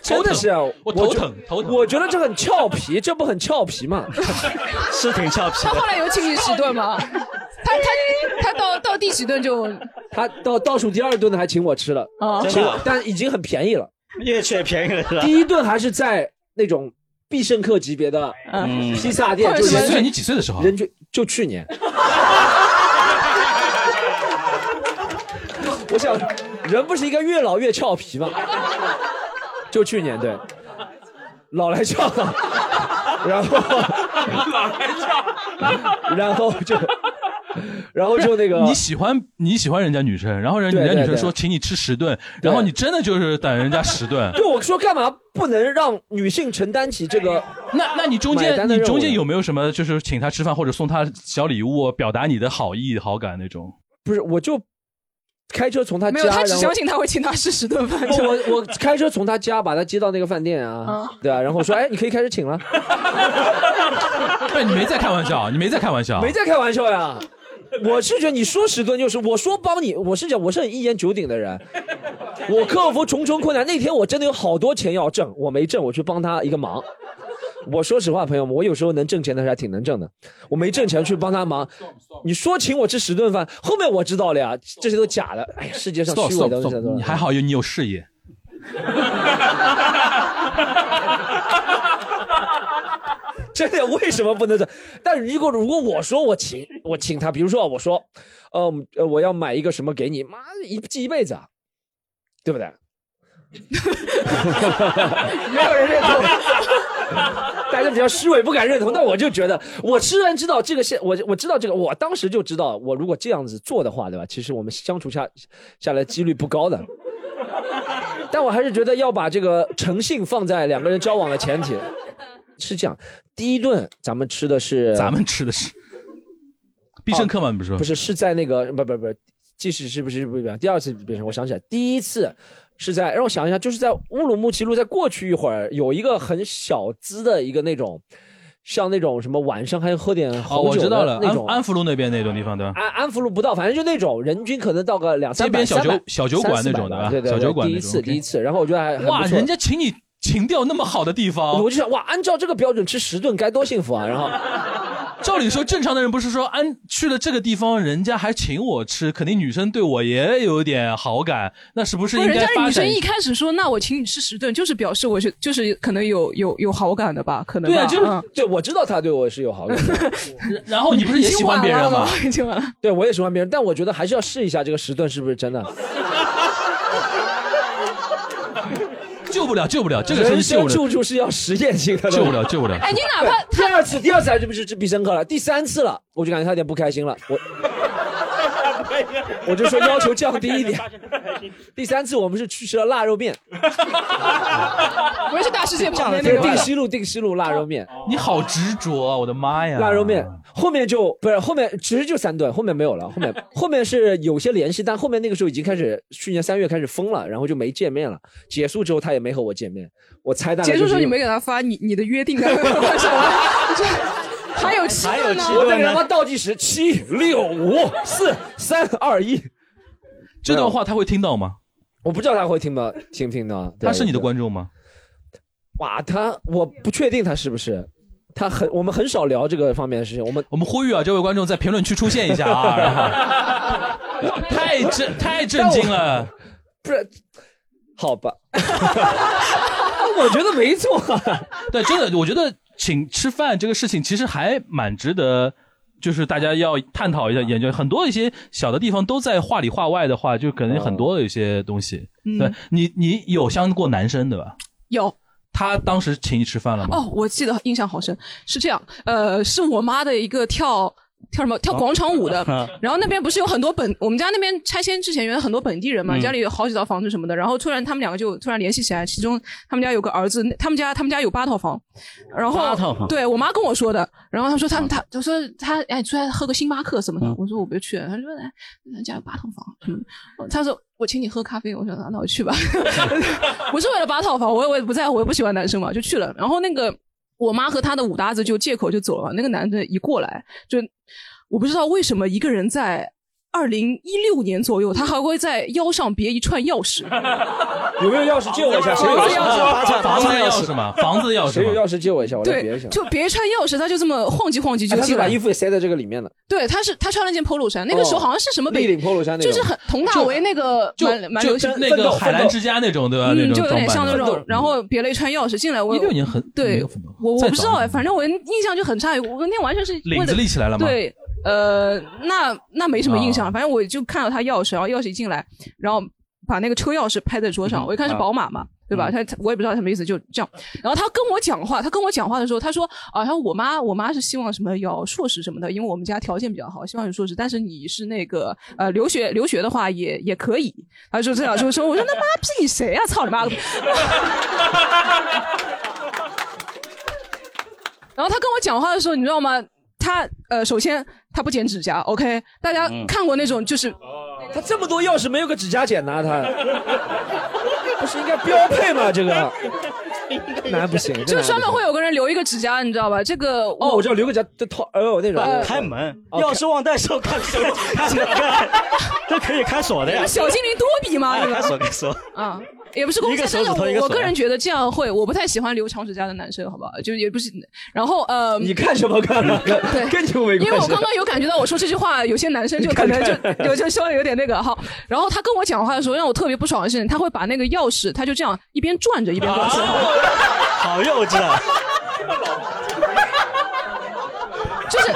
Speaker 2: 真的是啊，
Speaker 3: 我头
Speaker 2: 觉
Speaker 3: 疼头疼
Speaker 2: 我觉得这很俏皮，这不很俏皮吗？
Speaker 6: 是挺俏皮
Speaker 4: 他
Speaker 6: 的
Speaker 4: 后。来有请你十顿吗？他他他到到第几顿就
Speaker 2: 他到倒数第二顿的还请我吃了，
Speaker 4: 啊
Speaker 6: 真
Speaker 2: 请
Speaker 6: 的
Speaker 2: 我
Speaker 6: 啊，
Speaker 2: 但已经很便宜了。
Speaker 6: 越去越便宜了是吧？
Speaker 2: 第一顿还是在那种必胜客级别的
Speaker 6: 嗯
Speaker 2: 披萨店，就
Speaker 4: 或者什
Speaker 3: 几
Speaker 4: 么
Speaker 2: 人
Speaker 3: 岁？
Speaker 2: 均
Speaker 3: 你几岁的时候？
Speaker 2: 人均就 去年。 我想，人不是应该越老越俏皮吗？就去年对，老来俏， 然后老来俏，然后就，然后就那个
Speaker 3: 你喜欢你喜欢人家女生，然后人
Speaker 2: 对
Speaker 3: 人家
Speaker 2: 对
Speaker 3: 女生说
Speaker 2: 对
Speaker 3: 请你吃十顿，然后你真的就是等人家十顿。
Speaker 2: 对我说干嘛不能让女性承担起这个？
Speaker 3: 哎那那你中
Speaker 2: 买
Speaker 3: 间
Speaker 2: 单的
Speaker 3: 你
Speaker 2: 任务
Speaker 3: 中间
Speaker 2: 呢
Speaker 3: 有没有什么就是请她吃饭或者送她小礼物，表达你的好意好感那种？
Speaker 2: 不是，我就开车从他
Speaker 4: 没
Speaker 2: 家，
Speaker 4: 有，他只
Speaker 2: 然后
Speaker 4: 相信他会请他吃十顿饭。
Speaker 2: 不我我开车从他家把他接到那个饭店啊
Speaker 4: 啊，
Speaker 2: 对啊，然后我说，哎，你可以开始请了，
Speaker 3: 对你没在开玩笑，你没在开玩笑，啊
Speaker 2: 没在开玩 笑呀。我是觉得你说十顿就是，我说帮你，我是讲我是很一言九鼎的人，我克服重重困难。那天我真的有好多钱要挣，我没挣，我去帮他一个忙。我说实话，朋友们，我有时候能挣钱的时候还挺能挣的，我没挣钱去帮他忙。你说请我吃十顿饭，后面我知道了呀，这些都假的。哎呀，世界上
Speaker 3: stop
Speaker 2: 虚伪
Speaker 3: stop
Speaker 2: 的东西
Speaker 3: stop，
Speaker 2: 太多
Speaker 3: 你
Speaker 2: 了。
Speaker 3: 还好有你有事业。
Speaker 2: 真的为什么不能整？但是如果如果我说我请我请他，比如说啊我说，呃呃，我要买一个什么给你，妈一记一辈子啊，对不对？ 没有人认 同，大家比较虚伪，不敢认同。但我就觉得，我虽然知道这个现，我我知道这个，我当时就知道，我如果这样子做的话，对吧？其实我们相处下下来几率不高的。但我还是觉得要把这个诚信放在两个人交往的前提。是这样，第一顿咱们吃的是
Speaker 3: 咱们吃的是必胜客吗？你不是说
Speaker 2: 哦不是是在那个不不不，即使是不是不是不是第二次变成我想起来，第一次是在让我想一下，就是在乌鲁木齐路再过去一会儿，有一个很小资的一个那种，像那种什么晚上还喝点
Speaker 3: 哦，
Speaker 2: 红
Speaker 3: 我
Speaker 2: 酒
Speaker 3: 知
Speaker 2: 的
Speaker 3: 道了，
Speaker 2: 那
Speaker 3: 安
Speaker 2: 种。
Speaker 3: 安福路那边那种地方的，
Speaker 2: 安安福路不到，反正就那种人均可能到个两
Speaker 3: 街
Speaker 2: 三
Speaker 3: 边
Speaker 2: 百、
Speaker 3: 小酒
Speaker 2: 300
Speaker 3: 小酒馆那种的
Speaker 2: 300
Speaker 3: 吧
Speaker 2: 对对
Speaker 3: 小
Speaker 2: 对，
Speaker 3: 酒馆
Speaker 2: 第
Speaker 3: 那
Speaker 2: 一
Speaker 3: 种
Speaker 2: 次
Speaker 3: OK
Speaker 2: 第一次，然后我觉哎得还很
Speaker 3: 哇，
Speaker 2: 不错
Speaker 3: 人家哦请你情调那么好的地方
Speaker 2: 我，就想哇，按照这个标准吃十顿该多幸福啊！然后
Speaker 3: 照理说，正常的人不是说，安去了这个地方，人家还请我吃，肯定女生对我也有点好感，那是不是
Speaker 4: 不
Speaker 3: 应
Speaker 4: 是人
Speaker 3: 该
Speaker 4: 家
Speaker 3: 发
Speaker 4: 女
Speaker 3: 展
Speaker 4: 生一开始说，那我请你吃十顿，就是表示我是就是可能有有有好感的吧，可能吧
Speaker 2: 对啊，就是、
Speaker 4: 嗯
Speaker 2: 对，我知道他对我是有好感 的。
Speaker 3: 然后你不是也喜欢别人吗
Speaker 4: 已经完了，
Speaker 2: 对我也喜欢别人，但我觉得还是要试一下这个时段是不是真的。
Speaker 3: 救不了，救不了，这个
Speaker 2: 人
Speaker 3: 是救
Speaker 2: 生
Speaker 3: 不了，
Speaker 2: 处处是要实验性的，
Speaker 3: 救不了，救不了。
Speaker 4: 哎，你哪怕
Speaker 2: 第二次，第二次还是不是这必深刻了？第三次了，我就感觉他有点不开心了。我我就说要求降低 一点。第三次我们是去吃了腊 肉面，
Speaker 4: 不是大世界旁边那
Speaker 2: 对，
Speaker 4: 个
Speaker 2: 定西路定西路腊肉面，
Speaker 3: 哦你好执着啊！我的妈呀！
Speaker 2: 腊肉面后面就不是后面，其实就三顿，后面没有了。后面 后面是有些联系，但后面那个时候已经开始，去年三月开始封了，然后就没见面了。结束之后他也没和我见面，我猜大
Speaker 4: 结
Speaker 2: 概就
Speaker 4: 束
Speaker 2: 是
Speaker 4: 时候你
Speaker 2: 因为
Speaker 4: 没给他发你你的约定啊， 我想了这还有七个呢，
Speaker 2: 我在给他妈倒计时，七六五四三二一。
Speaker 3: 这段话他会听到吗？
Speaker 2: 我不知道他会听不听不听到。对
Speaker 3: 他是你的观众吗？
Speaker 2: 哇，他我不确定他是不是，他很我们很少聊这个方面的事情。我们
Speaker 3: 我们呼吁啊，这位观众在评论区 出现一下啊！然 后太震太震惊了，
Speaker 2: 不是好 吧？我觉得没错、啊。
Speaker 3: 对，真的，我觉得请吃饭这个事情其实还蛮值得，就是大家要探讨一下、研究很多一些小的地方都在话里话外的话，就可能有很多的一些东西。
Speaker 4: 嗯
Speaker 3: 对你，你有相过男生对吧？
Speaker 4: 有。
Speaker 3: 他当时请你吃饭了吗？
Speaker 4: 哦，我记得印象好深，是这样，呃，是我妈的一个跳跳什么跳广场舞的，
Speaker 2: 哦
Speaker 4: 然后那边不是有很多本，我们家那边拆迁之前原来很多本地人嘛，
Speaker 7: 嗯
Speaker 4: 家里有好几套房子什么的，然后突然他们两个就突然联系起来，其中他们家有个儿子，那他们家他们家有八套房，然后
Speaker 7: 八套房
Speaker 4: 对我妈跟我说的，然后她说他
Speaker 2: 嗯
Speaker 4: 们他她说她哎出来喝个星巴克什么的，我说我不去，她说哎人家有八套房什么的，她说我请你喝咖啡，我说啊那我去吧， 我是为了八套房，我也我也不在乎，我也不喜欢男生嘛，就去了。然后那个我妈和她的五搭子就借口就走了，那个男的一过来，就我不知道为什么一个人在二零一六年左右，他还会在腰上别一串钥匙，
Speaker 2: 有没有钥匙借我一下？谁有
Speaker 4: 房
Speaker 2: 钥
Speaker 4: 子
Speaker 2: 匙？
Speaker 4: 钥匙啊
Speaker 2: 房
Speaker 3: 房
Speaker 2: 子
Speaker 3: 子的
Speaker 2: 钥啊
Speaker 3: 钥匙吗？房子的钥匙吗
Speaker 2: 谁有钥匙借我一下？我来别
Speaker 4: 对
Speaker 2: 一下，。
Speaker 4: 就别一串钥匙，他就这么晃叽晃叽
Speaker 2: 哎
Speaker 4: 就
Speaker 2: 他是
Speaker 4: 进
Speaker 2: 把
Speaker 4: 来。
Speaker 2: 衣服也塞在这个里面的。
Speaker 4: 对，他是他穿了件 polo 衫，那个时候好像是什么北
Speaker 2: 哦立领 polo 衫那
Speaker 4: 就
Speaker 2: 种
Speaker 4: 是很佟大为那个蛮蛮
Speaker 3: 就
Speaker 4: 流行
Speaker 3: 就
Speaker 4: 的
Speaker 3: 那个海澜之家那种对吧？啊那
Speaker 4: 嗯，
Speaker 3: 种
Speaker 4: 就有点像
Speaker 3: 装扮
Speaker 4: 那
Speaker 3: 的
Speaker 4: 种，然后别了一串钥匙进来，我
Speaker 3: 16年很没
Speaker 4: 对
Speaker 3: 有很多，
Speaker 4: 我
Speaker 3: 再
Speaker 4: 我不知道
Speaker 3: 早一
Speaker 4: 哎，
Speaker 3: 点
Speaker 4: 反正我印象就很差，我那完全是为
Speaker 3: 领子
Speaker 4: 了
Speaker 3: 立起来了吗？啊
Speaker 4: 对，呃，那那没什么印象，反正我就看到他钥匙，然后钥匙一进来，然后把那个车钥匙拍在桌
Speaker 3: 嗯
Speaker 4: 上，我一看
Speaker 3: 啊
Speaker 4: 是宝马嘛。对吧？他他我也不知道什么意思，就这样。然后他跟我讲话，他跟我讲话的时候，他说啊，他说我妈我妈是希望什么有硕士什么的，因为我们家条件比较好，希望有硕士。但是你是那个呃留学留学的话也也可以。他说这样说说，我说那妈 逼你谁呀、操你妈！然后他跟我讲话的时候，你知道吗？他呃，首先他不剪指甲，OK，大家看过那种就是、
Speaker 2: 他这么多钥匙，没有个指甲剪呐、
Speaker 6: 嗯哎
Speaker 2: 他不是应该标配吗？这个男不行，这
Speaker 4: 就
Speaker 2: 男
Speaker 4: 专
Speaker 2: 不
Speaker 4: 门
Speaker 2: 行
Speaker 4: 会有个人留一个指甲，你知道吧？这个
Speaker 2: 哦，我知道留个指甲这套哦那种
Speaker 4: 呃
Speaker 6: 开门，
Speaker 2: 哦
Speaker 6: 钥匙忘带手，看手机，看门看，这可以开锁的呀，
Speaker 4: 小精灵多比嘛，
Speaker 6: 哎
Speaker 4: 对
Speaker 6: 开
Speaker 4: 吧？
Speaker 6: 锁开锁。
Speaker 4: 啊，也不是公
Speaker 6: 一
Speaker 4: 开
Speaker 6: 个，手
Speaker 4: 但是
Speaker 6: 指头一个
Speaker 4: 我我
Speaker 6: 手啊
Speaker 4: 个人觉得这样会，我不太喜欢留长指甲的男生，好不好？就也不是，然后呃，
Speaker 2: 你看什么看嘛？跟
Speaker 4: 对
Speaker 2: 跟你又没
Speaker 4: 因为
Speaker 2: 关
Speaker 4: 我
Speaker 2: 系
Speaker 4: 刚。刚有感觉到我说这句话，有些男生就可能就有就稍微有点那个好。然后他跟我讲话的时候，让我特别不爽的是，他会把那个钥匙，他就这样一边转着一边跟我说话。
Speaker 6: 啊好幼稚 啊！
Speaker 4: 就是。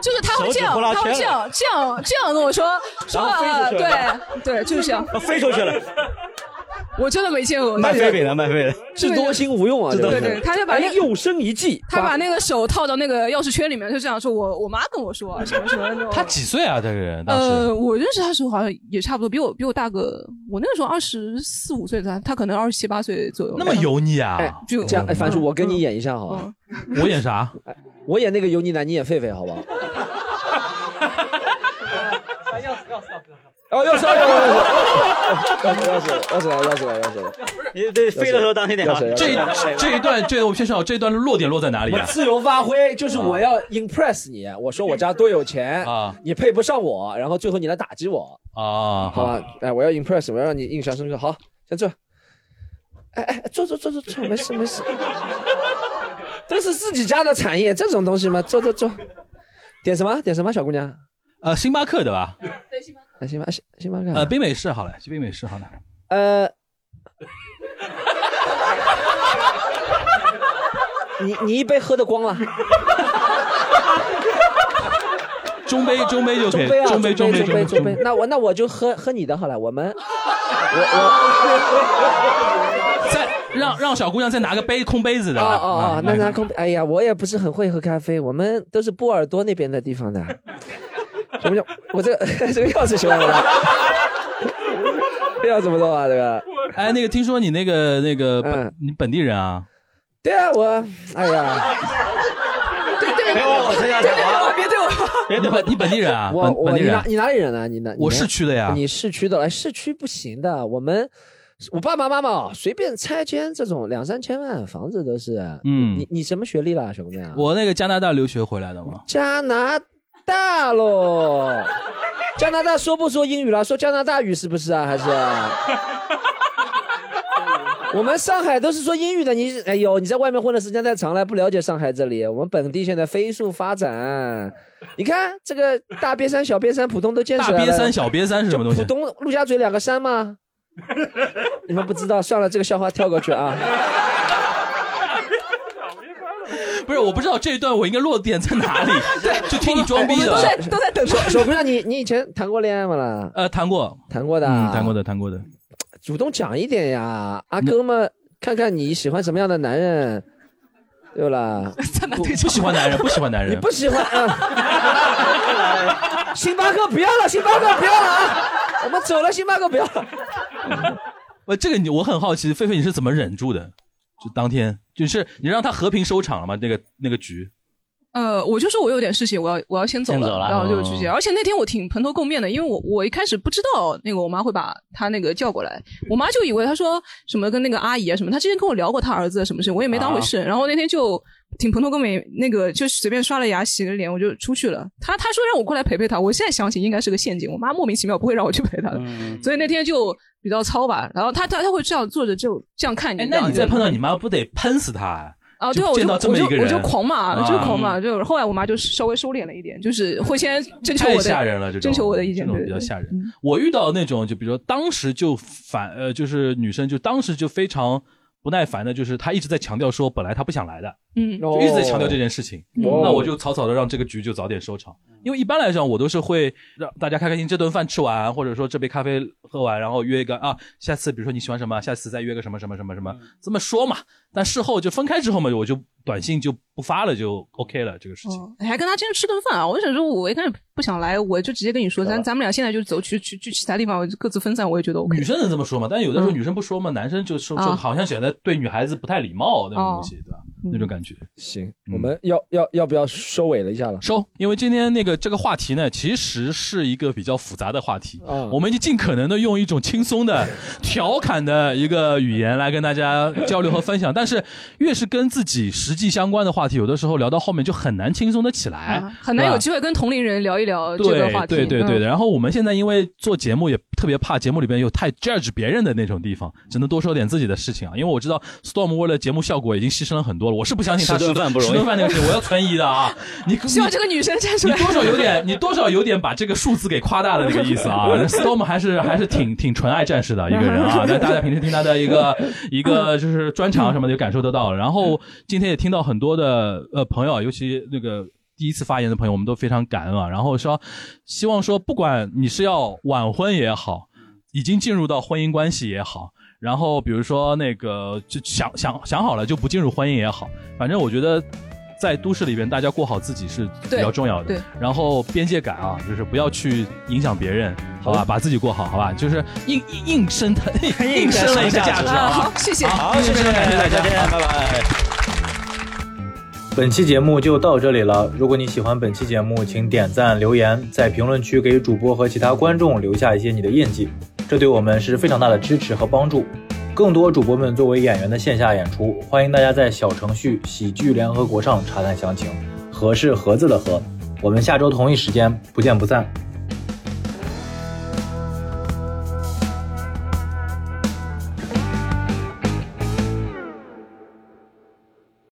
Speaker 4: 就是他会这样，
Speaker 6: 手指呼啦
Speaker 4: 他
Speaker 6: 圈
Speaker 4: 会
Speaker 6: 了
Speaker 4: 这样，这样，这样跟我说说，
Speaker 6: 然后飞出
Speaker 4: 呃
Speaker 6: 去了啊
Speaker 4: 对对，就是这样。
Speaker 6: 飞出去了，
Speaker 4: 我真的没见过，
Speaker 6: 卖飞饼的，卖飞饼。
Speaker 2: 智多星无用啊！
Speaker 6: 智多
Speaker 2: 这
Speaker 6: 星
Speaker 2: 个
Speaker 4: 对对他就把那
Speaker 2: 哎又生一计，
Speaker 4: 他把那个手套到那个钥匙圈里面，就这样说。我我妈跟我说啊什么什么那种。
Speaker 3: 他几岁啊？这个人当时
Speaker 4: 呃，我认识他的时候好像也差不多，比我比我大个，我那个时候二十四五岁，他他可能二十七八岁左右。
Speaker 3: 那么油腻
Speaker 2: 哎
Speaker 3: 啊？
Speaker 4: 就
Speaker 2: 这样哎，樊叔，
Speaker 4: 嗯
Speaker 2: 我跟你演一下好吧？
Speaker 3: 我演啥？
Speaker 2: 我演那个油腻男，你演狒狒好不好？哦，钥匙，钥匙，钥匙，钥匙，钥匙，钥匙来，钥匙来，
Speaker 6: 你对飞的时候当心点啊！
Speaker 2: 要
Speaker 3: 这
Speaker 2: 谁要
Speaker 3: 这一段，这我先说，这一段落点落在哪里
Speaker 2: 我
Speaker 3: 啊？
Speaker 2: 自由发挥，就是我要 impress 你，我说我家多有钱
Speaker 3: 啊
Speaker 2: 你配不上我，然后最后你来打击我，
Speaker 3: 啊，
Speaker 2: 好吧？哎，我要 impress，我要让你印象深刻。好，先坐。哎哎，坐坐坐坐坐，没事没事。 这是自己家的产业，这种东西吗？做做做，点什么？点什么？小姑娘，
Speaker 3: 呃，星巴克对吧？
Speaker 2: 啊星巴星星巴克，
Speaker 3: 呃，冰美式好了，去冰美式好了。
Speaker 2: 呃， 你你一杯喝得光了，
Speaker 3: 中杯中杯就可以
Speaker 2: 中杯，啊，
Speaker 3: 中
Speaker 2: 杯
Speaker 3: 杯中杯
Speaker 2: 中中杯
Speaker 3: 中杯
Speaker 2: 杯，那我那我就喝喝你的好了，我们
Speaker 3: 再让让小姑娘再拿个杯空杯子的
Speaker 2: 哦
Speaker 3: 啊。
Speaker 2: 哦
Speaker 3: 啊
Speaker 2: 哦，那拿空，哎呀，我也不是很会喝咖啡，我们都是波尔多那边的地方的。什么叫我这个 这个钥匙学完了吧？这要怎么弄啊？这个？嗯
Speaker 3: 哎，那个听说你那个那个本你本地人啊？
Speaker 2: 对啊，我哎呀，
Speaker 4: 对对，别
Speaker 6: 往我身上
Speaker 4: 对对对，别对我。
Speaker 3: 你本你本地人啊？
Speaker 2: 我
Speaker 3: 本
Speaker 2: 我
Speaker 3: 本地
Speaker 2: 你
Speaker 3: 人
Speaker 2: 哪
Speaker 3: 啊。
Speaker 2: 你哪里人啊？你哪？
Speaker 3: 我
Speaker 2: 你哪
Speaker 3: 市区的呀
Speaker 2: 你市区的，哎，市区不行的。我们我爸爸妈妈哦，随便拆迁这种两三千万房子都是。
Speaker 3: 嗯
Speaker 2: 你，你什么学历啦，小姑娘？
Speaker 3: 我那个加拿大留学回来的嘛。
Speaker 2: 加拿大喽，加拿大说不说英语了？说加拿大语是不是啊？还是？ 我们上海都是说英语的，你哎呦，你在外面混的时间太长了，不了解上海这里。我们本地现在飞速发展，你看这个大别山、小别山，浦东都建
Speaker 3: 大
Speaker 2: 起来了。
Speaker 3: 瘪三、小瘪三是什么东西
Speaker 2: 浦？东陆家嘴两个山吗？ 你们不知道，算了，这个笑话跳过去啊。
Speaker 3: 不是，我不知道这一段我应该落点在哪 里。对，就听你装逼
Speaker 4: 都
Speaker 3: 的。
Speaker 4: 在都在等
Speaker 2: 小小姑娘，啊你你以前谈过恋爱吗啦？
Speaker 3: 呃，谈过，
Speaker 2: 谈过的、啊
Speaker 3: 嗯，谈过的，谈过的。嗯
Speaker 2: 主动讲一点呀，阿哥们，看看你喜欢什么样的男人，对不啦？
Speaker 3: 不不喜欢男人，不喜欢男
Speaker 2: 你
Speaker 3: 人。
Speaker 2: 不喜欢啊？星巴克不要了，星巴克不要了啊！我们走了，星巴克不要了。
Speaker 3: 不，这个你我很好奇，狒狒你是怎么忍住的？就当天，就是你让他和平收场了吗？那个那个局，
Speaker 4: 呃，我就说我有点事情，我要我要先走了，
Speaker 6: 先走了
Speaker 4: 然后
Speaker 3: 哦
Speaker 4: 就去接。而且那天我挺蓬头垢面的，因为我我一开始不知道那个我妈会把她那个叫过来，我妈就以为她说什么跟那个阿姨啊什么，她之前跟我聊过她儿子啊的什么事，我也没当
Speaker 3: 啊
Speaker 4: 回事。然后那天就挺蓬头垢面，那个就随便刷了牙、洗了脸，我就出去了。她她说让我过来陪陪她，我现在想起应该是个陷阱，我妈莫名其妙不会让我去陪她的，
Speaker 3: 嗯
Speaker 4: 所以那天就比较糙吧。然后她她她会这样坐着就这样看你
Speaker 3: 哎，，
Speaker 4: 这
Speaker 3: 那
Speaker 4: 样
Speaker 3: 你再
Speaker 4: 就
Speaker 3: 碰到你妈，不得喷死她？
Speaker 4: 啊，
Speaker 3: 就
Speaker 4: 对啊，我
Speaker 3: 见
Speaker 4: 就
Speaker 3: 到这么
Speaker 4: 我就
Speaker 3: 一个人
Speaker 4: 我就狂骂，
Speaker 3: 啊
Speaker 4: 就是狂骂，就后来我妈就稍微收敛了一点，就是会先征求
Speaker 3: 太
Speaker 4: 我
Speaker 3: 吓
Speaker 4: 的
Speaker 3: 人了，这种
Speaker 4: 征求我的意见，
Speaker 3: 这种
Speaker 4: 对
Speaker 3: 比较吓人。
Speaker 4: 嗯
Speaker 3: 我遇到那种，就比如说当时就反呃，就是女生就当时就非常不耐烦的，就是她一直在强调说本来她不想来的，
Speaker 4: 嗯
Speaker 3: 就一直在强调这件事情。
Speaker 2: 哦
Speaker 3: 那我就草草的让这个局就早点收场，因为一般来讲我都是会让大家开开心，这顿饭吃完，或者说这杯咖啡喝完，然后约一个啊，下次比如说你喜欢什么，下次再约个什么什么什么什么，
Speaker 4: 嗯
Speaker 3: 这么说嘛。但事后就分开之后嘛，我就短信就不发了，就 OK 了这个事情。
Speaker 4: 哦，还跟他今天吃顿饭啊！我想说，我一开始不想来，我就直接跟你说，咱咱们俩现在就走去去去其他地方，我就各自分散，我也觉得 OK
Speaker 3: 女。生能这么说嘛？但有的时候
Speaker 4: 嗯
Speaker 3: 女生不说嘛，男生就说
Speaker 4: 啊
Speaker 3: 说好像显得对女孩子不太礼貌那种东西，对吧？
Speaker 4: 嗯
Speaker 3: 那种感觉。
Speaker 2: 哦行，我们要要要不要收尾了一下了？
Speaker 3: 收，因为今天那个这个话题呢，其实是一个比较复杂的话题。
Speaker 2: 啊
Speaker 3: 我们就尽可能的用一种轻松的、调侃的一个语言来跟大家交流和分享。但是，越是跟自己实际相关的话题，有的时候聊到后面就很难轻松的起来，
Speaker 4: 啊很难有
Speaker 3: 对吧
Speaker 4: 机会跟同龄人聊一聊这个话题。
Speaker 3: 对对对对
Speaker 4: 嗯
Speaker 3: 的。然后我们现在因为做节目也特别怕节目里边有太 judge 别人的那种地方，只能多说点自己的事情啊。因为我知道 Storm 为了节目效果已经牺牲了很多了，我是不相信他
Speaker 6: 十顿饭不容易
Speaker 3: 十顿饭那个 事情，我要存疑的啊。你你
Speaker 4: 希望这个女生站出
Speaker 3: 你
Speaker 4: 来。
Speaker 3: 多少有点，你多少有点把这个数字给夸大的那个意思啊。Storm 还是还是挺挺纯爱战士的一个人啊，但大家平时听他的一个 一个就是专场什么的，就感受得到了。然
Speaker 4: 嗯
Speaker 3: 后今天也听到很多的呃朋友，尤其那个。第一次发言的朋友，我们都非常感恩啊。然后说，希望说，不管你是要晚婚也好，已经进入到婚姻关系也好，然后比如说那个就想想想好了就不进入婚姻也好，反正我觉得在都市里边，大家过好自己是比较
Speaker 4: 对
Speaker 3: 重要的。
Speaker 4: 对
Speaker 3: 然后边界感啊，就是不要去影响别人，好吧，把自己过好，好吧，就是硬硬硬升腾，硬升了一下价值
Speaker 4: 啊，
Speaker 3: 啊。
Speaker 4: 好，谢谢。
Speaker 3: 好，谢谢感谢大家，拜拜。
Speaker 1: 本期节目就到这里了。如果你喜欢本期节目，请点赞、留言，在评论区给主播和其他观众留下一些你的印记，这对我们是非常大的支持和帮助。更多主播们作为演员的线下演出，欢迎大家在小程序“喜剧联合国”上查看详情。和是盒子的和，我们下周同一时间不见不散。